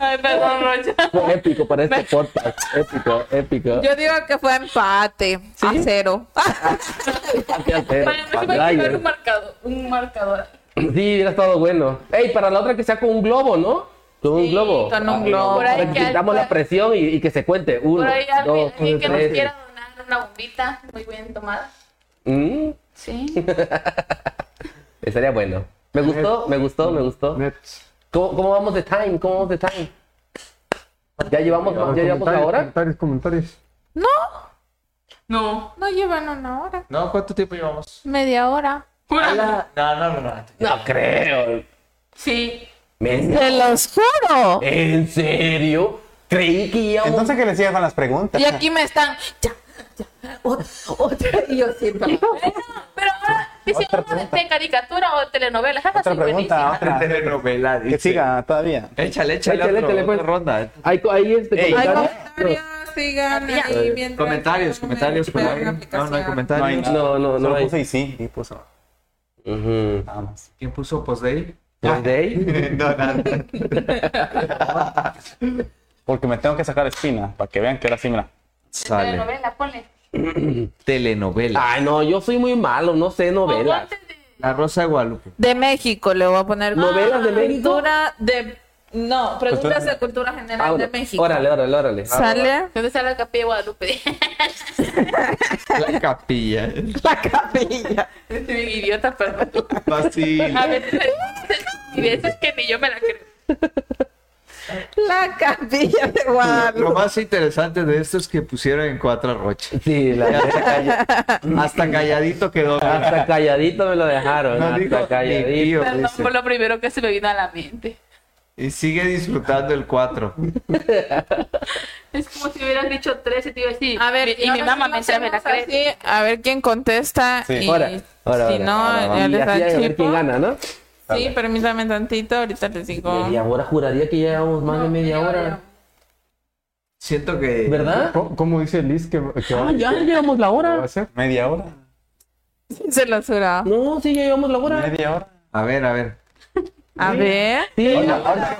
[SPEAKER 3] Ay, perdón, Rocha.
[SPEAKER 1] Fue épico para este podcast. Épico, épico.
[SPEAKER 6] Yo digo que fue empate a cero.
[SPEAKER 4] Ah,
[SPEAKER 1] ¿A qué hacer?
[SPEAKER 3] Para mí se puede
[SPEAKER 1] Rayos.
[SPEAKER 3] llevar un marcador. Un marcador.
[SPEAKER 1] Sí, hubiera estado bueno. Ey, para la otra que sea con un globo, ¿no? Con un
[SPEAKER 3] Sí,
[SPEAKER 1] globo.
[SPEAKER 6] con un globo.
[SPEAKER 3] Por ahí
[SPEAKER 1] Para
[SPEAKER 3] que
[SPEAKER 1] que quitamos
[SPEAKER 3] alguien-
[SPEAKER 1] la presión y, y que se cuente. Uno,
[SPEAKER 3] Por ahí alguien,
[SPEAKER 1] dos,
[SPEAKER 3] alguien que nos
[SPEAKER 1] tres.
[SPEAKER 3] quiera donar una bombita muy bien tomada.
[SPEAKER 1] Mm,
[SPEAKER 3] Sí.
[SPEAKER 1] Estaría bueno. Me gustó, me gustó, me gustó.
[SPEAKER 5] Nets.
[SPEAKER 1] ¿Cómo, cómo vamos de time? ¿Cómo vamos de time? ¿Ya llevamos,
[SPEAKER 5] Ahora,
[SPEAKER 1] ya llevamos
[SPEAKER 5] comentarios,
[SPEAKER 1] ahora?
[SPEAKER 5] Comentarios, comentarios.
[SPEAKER 6] No,
[SPEAKER 3] No.
[SPEAKER 6] no llevan una hora.
[SPEAKER 4] No, ¿cuánto tiempo llevamos?
[SPEAKER 6] Media hora.
[SPEAKER 4] No, no, no, no.
[SPEAKER 1] No creo.
[SPEAKER 3] Sí.
[SPEAKER 1] ¿Me-
[SPEAKER 6] Te los juro.
[SPEAKER 1] ¿En serio? Creí que íbamos.
[SPEAKER 2] Entonces que le siga con las preguntas.
[SPEAKER 6] Y aquí me están. Ya, ya, otra, otra. Y yo siento.
[SPEAKER 3] Pero ahora, ¿qué
[SPEAKER 2] Otra
[SPEAKER 3] hicimos
[SPEAKER 2] pregunta.
[SPEAKER 3] de caricatura o telenovela? Jaja,
[SPEAKER 2] Otra
[SPEAKER 3] sí,
[SPEAKER 2] pregunta,
[SPEAKER 3] buenísima.
[SPEAKER 2] otra.
[SPEAKER 4] telenovela,
[SPEAKER 2] Que siga todavía.
[SPEAKER 4] Échale, échale,
[SPEAKER 1] Échale,
[SPEAKER 4] otro,
[SPEAKER 1] échale, pues.
[SPEAKER 4] otra ronda.
[SPEAKER 1] Hay, co- hay este
[SPEAKER 4] Ey.
[SPEAKER 6] Hay
[SPEAKER 1] comentario.
[SPEAKER 6] comentarios, sigan
[SPEAKER 3] Ya.
[SPEAKER 6] ahí mientras-
[SPEAKER 4] Comentarios, comentarios, por ahí. No, no hay
[SPEAKER 2] No
[SPEAKER 4] comentarios.
[SPEAKER 2] hay nada.
[SPEAKER 1] No, no, no
[SPEAKER 2] Solo
[SPEAKER 1] hay.
[SPEAKER 2] puse y sí, y puso.
[SPEAKER 1] Ujú.
[SPEAKER 2] Nada más.
[SPEAKER 4] ¿Quién puso Postday? ¿Postday?
[SPEAKER 2] No, nada. Porque me tengo que sacar espina, para que vean que ahora sí, mira.
[SPEAKER 4] Sale.
[SPEAKER 3] Telenovela, ponle.
[SPEAKER 4] Telenovela.
[SPEAKER 1] Ay, no, yo soy muy malo, no sé
[SPEAKER 3] O
[SPEAKER 1] novelas.
[SPEAKER 3] antes de-
[SPEAKER 4] La Rosa de Guadalupe.
[SPEAKER 6] De México le voy a poner. Ah,
[SPEAKER 1] ¿Novelas de México?
[SPEAKER 6] Cultura de. No, preguntas de cultura general
[SPEAKER 1] Ahora-
[SPEAKER 6] de México.
[SPEAKER 1] Ah, Órale, órale, órale.
[SPEAKER 4] Ah,
[SPEAKER 6] Sale.
[SPEAKER 3] ¿Dónde está la capilla de Guadalupe?
[SPEAKER 4] La capilla.
[SPEAKER 3] Estoy bien idiota, perdón.
[SPEAKER 4] Fácil.
[SPEAKER 3] A veces, y de esas que ni yo me la creo.
[SPEAKER 6] La capilla de
[SPEAKER 4] Lo
[SPEAKER 6] Guadalupe.
[SPEAKER 4] más interesante de esto es que pusieron en cuatro rochas.
[SPEAKER 1] Sí, la neta, calla-
[SPEAKER 4] Hasta calladito quedó.
[SPEAKER 1] hasta calladito me lo dejaron.
[SPEAKER 4] No dijo
[SPEAKER 1] hasta
[SPEAKER 4] ni
[SPEAKER 1] calladito.
[SPEAKER 4] pío,
[SPEAKER 3] Perdón
[SPEAKER 4] dice.
[SPEAKER 3] fue lo primero que se me vino a la mente.
[SPEAKER 4] Y sigue disfrutando el 4.
[SPEAKER 3] Es como si hubieras dicho tres y te iba a decir.
[SPEAKER 6] A ver,
[SPEAKER 3] y, mi mamá me entra me la cree.
[SPEAKER 6] cree. A ver quién contesta.
[SPEAKER 2] Sí.
[SPEAKER 6] y
[SPEAKER 1] Ahora, ahora,
[SPEAKER 6] si no, ya les
[SPEAKER 1] a
[SPEAKER 6] da
[SPEAKER 1] ver
[SPEAKER 6] chipo.
[SPEAKER 1] quién gana, ¿no?
[SPEAKER 6] Sí, permítame tantito, ahorita les digo.
[SPEAKER 1] Media hora, juraría que llevamos más de media hora.
[SPEAKER 4] Siento que.
[SPEAKER 1] ¿Verdad?
[SPEAKER 5] Co- ¿Cómo dice Liz que, que va,
[SPEAKER 1] Ah, ya llevamos la
[SPEAKER 5] que va a
[SPEAKER 1] hora.
[SPEAKER 5] hacer?
[SPEAKER 2] Media hora.
[SPEAKER 6] Se los juro.
[SPEAKER 1] No, sí, ya llevamos la hora.
[SPEAKER 2] Media hora.
[SPEAKER 4] A ver, a ver.
[SPEAKER 6] A ver.
[SPEAKER 1] Sí,
[SPEAKER 2] Ahora,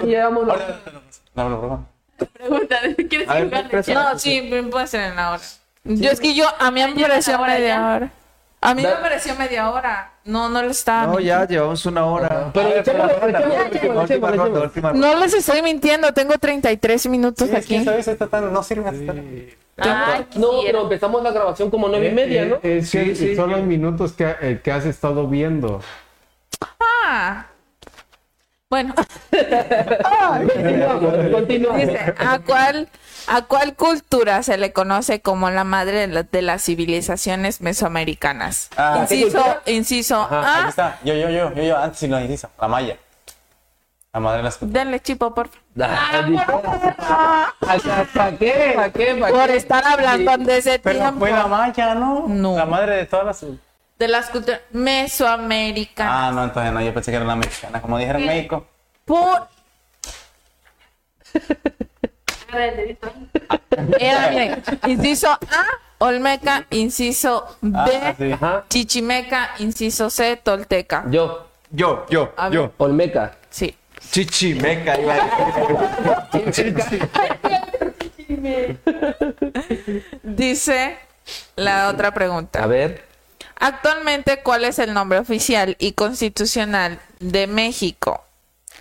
[SPEAKER 1] sí, llevamos la hora.
[SPEAKER 2] ahora. No, no, broma.
[SPEAKER 3] Pregunta, ¿quieres
[SPEAKER 4] A ver,
[SPEAKER 3] que gane?
[SPEAKER 4] presa.
[SPEAKER 6] No, sí, bien, puede ser en la hora. Yo es que yo, a mí me
[SPEAKER 3] Lleva
[SPEAKER 6] pareció
[SPEAKER 3] la hora
[SPEAKER 6] media
[SPEAKER 3] ya.
[SPEAKER 6] hora. A mí
[SPEAKER 1] Da-
[SPEAKER 6] me pareció media hora. No, no les estaba.
[SPEAKER 4] No,
[SPEAKER 6] mintiendo.
[SPEAKER 4] ya llevamos una hora.
[SPEAKER 1] Pero echémosle, echémosle,
[SPEAKER 4] Última
[SPEAKER 1] echémosle, echémosle,
[SPEAKER 4] ronda,
[SPEAKER 1] echémosle.
[SPEAKER 4] última ronda.
[SPEAKER 6] No les estoy mintiendo, tengo 33 minutos
[SPEAKER 2] Sí, es que
[SPEAKER 6] aquí.
[SPEAKER 2] esa vez está tan- no sirve. está tan-
[SPEAKER 3] Ay,
[SPEAKER 1] No, pero
[SPEAKER 3] quisiera.
[SPEAKER 1] empezamos la grabación como nueve y media, ¿no?
[SPEAKER 5] Eh, Es que
[SPEAKER 4] Sí, sí.
[SPEAKER 5] son los minutos que, eh, que has estado viendo.
[SPEAKER 6] Ah. Bueno,
[SPEAKER 1] Continuamos, continuamos.
[SPEAKER 6] dice, ¿a cuál, ¿a cuál cultura se le conoce como la madre de, la- de las civilizaciones mesoamericanas?
[SPEAKER 2] Ah, ¿qué
[SPEAKER 6] inciso,
[SPEAKER 1] cultura?
[SPEAKER 6] inciso
[SPEAKER 2] Ajá, aquí
[SPEAKER 6] A.
[SPEAKER 2] está. Yo, yo, yo, yo, yo, antes sí lo hizo. La malla. La madre de las
[SPEAKER 6] Denle chipo, por favor.
[SPEAKER 1] Ah,
[SPEAKER 2] pues,
[SPEAKER 1] ¿Para qué? ¿Para qué? ¿Para
[SPEAKER 6] Por
[SPEAKER 1] qué?
[SPEAKER 6] estar hablando desde
[SPEAKER 2] Pero
[SPEAKER 6] tiempo.
[SPEAKER 2] fue la malla, ¿no?
[SPEAKER 6] No.
[SPEAKER 2] La madre de todas las.
[SPEAKER 6] De las culturas mesoamericanas.
[SPEAKER 2] Ah, no, entonces no, yo pensé que era la mexicana, como dijeron en México.
[SPEAKER 6] Por-
[SPEAKER 3] Agarra el dedito ahí.
[SPEAKER 6] Era, miren, inciso A, Olmeca, inciso B,
[SPEAKER 2] Ah, sí.
[SPEAKER 1] Ajá,
[SPEAKER 6] Chichimeca, inciso C, Tolteca.
[SPEAKER 1] yo,
[SPEAKER 4] Yo, yo,
[SPEAKER 6] A ver.
[SPEAKER 4] yo.
[SPEAKER 1] Olmeca.
[SPEAKER 6] Sí.
[SPEAKER 4] Chichimeca. iba a decir.
[SPEAKER 6] Dice la otra
[SPEAKER 1] A
[SPEAKER 6] pregunta.
[SPEAKER 1] ver.
[SPEAKER 6] Actualmente, ¿cuál es el nombre oficial y constitucional de México?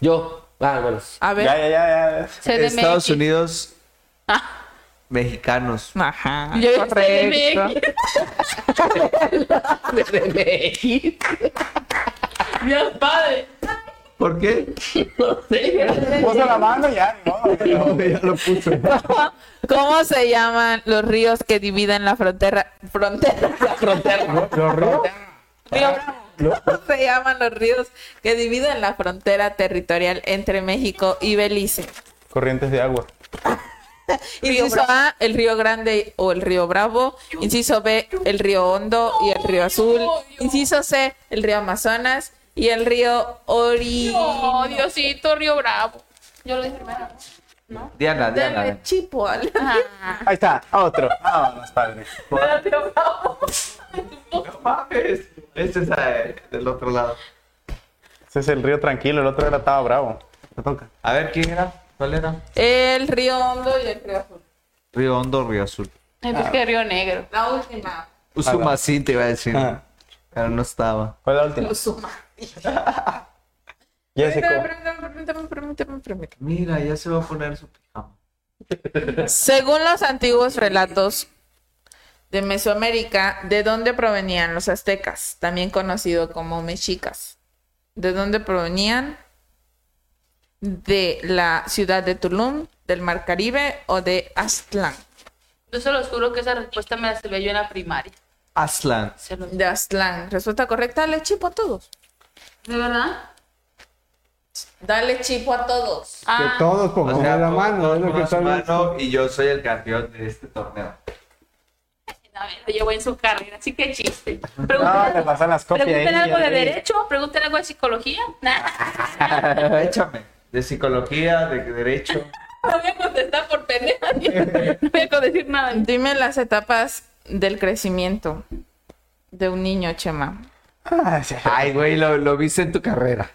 [SPEAKER 1] Yo. Ah, bueno.
[SPEAKER 6] A ver.
[SPEAKER 2] Ya, ya, ya, ya.
[SPEAKER 3] CDMX.
[SPEAKER 4] Estados Unidos
[SPEAKER 3] Ah,
[SPEAKER 4] mexicanos.
[SPEAKER 6] Ajá.
[SPEAKER 3] yo dije
[SPEAKER 6] correcto.
[SPEAKER 3] CDMX. Dios padre.
[SPEAKER 4] ¿Por qué?
[SPEAKER 1] No sé.
[SPEAKER 2] Puso la mano ya, ni modo, pero-
[SPEAKER 4] Ya lo puso.
[SPEAKER 6] ¿Cómo se llaman los ríos que dividen la frontera? Frontera.
[SPEAKER 1] Frontera.
[SPEAKER 5] ¿Los ríos?
[SPEAKER 6] Río Bravo. ¿Cómo se llaman los ríos que dividen la frontera territorial entre México y Belice?
[SPEAKER 2] Corrientes de agua.
[SPEAKER 6] Inciso A, el río Grande o el río Bravo. Inciso B, el río Hondo y el río Azul. Inciso C, el río Amazonas y el río Ori.
[SPEAKER 3] Oh, Diosito, Río Bravo. Yo lo dije primero. ¿No?
[SPEAKER 4] Diana, Diana.
[SPEAKER 6] Dale chipo al-
[SPEAKER 3] Ah,
[SPEAKER 2] Ahí está, otro. Vámonos, padre.
[SPEAKER 3] Río Bravo.
[SPEAKER 4] No mames. Este es eh, del otro lado.
[SPEAKER 2] Ese es el río tranquilo, el otro era estaba bravo. Te toca.
[SPEAKER 4] A ver, ¿quién era? ¿Cuál era?
[SPEAKER 6] El río Hondo y el río Azul.
[SPEAKER 4] Río Hondo, Río Azul.
[SPEAKER 3] Ay,
[SPEAKER 6] Ah.
[SPEAKER 3] pues que Río Negro.
[SPEAKER 6] La última.
[SPEAKER 4] Usumacín te iba a decir.
[SPEAKER 5] Ah.
[SPEAKER 2] Ajá.
[SPEAKER 4] Pero no estaba.
[SPEAKER 2] ¿Cuál es la última?
[SPEAKER 6] Suma.
[SPEAKER 2] Ya se
[SPEAKER 6] Permítame,
[SPEAKER 2] co-
[SPEAKER 6] permítame, permítame, permítame, permítame.
[SPEAKER 4] Mira, ya se va a poner su pijama.
[SPEAKER 6] Según los antiguos relatos, de Mesoamérica, ¿de dónde provenían los aztecas? También conocido como mexicas. ¿De dónde provenían? ¿De la ciudad de Tulum, del Mar Caribe o de Aztlán?
[SPEAKER 3] Yo se los juro que esa respuesta me la sabía yo en la primaria.
[SPEAKER 4] Aslan.
[SPEAKER 3] Se los-
[SPEAKER 6] De Aztlán. Respuesta correcta, le chipo a todos.
[SPEAKER 3] ¿De verdad?
[SPEAKER 6] Dale chipo a todos.
[SPEAKER 3] Ah,
[SPEAKER 5] Que todos
[SPEAKER 4] O
[SPEAKER 5] pongan
[SPEAKER 4] sea,
[SPEAKER 5] la
[SPEAKER 4] tú-
[SPEAKER 5] mano,
[SPEAKER 4] tú
[SPEAKER 5] es lo que
[SPEAKER 4] pones
[SPEAKER 5] está
[SPEAKER 4] tu
[SPEAKER 5] bien.
[SPEAKER 4] mano y yo soy el campeón de este torneo.
[SPEAKER 3] a ver, lo llevo en su carrera, así que chiste. Pregúntenle
[SPEAKER 2] No, te
[SPEAKER 3] algo-
[SPEAKER 2] pasan las copias.
[SPEAKER 3] pregúntenle
[SPEAKER 2] ahí,
[SPEAKER 3] algo de
[SPEAKER 2] ahí.
[SPEAKER 3] derecho, pregúntenle algo de psicología. Nada,
[SPEAKER 4] Échame. De psicología, de derecho.
[SPEAKER 3] no voy a contestar por pendeja. No voy a contestar nada.
[SPEAKER 6] Dime las etapas del crecimiento de un niño, Chema.
[SPEAKER 2] Ah, sí.
[SPEAKER 4] Ay, güey, lo, lo viste en tu carrera.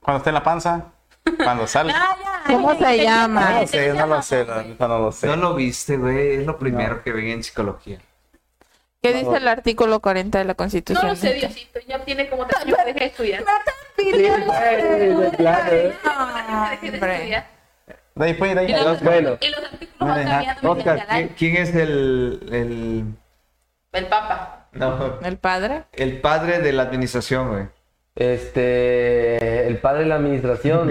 [SPEAKER 2] Cuando está en la panza, cuando sale.
[SPEAKER 6] ¿Cómo se llama?
[SPEAKER 2] No lo sé, no lo sé, la neta no lo sé.
[SPEAKER 4] No lo viste, güey. Es lo primero que ven en psicología.
[SPEAKER 6] ¿Qué dice el artículo 40 de la Constitución?
[SPEAKER 3] No lo sé, Diosito. Ya tiene como tres años que dejé de estudiar. Dejé de
[SPEAKER 6] Hombre.
[SPEAKER 3] estudiar.
[SPEAKER 2] De ahí pues, de ahí.
[SPEAKER 3] Y los,
[SPEAKER 1] Bueno.
[SPEAKER 3] y los artículos van
[SPEAKER 2] Mira,
[SPEAKER 3] cambiando.
[SPEAKER 1] Oscar,
[SPEAKER 3] mediante el
[SPEAKER 4] ¿Qui-
[SPEAKER 3] año.
[SPEAKER 4] ¿Quién es el, el.
[SPEAKER 3] El Papa.
[SPEAKER 4] No.
[SPEAKER 6] ¿El padre?
[SPEAKER 4] El padre de la administración, güey.
[SPEAKER 1] Este, el padre de la administración.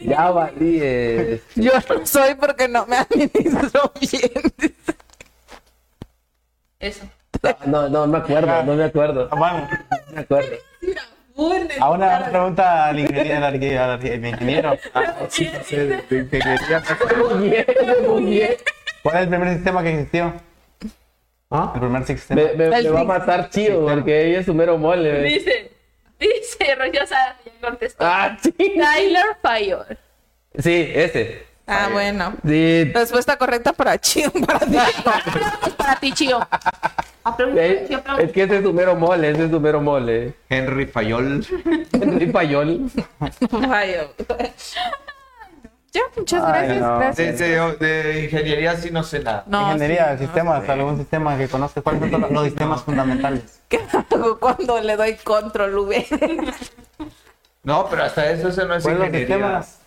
[SPEAKER 1] ya valí. eh,
[SPEAKER 6] Yo no soy porque no me administro bien.
[SPEAKER 3] Eso.
[SPEAKER 1] No, no me acuerdo, no me acuerdo.
[SPEAKER 2] Ah, Bueno,
[SPEAKER 1] No me acuerdo.
[SPEAKER 2] ahora una pregunta al ingeniero. Al, inge- al ingeniero. Ah, ¿Cuál es el primer sistema que existió?
[SPEAKER 5] ¿Ah?
[SPEAKER 2] El primer sistema.
[SPEAKER 1] Me, me- me va a matar chido porque ella es su mero mole. eh.
[SPEAKER 3] Dice, dice, Roger Sara, ya contestó.
[SPEAKER 1] Ah, sí.
[SPEAKER 3] Tyler Fayol.
[SPEAKER 1] Sí, ese.
[SPEAKER 6] Ah, bueno.
[SPEAKER 1] Sí.
[SPEAKER 6] Respuesta correcta para Chim, para ti.
[SPEAKER 3] Es para ti, Chío. A
[SPEAKER 1] eh, Es que ese es su mero mole, ese es su mero mole.
[SPEAKER 4] Henry Fayol.
[SPEAKER 1] Henry Payol.
[SPEAKER 6] Vaya. Ya, muchas gracias.
[SPEAKER 2] no.
[SPEAKER 4] De,
[SPEAKER 6] gracias.
[SPEAKER 4] de- de ingeniería sí no sé nada.
[SPEAKER 6] No,
[SPEAKER 2] Ingeniería,
[SPEAKER 6] sí, no.
[SPEAKER 2] sistemas, algún sistema que conozcas. ¿Cuáles son los- los sistemas fundamentales?
[SPEAKER 6] ¿Qué hago cuando le doy control V?
[SPEAKER 4] No, pero hasta eso, eso no es
[SPEAKER 2] ¿Cuáles son los
[SPEAKER 4] ingeniería.
[SPEAKER 2] sistemas?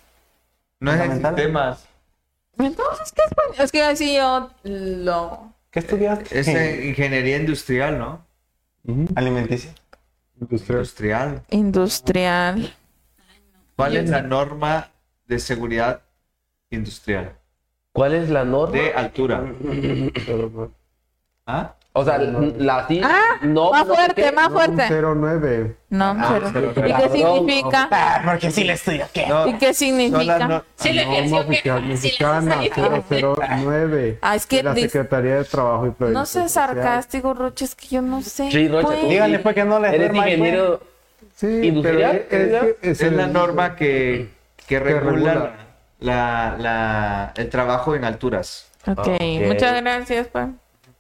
[SPEAKER 4] No es en
[SPEAKER 2] fundamentales?
[SPEAKER 4] sistemas.
[SPEAKER 6] Entonces, ¿qué es bueno? Es que así yo lo...
[SPEAKER 2] ¿Qué estudiaste?
[SPEAKER 4] Es en ingeniería industrial, ¿no?
[SPEAKER 2] Alimenticia.
[SPEAKER 4] Industrial.
[SPEAKER 6] Industrial.
[SPEAKER 4] ¿Cuál es la norma de seguridad industrial?
[SPEAKER 1] ¿Cuál es la norma?
[SPEAKER 4] De altura. ¿Ah?
[SPEAKER 1] O sea, la sí.
[SPEAKER 6] Ah,
[SPEAKER 1] no,
[SPEAKER 6] más
[SPEAKER 1] no sé
[SPEAKER 6] fuerte,
[SPEAKER 1] qué.
[SPEAKER 6] más fuerte.
[SPEAKER 5] 09.
[SPEAKER 6] No,
[SPEAKER 4] Ah,
[SPEAKER 6] pero-
[SPEAKER 4] pero-
[SPEAKER 6] ¿Y qué
[SPEAKER 1] Cabrón.
[SPEAKER 6] significa?
[SPEAKER 2] Ah, porque sí le estudié. ¿Qué?
[SPEAKER 4] No,
[SPEAKER 6] ¿Y qué
[SPEAKER 4] son las
[SPEAKER 6] significa?
[SPEAKER 4] no-
[SPEAKER 3] Sí, le
[SPEAKER 5] Norma
[SPEAKER 3] decía que-
[SPEAKER 5] oficial
[SPEAKER 3] sí, le
[SPEAKER 5] mexicana
[SPEAKER 3] decía-
[SPEAKER 5] 009.
[SPEAKER 6] Ah, es que
[SPEAKER 5] de la
[SPEAKER 6] dis-
[SPEAKER 5] Secretaría de Trabajo y Previsión.
[SPEAKER 6] No sé, sarcástico, Roche, es que yo no sé.
[SPEAKER 1] Sí, Rocha,
[SPEAKER 6] güey.
[SPEAKER 1] tú.
[SPEAKER 2] Díganle, pues, que no le
[SPEAKER 1] Eres
[SPEAKER 2] duerma ahí,
[SPEAKER 1] ingeniero.
[SPEAKER 5] Sí, pero
[SPEAKER 1] ¿Industrial?
[SPEAKER 5] es, que
[SPEAKER 4] es la norma que, que regula,
[SPEAKER 5] regula.
[SPEAKER 4] La, la- el trabajo en alturas.
[SPEAKER 1] Ok.
[SPEAKER 6] ok, muchas gracias, pa.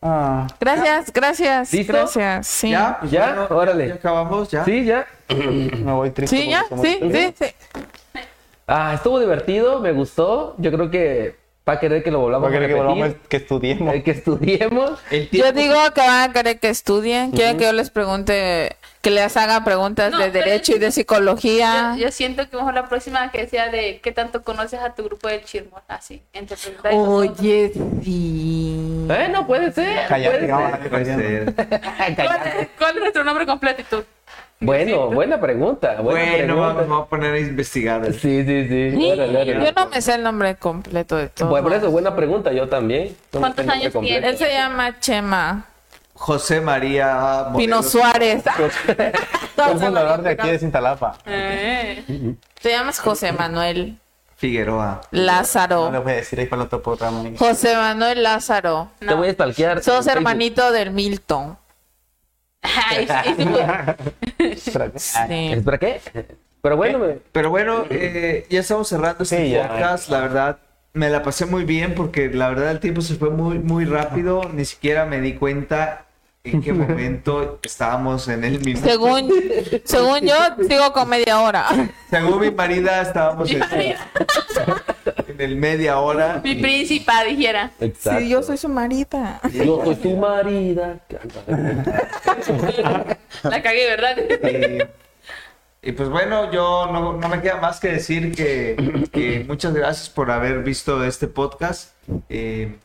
[SPEAKER 2] Ah,
[SPEAKER 6] Gracias, gracias,
[SPEAKER 1] ¿Listo?
[SPEAKER 6] gracias. Sí,
[SPEAKER 4] ¿Ya? Pues
[SPEAKER 1] Ya,
[SPEAKER 4] bueno,
[SPEAKER 1] órale.
[SPEAKER 4] ya acabamos, ya.
[SPEAKER 1] Sí, ya.
[SPEAKER 2] me voy triste.
[SPEAKER 6] sí, ya,
[SPEAKER 2] porque somos-
[SPEAKER 6] sí, sí, sí.
[SPEAKER 1] Ah, estuvo divertido, me gustó. Yo creo que va a querer que lo volvamos
[SPEAKER 2] Porque
[SPEAKER 1] a
[SPEAKER 2] creo que
[SPEAKER 1] repetir.
[SPEAKER 2] volvamos que estudiemos.
[SPEAKER 1] Eh, que estudiemos.
[SPEAKER 4] El
[SPEAKER 6] Yo
[SPEAKER 4] tiempo-
[SPEAKER 6] digo que van a querer que estudien, quieren que yo les pregunte, que les haga preguntas
[SPEAKER 3] No,
[SPEAKER 6] de
[SPEAKER 3] pero-
[SPEAKER 6] derecho y de psicología.
[SPEAKER 3] Yo, yo siento que mejor la próxima que sea de qué tanto conoces a tu grupo del chirmón, así, entre preguntas y nosotros.
[SPEAKER 6] Oye, sí.
[SPEAKER 1] Eh, no puede ser.
[SPEAKER 2] Cállate,
[SPEAKER 1] puede
[SPEAKER 2] vamos a
[SPEAKER 1] ser.
[SPEAKER 2] la
[SPEAKER 4] Puede
[SPEAKER 2] corriente.
[SPEAKER 4] ser.
[SPEAKER 3] ¿Cuál, es- cuál es nuestro nombre completo y tú?
[SPEAKER 1] Bueno, buena pregunta. Buena
[SPEAKER 4] Bueno,
[SPEAKER 1] pregunta.
[SPEAKER 4] vamos, vamos a poner a investigar.
[SPEAKER 1] Sí, sí, sí. Órale, órale.
[SPEAKER 6] Yo no me sé el nombre completo de todo.
[SPEAKER 1] Pues por eso, buena pregunta, yo también. No
[SPEAKER 3] ¿Cuántos
[SPEAKER 1] tengo
[SPEAKER 3] años
[SPEAKER 1] completo.
[SPEAKER 6] Él se llama Chema
[SPEAKER 4] José María
[SPEAKER 6] Pino
[SPEAKER 4] Morelos.
[SPEAKER 6] Suárez.
[SPEAKER 2] Fue el fundador de aquí de Cintalapa.
[SPEAKER 3] Eh,
[SPEAKER 6] Te llamas José Manuel
[SPEAKER 4] Figueroa.
[SPEAKER 2] No le
[SPEAKER 6] Lázaro.
[SPEAKER 2] voy a decir ahí para el otro programa. amigo.
[SPEAKER 6] José Manuel Lázaro.
[SPEAKER 1] Te
[SPEAKER 3] no.
[SPEAKER 1] voy a stalkear.
[SPEAKER 6] Sos
[SPEAKER 1] en Facebook.
[SPEAKER 6] hermanito del Milton.
[SPEAKER 3] Ay, sí, sí, pues.
[SPEAKER 2] Espérate.
[SPEAKER 1] Ah,
[SPEAKER 6] Sí.
[SPEAKER 1] ¿Espera qué? Pero bueno, me-
[SPEAKER 4] Pero bueno, eh, ya estamos cerrando este
[SPEAKER 2] Sí, ya.
[SPEAKER 4] podcast. La verdad, me la pasé muy bien porque la verdad el tiempo se fue muy, muy rápido. Ni siquiera me di cuenta en qué momento estábamos en el mismo.
[SPEAKER 6] Según, según yo, sigo con media hora.
[SPEAKER 4] Según mi marida, estábamos en, en el media hora.
[SPEAKER 3] Mi príncipa dijera.
[SPEAKER 1] Exacto.
[SPEAKER 6] Sí, yo soy su marita.
[SPEAKER 1] Yo soy tu marida.
[SPEAKER 3] La cagué, ¿verdad?
[SPEAKER 4] Eh, Y, pues bueno, yo no, no me queda más que decir que, que muchas gracias por haber visto este podcast. Eh,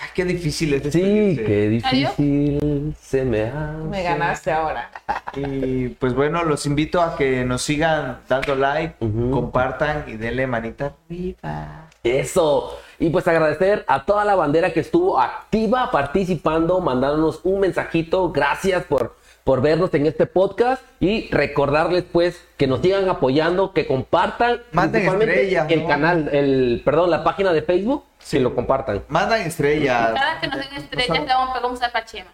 [SPEAKER 4] Ay, qué difícil es
[SPEAKER 1] Sí,
[SPEAKER 4] despedirse.
[SPEAKER 1] qué difícil se me hace.
[SPEAKER 6] Me ganaste ahora.
[SPEAKER 4] Y pues bueno, los invito a que nos sigan dando like,
[SPEAKER 1] Ujú.
[SPEAKER 4] compartan y denle manita.
[SPEAKER 1] Eso. Y pues agradecer a toda la bandera que estuvo activa participando, mandándonos un mensajito. Gracias por, por vernos en este podcast y recordarles pues que nos sigan apoyando, que compartan
[SPEAKER 4] Manden
[SPEAKER 1] principalmente
[SPEAKER 4] estrellas,
[SPEAKER 1] el
[SPEAKER 4] ¿no?
[SPEAKER 1] canal, el perdón, la página de Facebook, que lo compartan.
[SPEAKER 4] Mandan estrellas.
[SPEAKER 3] Cada que nos den estrellas, la vamos a pegar un zapachema.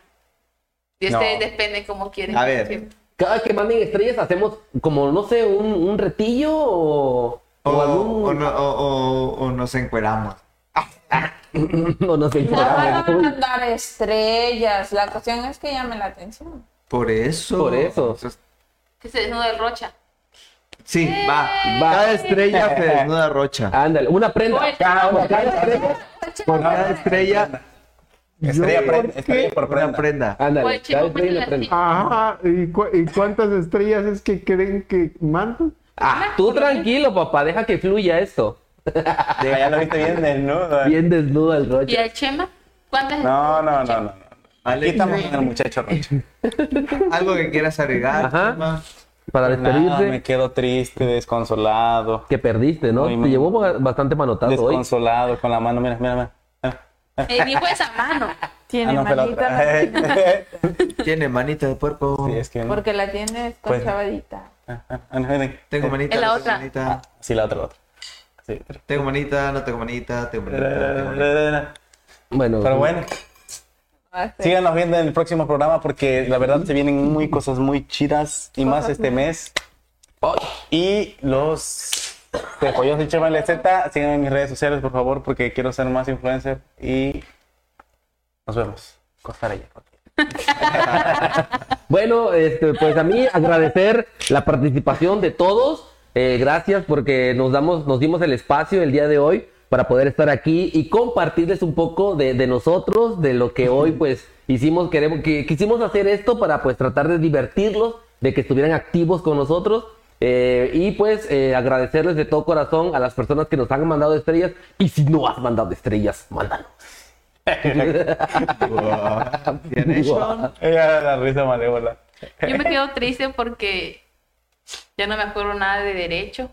[SPEAKER 3] Y
[SPEAKER 2] No.
[SPEAKER 3] ustedes depende como quieren.
[SPEAKER 4] A ver.
[SPEAKER 3] Sí.
[SPEAKER 1] Cada que manden estrellas hacemos como no sé, un, un retillo o,
[SPEAKER 4] O,
[SPEAKER 1] o algún
[SPEAKER 4] o no- o- o- o nos encueramos.
[SPEAKER 1] no, no sé.
[SPEAKER 6] No van a mandar estrellas. La cuestión es que llame la atención.
[SPEAKER 4] Por eso.
[SPEAKER 1] Por eso.
[SPEAKER 3] Que se desnuda el rocha.
[SPEAKER 4] Sí, va.
[SPEAKER 1] Va.
[SPEAKER 4] Cada estrella se desnuda rocha.
[SPEAKER 1] Ándale, una prenda.
[SPEAKER 3] Oye,
[SPEAKER 1] Cada una prenda.
[SPEAKER 6] pues,
[SPEAKER 4] Por cada estrella,
[SPEAKER 2] Estrella, pre-
[SPEAKER 5] ¿por qué?
[SPEAKER 2] estrella por
[SPEAKER 4] una
[SPEAKER 2] prenda.
[SPEAKER 4] prenda.
[SPEAKER 1] Ándale,
[SPEAKER 3] Oye, chico,
[SPEAKER 1] cada estrella una
[SPEAKER 3] métela
[SPEAKER 1] prenda.
[SPEAKER 3] así.
[SPEAKER 5] Ajá, ¿y, cu- y cuántas estrellas es que creen que mandan?
[SPEAKER 1] Ah, tú tranquilo, papá, deja que fluya esto.
[SPEAKER 2] Diga, Ah, ya lo viste bien desnudo. eh.
[SPEAKER 1] Bien desnudo el
[SPEAKER 3] ¿Y
[SPEAKER 1] Rocha.
[SPEAKER 3] al Chema? ¿Cuántas
[SPEAKER 2] No, no, no, no.
[SPEAKER 4] Ale,
[SPEAKER 2] Aquí estamos con el muchacho Rocha.
[SPEAKER 4] algo que quieras agregar.
[SPEAKER 1] Ajá.
[SPEAKER 4] Chema?
[SPEAKER 1] Para
[SPEAKER 2] Nada, me
[SPEAKER 1] despedirse,
[SPEAKER 2] quedo triste, desconsolado.
[SPEAKER 1] que perdiste, ¿no?
[SPEAKER 2] Ay,
[SPEAKER 1] Te
[SPEAKER 2] man.
[SPEAKER 1] llevó ba- bastante manotazo hoy.
[SPEAKER 2] Desconsolado con la mano, mira, mira, mira.
[SPEAKER 3] Eh, ni fue esa mano.
[SPEAKER 6] Tiene
[SPEAKER 2] Ah, fue la
[SPEAKER 6] manita
[SPEAKER 2] otra.
[SPEAKER 6] la-
[SPEAKER 4] Tiene manita de puerco.
[SPEAKER 2] Sí, es que no.
[SPEAKER 6] porque la tienes con
[SPEAKER 2] Pues-
[SPEAKER 6] chavadita.
[SPEAKER 2] Ah, ah, ah, no, ven.
[SPEAKER 4] Tengo manita,
[SPEAKER 3] En la
[SPEAKER 4] no
[SPEAKER 3] otra.
[SPEAKER 4] tengo manita.
[SPEAKER 2] Sí, la otra, la otra. Sí.
[SPEAKER 4] Tengo manita, no tengo manita, tengo manita. tengo manita.
[SPEAKER 1] Bueno,
[SPEAKER 2] Pero bueno, síganos viendo en el próximo programa porque la verdad se vienen muy cosas muy chidas y más este mes. Y los de Pollos de Chema LZ, síganme en mis redes sociales por favor porque quiero ser más influencer y nos vemos. Costar allá.
[SPEAKER 1] Bueno, este, pues a mí agradecer la participación de todos. Eh, gracias porque nos damos, nos dimos el espacio el día de hoy para poder estar aquí y compartirles un poco de, de nosotros, de lo que hoy pues hicimos, queremos, que, quisimos hacer esto para pues tratar de divertirlos, de que estuvieran activos con nosotros. Eh, y pues eh, agradecerles de todo corazón a las personas que nos han mandado estrellas y si no has mandado estrellas, mándanos.
[SPEAKER 4] Bien hecho.
[SPEAKER 2] Ella era la risa malévola.
[SPEAKER 3] Yo me quedo triste porque ya no me acuerdo nada de derecho.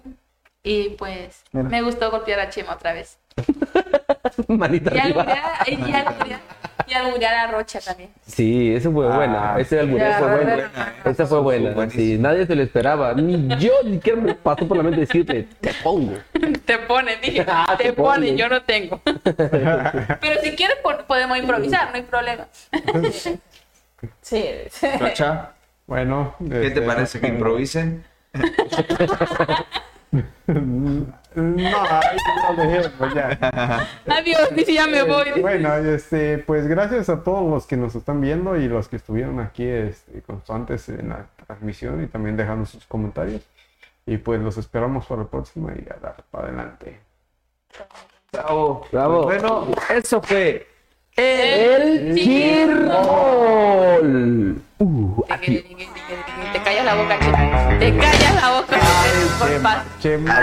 [SPEAKER 3] Y pues me gustó golpear a Chema otra vez.
[SPEAKER 1] Manita
[SPEAKER 3] Y
[SPEAKER 1] arriba.
[SPEAKER 3] alburear, y alburear, y alburear a Rocha también.
[SPEAKER 1] Sí, ese fue buena. Ese albureo
[SPEAKER 6] Ya,
[SPEAKER 1] fue
[SPEAKER 6] re-
[SPEAKER 1] bueno. Esa fue buena.
[SPEAKER 4] buenísimo.
[SPEAKER 1] Sí, nadie se lo esperaba. Ni yo ni siquiera me pasó por la mente decirte, te pongo.
[SPEAKER 3] Te ponen, dije.
[SPEAKER 1] Ah,
[SPEAKER 3] te
[SPEAKER 1] te
[SPEAKER 3] ponen,
[SPEAKER 1] ponen.
[SPEAKER 3] yo no tengo. Pero si quieres po- podemos improvisar, no hay problema.
[SPEAKER 6] Sí.
[SPEAKER 4] Rocha,
[SPEAKER 5] Bueno, este,
[SPEAKER 4] ¿qué te parece que improvisen?
[SPEAKER 5] No, ahí lo dejemos ya.
[SPEAKER 3] Adiós, dice ya me
[SPEAKER 5] Eh,
[SPEAKER 3] voy.
[SPEAKER 5] Bueno, este, pues gracias a todos los que nos están viendo y los que estuvieron aquí este, constantes en la transmisión y también dejando sus comentarios. Y pues los esperamos para la próxima y a dar para adelante.
[SPEAKER 4] Bravo.
[SPEAKER 1] Bravo.
[SPEAKER 4] bueno, eso fue.
[SPEAKER 1] El Chirrol. Uh, aquí.
[SPEAKER 3] Te callas la boca, Chema. Te callas la boca, por favor.
[SPEAKER 5] Chema.